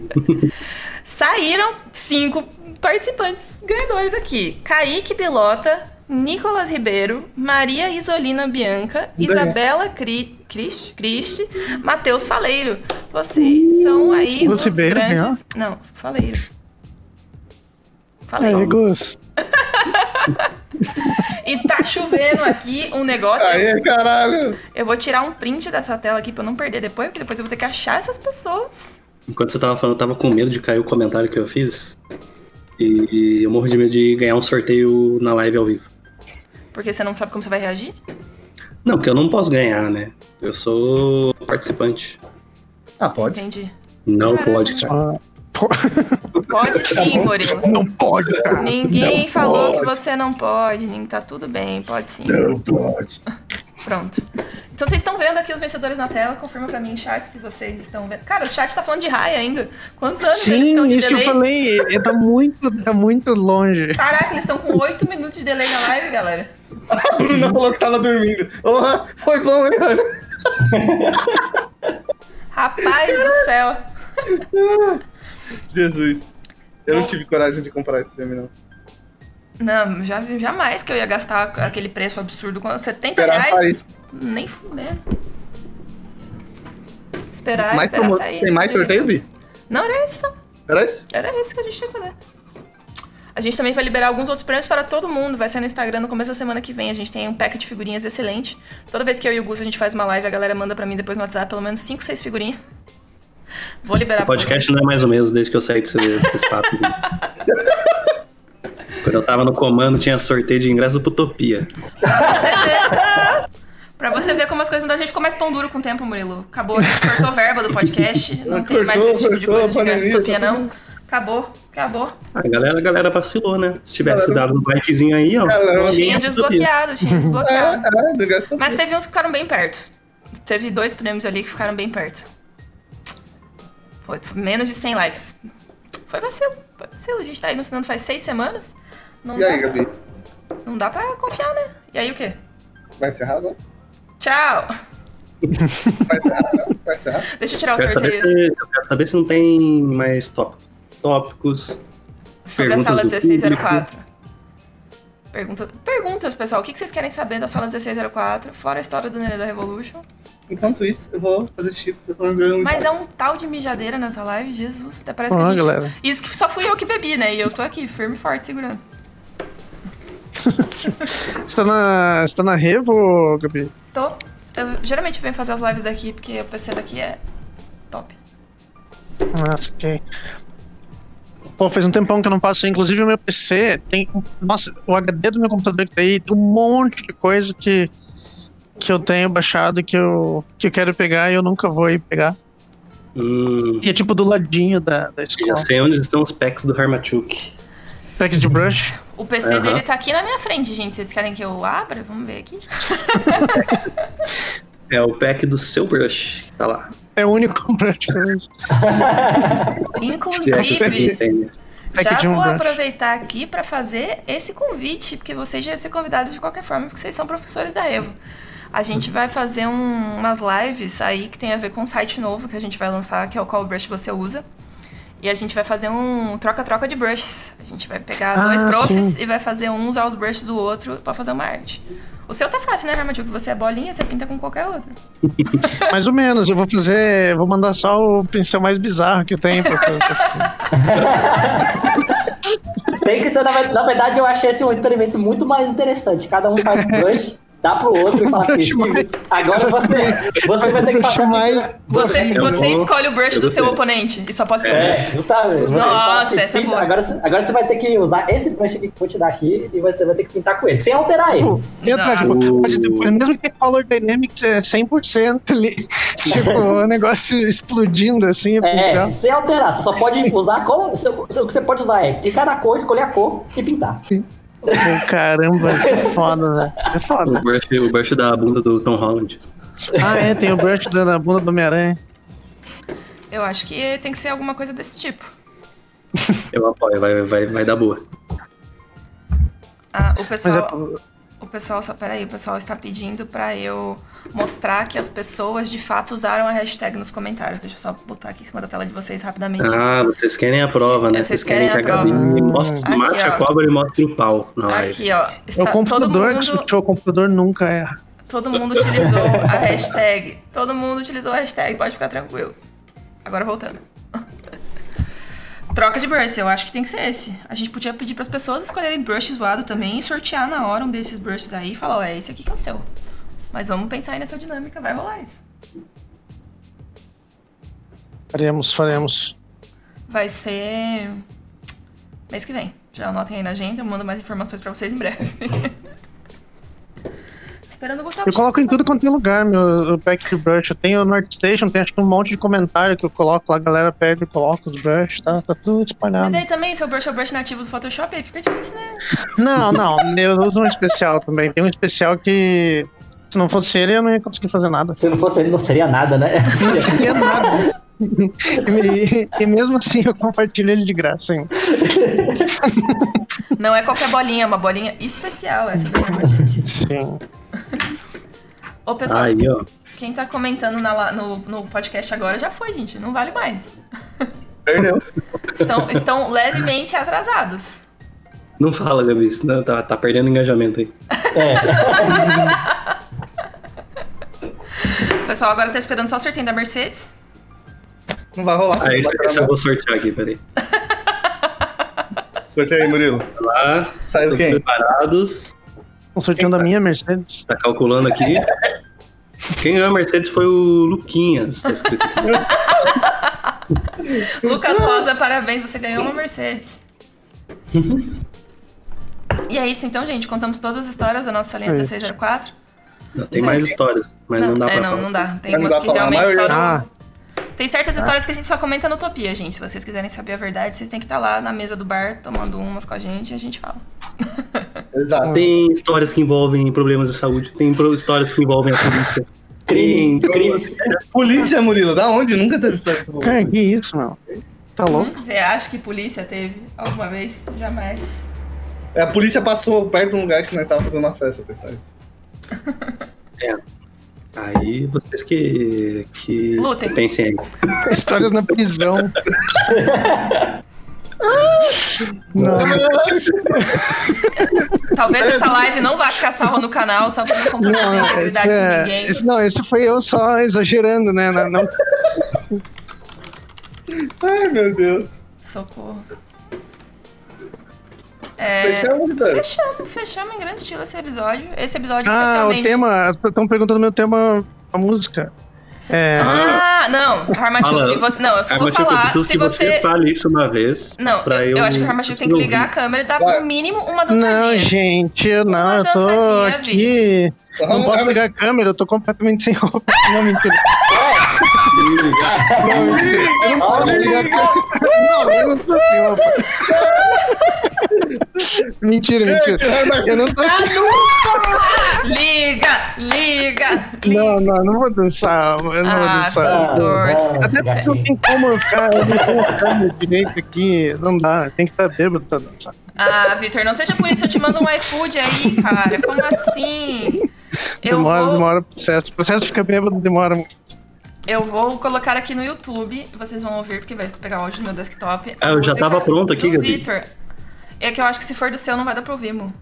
Saíram cinco participantes ganhadores aqui: Kaique Pilota, Nicolas Ribeiro, Maria Isolina Bianca, Isabela Cri... Cristi, Cristi Matheus Faleiro. Vocês são aí
Nicolas
os
Ribeiro,
grandes. Não, Faleiro.
É,
É,
Então,
Faleiro.
Gus.
E tá chovendo aqui um negócio.
Aê, caralho!
Eu vou tirar um print dessa tela aqui pra eu não perder depois, porque depois eu vou ter que achar essas pessoas.
Enquanto você tava falando, eu tava com medo de cair o comentário que eu fiz. E eu morro de medo de ganhar um sorteio na live ao vivo.
Porque você não sabe como você vai reagir?
Não, porque eu não posso ganhar, né? Eu sou participante.
Ah, pode.
Entendi.
Não
Caramba.
pode, cara.
Ah, pô,
Pode sim, Murilo.
não pode, cara.
Ninguém
Não
falou
pode.
que você não pode, nem tá tudo bem, pode sim.
pode.
Pronto. Então vocês estão vendo aqui os vencedores na tela, confirma pra mim em chat se vocês estão vendo. Cara, o chat tá falando de raia ainda. Quantos anos eles
Sim,
estão de
isso que eu
delay?
falei. é- Tá muito, tá muito longe.
Caraca, eles estão com 8 minutos de delay na live, galera.
A Bruna falou que tava dormindo. Porra, foi bom, hein, Ana?
Rapaz do céu.
Jesus. Eu
É.
não tive coragem de comprar esse filme, não.
Não, já, jamais que eu ia gastar aquele preço absurdo com 70
Esperar
reais. Nem fudendo. Esperar,
Mais
esperar
promo-
sair.
Tem mais sorteio, Bi?
Não, era isso. só.
Era isso?
Era esse que a gente tinha que fazer. A gente também vai liberar alguns outros prêmios para todo mundo. Vai ser no Instagram no começo da semana que vem. A gente tem um pack de figurinhas excelente. Toda vez que eu e o Gus a gente faz uma live, a galera manda pra mim depois no WhatsApp pelo menos 5, 6 figurinhas. Vou liberar
Esse
pra
podcast não é mais ou menos desde que eu saí desse, desse papo. Quando eu tava no comando, tinha sorteio de ingresso pro Utopia.
você ver. Pra você ver como as coisas mudaram. A gente ficou mais pão duro com o tempo, Murilo. Acabou, a gente cortou a verba do podcast. Não tem mais
Cortou,
esse tipo de
cortou,
coisa de
pandemia,
distopia,
tá tudo-
não. Acabou, acabou.
A galera, a galera vacilou, né? Se tivesse
Galera-
dado um likezinho aí, ó.
Galera-
ninguém
Tinha
ia pro Utopia.
desbloqueado, tinha desbloqueado.
É, é, do gasto.
Mas teve uns que ficaram bem perto. Teve dois prêmios ali que ficaram bem perto. Foi foi menos de 100 likes. Foi vacilo. Foi vacilo. A gente tá aí no Sinando faz seis semanas. Não,
E aí,
dá,
Gabi?
não dá pra confiar, né? E aí o quê?
Vai encerrar agora?
Tchau!
Vai encerrar agora? Vai encerrar?
Deixa eu tirar o
Eu quero, saber
sorteio
se, eu quero saber se não tem mais tópico- tópicos.
sobre a
perguntas
sala
do
1604. Pergunta, perguntas, pessoal. O que que vocês querem saber da sala 1604? Fora a história do Nenê da Revolution.
Enquanto isso, eu vou fazer xixi, porque eu tô jogando
Mas é um tal de mijadeira nessa live, Jesus. Até parece que a
Ó,
gente...
galera.
Isso que só fui eu que bebi, né? E eu tô aqui, firme e forte, segurando.
Você tá na, você tá na Revo, Gabi?
Tô. Eu geralmente venho fazer as lives daqui, porque o PC daqui é top.
Nossa, Ah, ok. Pô, faz um tempão que eu não passo. Inclusive, o meu PC tem. Nossa, o HD do meu computador que tá aí tem um monte de coisa que, que eu tenho baixado que eu, que eu quero pegar e eu nunca vou ir pegar.
Hum,
E é tipo do ladinho da, da escola.
já sei onde estão os packs do Harmachuk.
Packs de brush.
O PC
Aham.
dele tá aqui na minha frente, gente. Vocês querem que eu abra? Vamos ver aqui.
É o pack do seu brush que tá lá.
É o único brush que eu uso.
Se é que você
Inclusive,
tem, né?
Pack
já
de um
vou
brush.
aproveitar aqui pra fazer esse convite, porque vocês já iam ser convidados de qualquer forma, porque vocês são professores da Evo. A gente vai fazer um- umas lives aí que tem a ver com um site novo que a gente vai lançar, que é o Qual Brush Você Usa. E a gente vai fazer um troca-troca de brushes. A gente vai pegar
Ah,
dois profs
sim.
e vai fazer um usar os brushes do outro pra fazer uma arte. O seu tá fácil, né, Armadillo? Que você é bolinha, você pinta com qualquer outro.
Mais ou menos, eu vou fazer. Vou mandar só o pincel mais bizarro que eu tenho. Pra, pra- pra-
Tem que ser, na, ve- na verdade, eu achei esse um experimento muito mais interessante. Cada um faz um brush, dá pro outro e fala assim,
Brush
"Sim,
mais."
agora você, você vai ter que fazer... a
mais-
pintura."
Você,
Eu
você
vou-
escolhe o brush
eu
do seu
gostei.
oponente. E só pode ser um.
É, justamente. Você
Nossa,
fala assim,
essa é
"Pinta,
boa."
Agora, você- agora você vai ter que usar esse brush aqui que eu vou te dar aqui e você vai ter que pintar com ele, sem alterar ele.
Pô, entra, tipo, pode ter- mesmo que tenha Color Dynamics é 100% ali. Tipo, o negócio explodindo assim. o
É,
pincel.
sem alterar, você só pode usar a cor. O que você pode usar é clicar na cor, escolher a cor e pintar.
Pô, caramba, isso é foda, velho. Isso é
O
foda.
Brush, o Brush da bunda do Tom Holland.
Ah, é, tem o Brush da na bunda do Homem-Aranha. É
Eu acho que tem que ser alguma coisa desse tipo.
Eu apoio, vai, vai, vai dar boa.
Ah, o
Mas é,
pessoal, o pessoal só peraí, o pessoal está pedindo pra eu mostrar que as pessoas de fato usaram a hashtag nos comentários. Deixa eu só botar aqui em cima da tela de vocês rapidamente.
Ah, vocês querem a prova, né?
Vocês
Vocês querem que a
querem a
Gabi
prova.
mostre,
Aqui,
mate
ó.
a cobra e mostre o pau na live.
Tá Aqui, ó.
é o
Está todo
computador que
mundo,
chutou, o computador nunca é. erra.
todo mundo utilizou a hashtag. Todo mundo utilizou a hashtag, pode ficar tranquilo. Agora voltando. Troca de brush, eu acho que tem que ser esse. A gente podia pedir pras pessoas escolherem brush zoado também e sortear na hora um desses brushes aí e falar, ó, é esse aqui que é o seu. Mas vamos pensar aí nessa dinâmica, vai rolar isso.
Faremos, faremos.
Vai ser mês que vem. Já anotem aí na agenda, eu mando mais informações pra vocês em breve. Esperando o Gustavo.
Eu coloco em tudo quanto é lugar, meu o pack de brush. Eu tenho no Artstation, tem acho que um monte de comentário que eu coloco lá, a galera pede, eu coloco os brush, tá? Tá tudo
E
espalhado.
daí também, seu brush é o brush nativo do Photoshop, aí fica difícil, né?
Não, não, eu uso um especial também. Tem um especial que se não fosse ele, eu não ia conseguir fazer nada.
Se não fosse ele, não seria nada, né?
Não ia nada. E, e mesmo assim eu compartilho ele de graça, hein?
Não é qualquer bolinha, é uma bolinha especial é assim essa do brush.
Sim.
Ô, pessoal,
Aí, ó.
quem tá comentando na la- no, no podcast agora já foi, gente. Não vale mais.
Perdeu.
Estão, estão levemente atrasados.
Não fala, Gabi, senão tá, tá perdendo engajamento aí.
É.
O pessoal agora tá esperando só o sorteio da Mercedes.
Não vai rolar.
Ah, esse,
vai
esse
gravar.
eu vou sortear aqui, peraí.
Sorteio aí, Murilo.
Vai Lá,
Saiu
estão
É quem?
preparados.
Um sorteio da minha Mercedes.
Tá calculando aqui. Quem ganhou a Mercedes foi o Luquinhas. Tá escrito aqui.
Lucas Rosa, parabéns, você ganhou uma Mercedes. E é isso então, gente. Contamos todas as histórias da nossa linha
É.
1604.
Não, tem mais histórias, mas não, dá
é,
pra
não,
falar.
não dá. Tem
Mas não
umas
dá
que
pra falar, a
realmente só
maioria-
não... Tem
Ah.
certas histórias que a gente só comenta no Utopia, gente. Se vocês quiserem saber a verdade, vocês têm que estar lá na mesa do bar tomando umas com a gente e a gente fala.
Exato.
Tem histórias que envolvem problemas de saúde, tem pro- histórias que envolvem a polícia. Tem.
Crime, crimes.
Polícia, Murilo. Da onde? Nunca teve história. com
Cara,
polícia.
que isso, meu? Tá louco?
Hum? Você acha que polícia teve alguma vez? Jamais.
É, A polícia passou perto de um lugar que nós estávamos fazendo uma festa, pessoal.
Aí vocês que. que
Lutem.
Pensem aí.
Histórias na prisão. Não,
Talvez essa live não vá ficar salva no canal só pra não comprometer a
não, esse,
integridade de
é,
ninguém.
esse- não, esse foi eu só exagerando, né? Não, não-
Ai, meu Deus.
Socorro. É,
Fechamos, velho.
Fechamos, fechamos em grande estilo esse episódio. Esse episódio
Ah,
especialmente.
o tema. Estão perguntando meu tema, a música. É,
Ah, não, Harmatilde,
Fala.
você. Não, eu só vou
Armatinho, eu
falar.
preciso
Se
que
você.
você fale isso uma vez.
Não,
pra
eu,
eu,
eu acho que o Harmatilde tem que ligar a câmera e dar
Vai.
no mínimo uma dançadinha.
não, gente, eu não, eu tô
dançadinha,
aqui. Não
Vamos,
posso
vamos.
ligar a câmera, eu tô completamente sem roupa. Não, mentira.
ouvir.
Eu não posso ligar a câmera. Não, eu não tô sem roupa. Mentira, mentira. Eu não tô.
Ah, Liga, liga, liga.
Não, não, não vou dançar. Eu não vou
ah,
dançar.
Vitor.
Ah,
Até porque não tem como eu ficar, eu não tenho a câmera direito aqui, não dá, tem que estar bêbado pra dançar.
Ah, Vitor, não seja por isso, eu te mando um iFood aí, cara. Como assim? Eu
Demora,
vou,
demora o processo. O processo fica bêbado, demora.
eu vou colocar aqui no YouTube, vocês vão ouvir, porque vai pegar o áudio do meu desktop. a
Ah, eu já
música
tava pronto aqui,
do
Gabi.
Vitor. É que eu acho que se for do seu, não vai dar pra ouvir, Mo.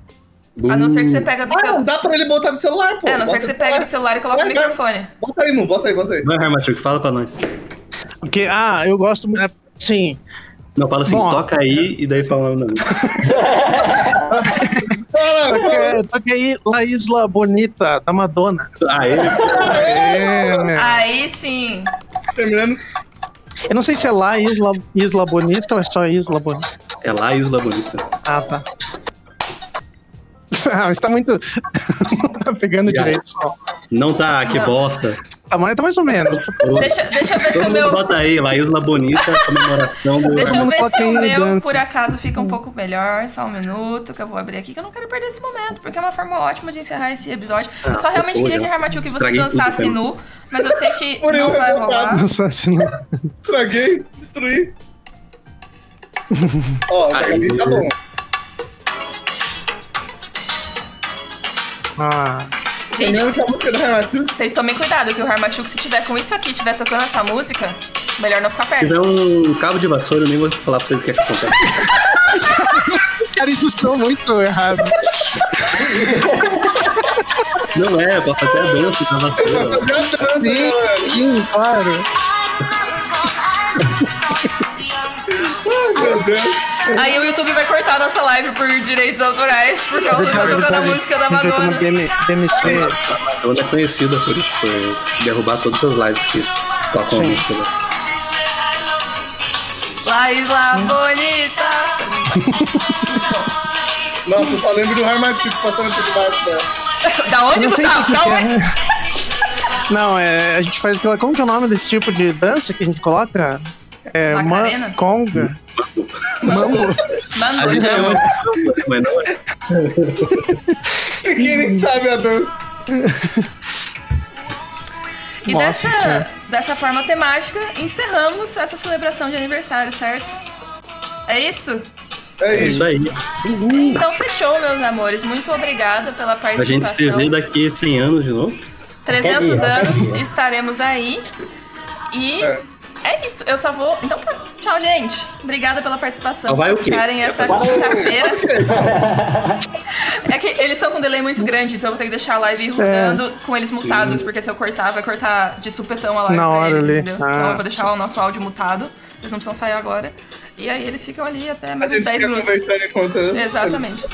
A não ser
Uh.
que você pega do
Ah, não
seu.
dá pra ele botar no celular, pô.
É, a não ser que você pegue do celular e coloque o
Vai, vai.
microfone.
Bota aí, Mu. Bota aí, bota aí.
Vai, Harmatinho, fala pra nós.
Porque, ah, eu gosto. mu- é, Sim,
Não, fala assim,
Bom, ó.
toca aí e daí fala o nome.
É,
só que, é, só que aí, La Isla Bonita, da Madonna.
Aí,
É, né?
Aí sim.
Terminando.
Eu não sei se é La Isla, Isla Bonita ou é só Isla Bonita.
é lá, Isla Bonita.
Ah, tá. Ah, mas tá muito. tá pegando direito só.
Não tá, que
Não.
bosta.
Tá, mas tá mais ou menos.
Deixa, deixa eu ver se
Todo
o
mundo
é meu.
bota aí, Laís Labonita, comemoração do.
Deixa
Todo
eu
mundo
ver
bota
se o
aí,
meu,
Dante.
por acaso, fica um pouco melhor. Só um minuto que eu vou abrir aqui, que eu não quero perder esse momento, porque é uma forma ótima de encerrar esse episódio. eu só
Ah,
realmente
pô,
queria que,
já.
Ramatu, que você
Estraguei tudo,
dançasse
cara.
nu, mas eu sei que
Por
não
eu
vai
revoltado.
rolar.
Nossa, assim, não.
Estraguei, destruí. Ó, pra
Aí.
mim tá bom.
Ah,
Gente,
Primeiro que a música da Renata.
vocês tomem cuidado, que o Ramachuk, se tiver com isso aqui, tiver tocando essa música, melhor não ficar
Se
perto.
tiver um cabo de vassoura, eu nem vou falar pra vocês o que é que acontece.
cara, isso soou muito errado.
Não é, eu posso até dançar com a vassoura.
Sim, sim, claro.
Meu Deus.
Aí o YouTube vai cortar a nossa live por direitos autorais, por causa de eu tocando a música da
A gente vai tomar
Madonna.
DM, DMC.
A banda é conhecida por isso, por derrubar todas as lives que tocam a
Sim.
música. né?
Laís lá, bonita!
Nossa, eu só lembro do Harmatico passando né? por debaixo dela.
Da onde,
Não tem
Gustavo? Da onde?
né?
Não, é. A gente faz aquela. Como que é o nome desse tipo de dança que a gente coloca? É.
Macarena?
Man, conga. Mambo.
A gente chama
Mano,
de mas não é.
Ninguém nem sabe a dança.
e
Nossa,
dessa,
senhora.
dessa forma temática, encerramos essa celebração de aniversário, certo? É isso?
É
É
isso.
isso aí.
Então fechou, meus amores. Muito obrigada pela participação.
A gente se vê daqui 100 anos de novo.
300
Qualquer dia, qualquer
anos
dia.
estaremos aí. E
É.
é. isso. Eu só vou. Então, tá. tchau, gente. Obrigada pela participação.
Só vai
por
o quê?
ficarem essa
Vai Então o quê?
quinta-feira. é que eles estão com um delay muito grande, então eu vou ter que deixar a live rodando com eles mutados, porque se eu cortar, vai cortar de supetão a live.
Na
pra
hora
eles,
ali.
entendeu? Então
Ah.
eu vou deixar o nosso áudio mutado. Eles não precisam sair agora. E aí eles ficam ali até
A
mais uns
gente
10
fica
minutos.
conversando enquanto.
Exatamente.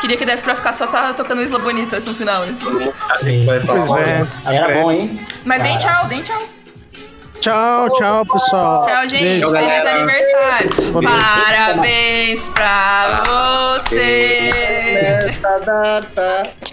Queria que desse pra ficar só tá tocando Isla Bonitas no final. eles vão-
A gente vai falar.
Pois é.
Aí era bom, hein?
Mas deem tchau, deem tchau.
Tchau, tchau, pessoal.
Tchau, gente.
Beijo.
Tchau,
Feliz
galera.
aniversário.
Boa noite.
Parabéns pra você.
Tá, tá, tá.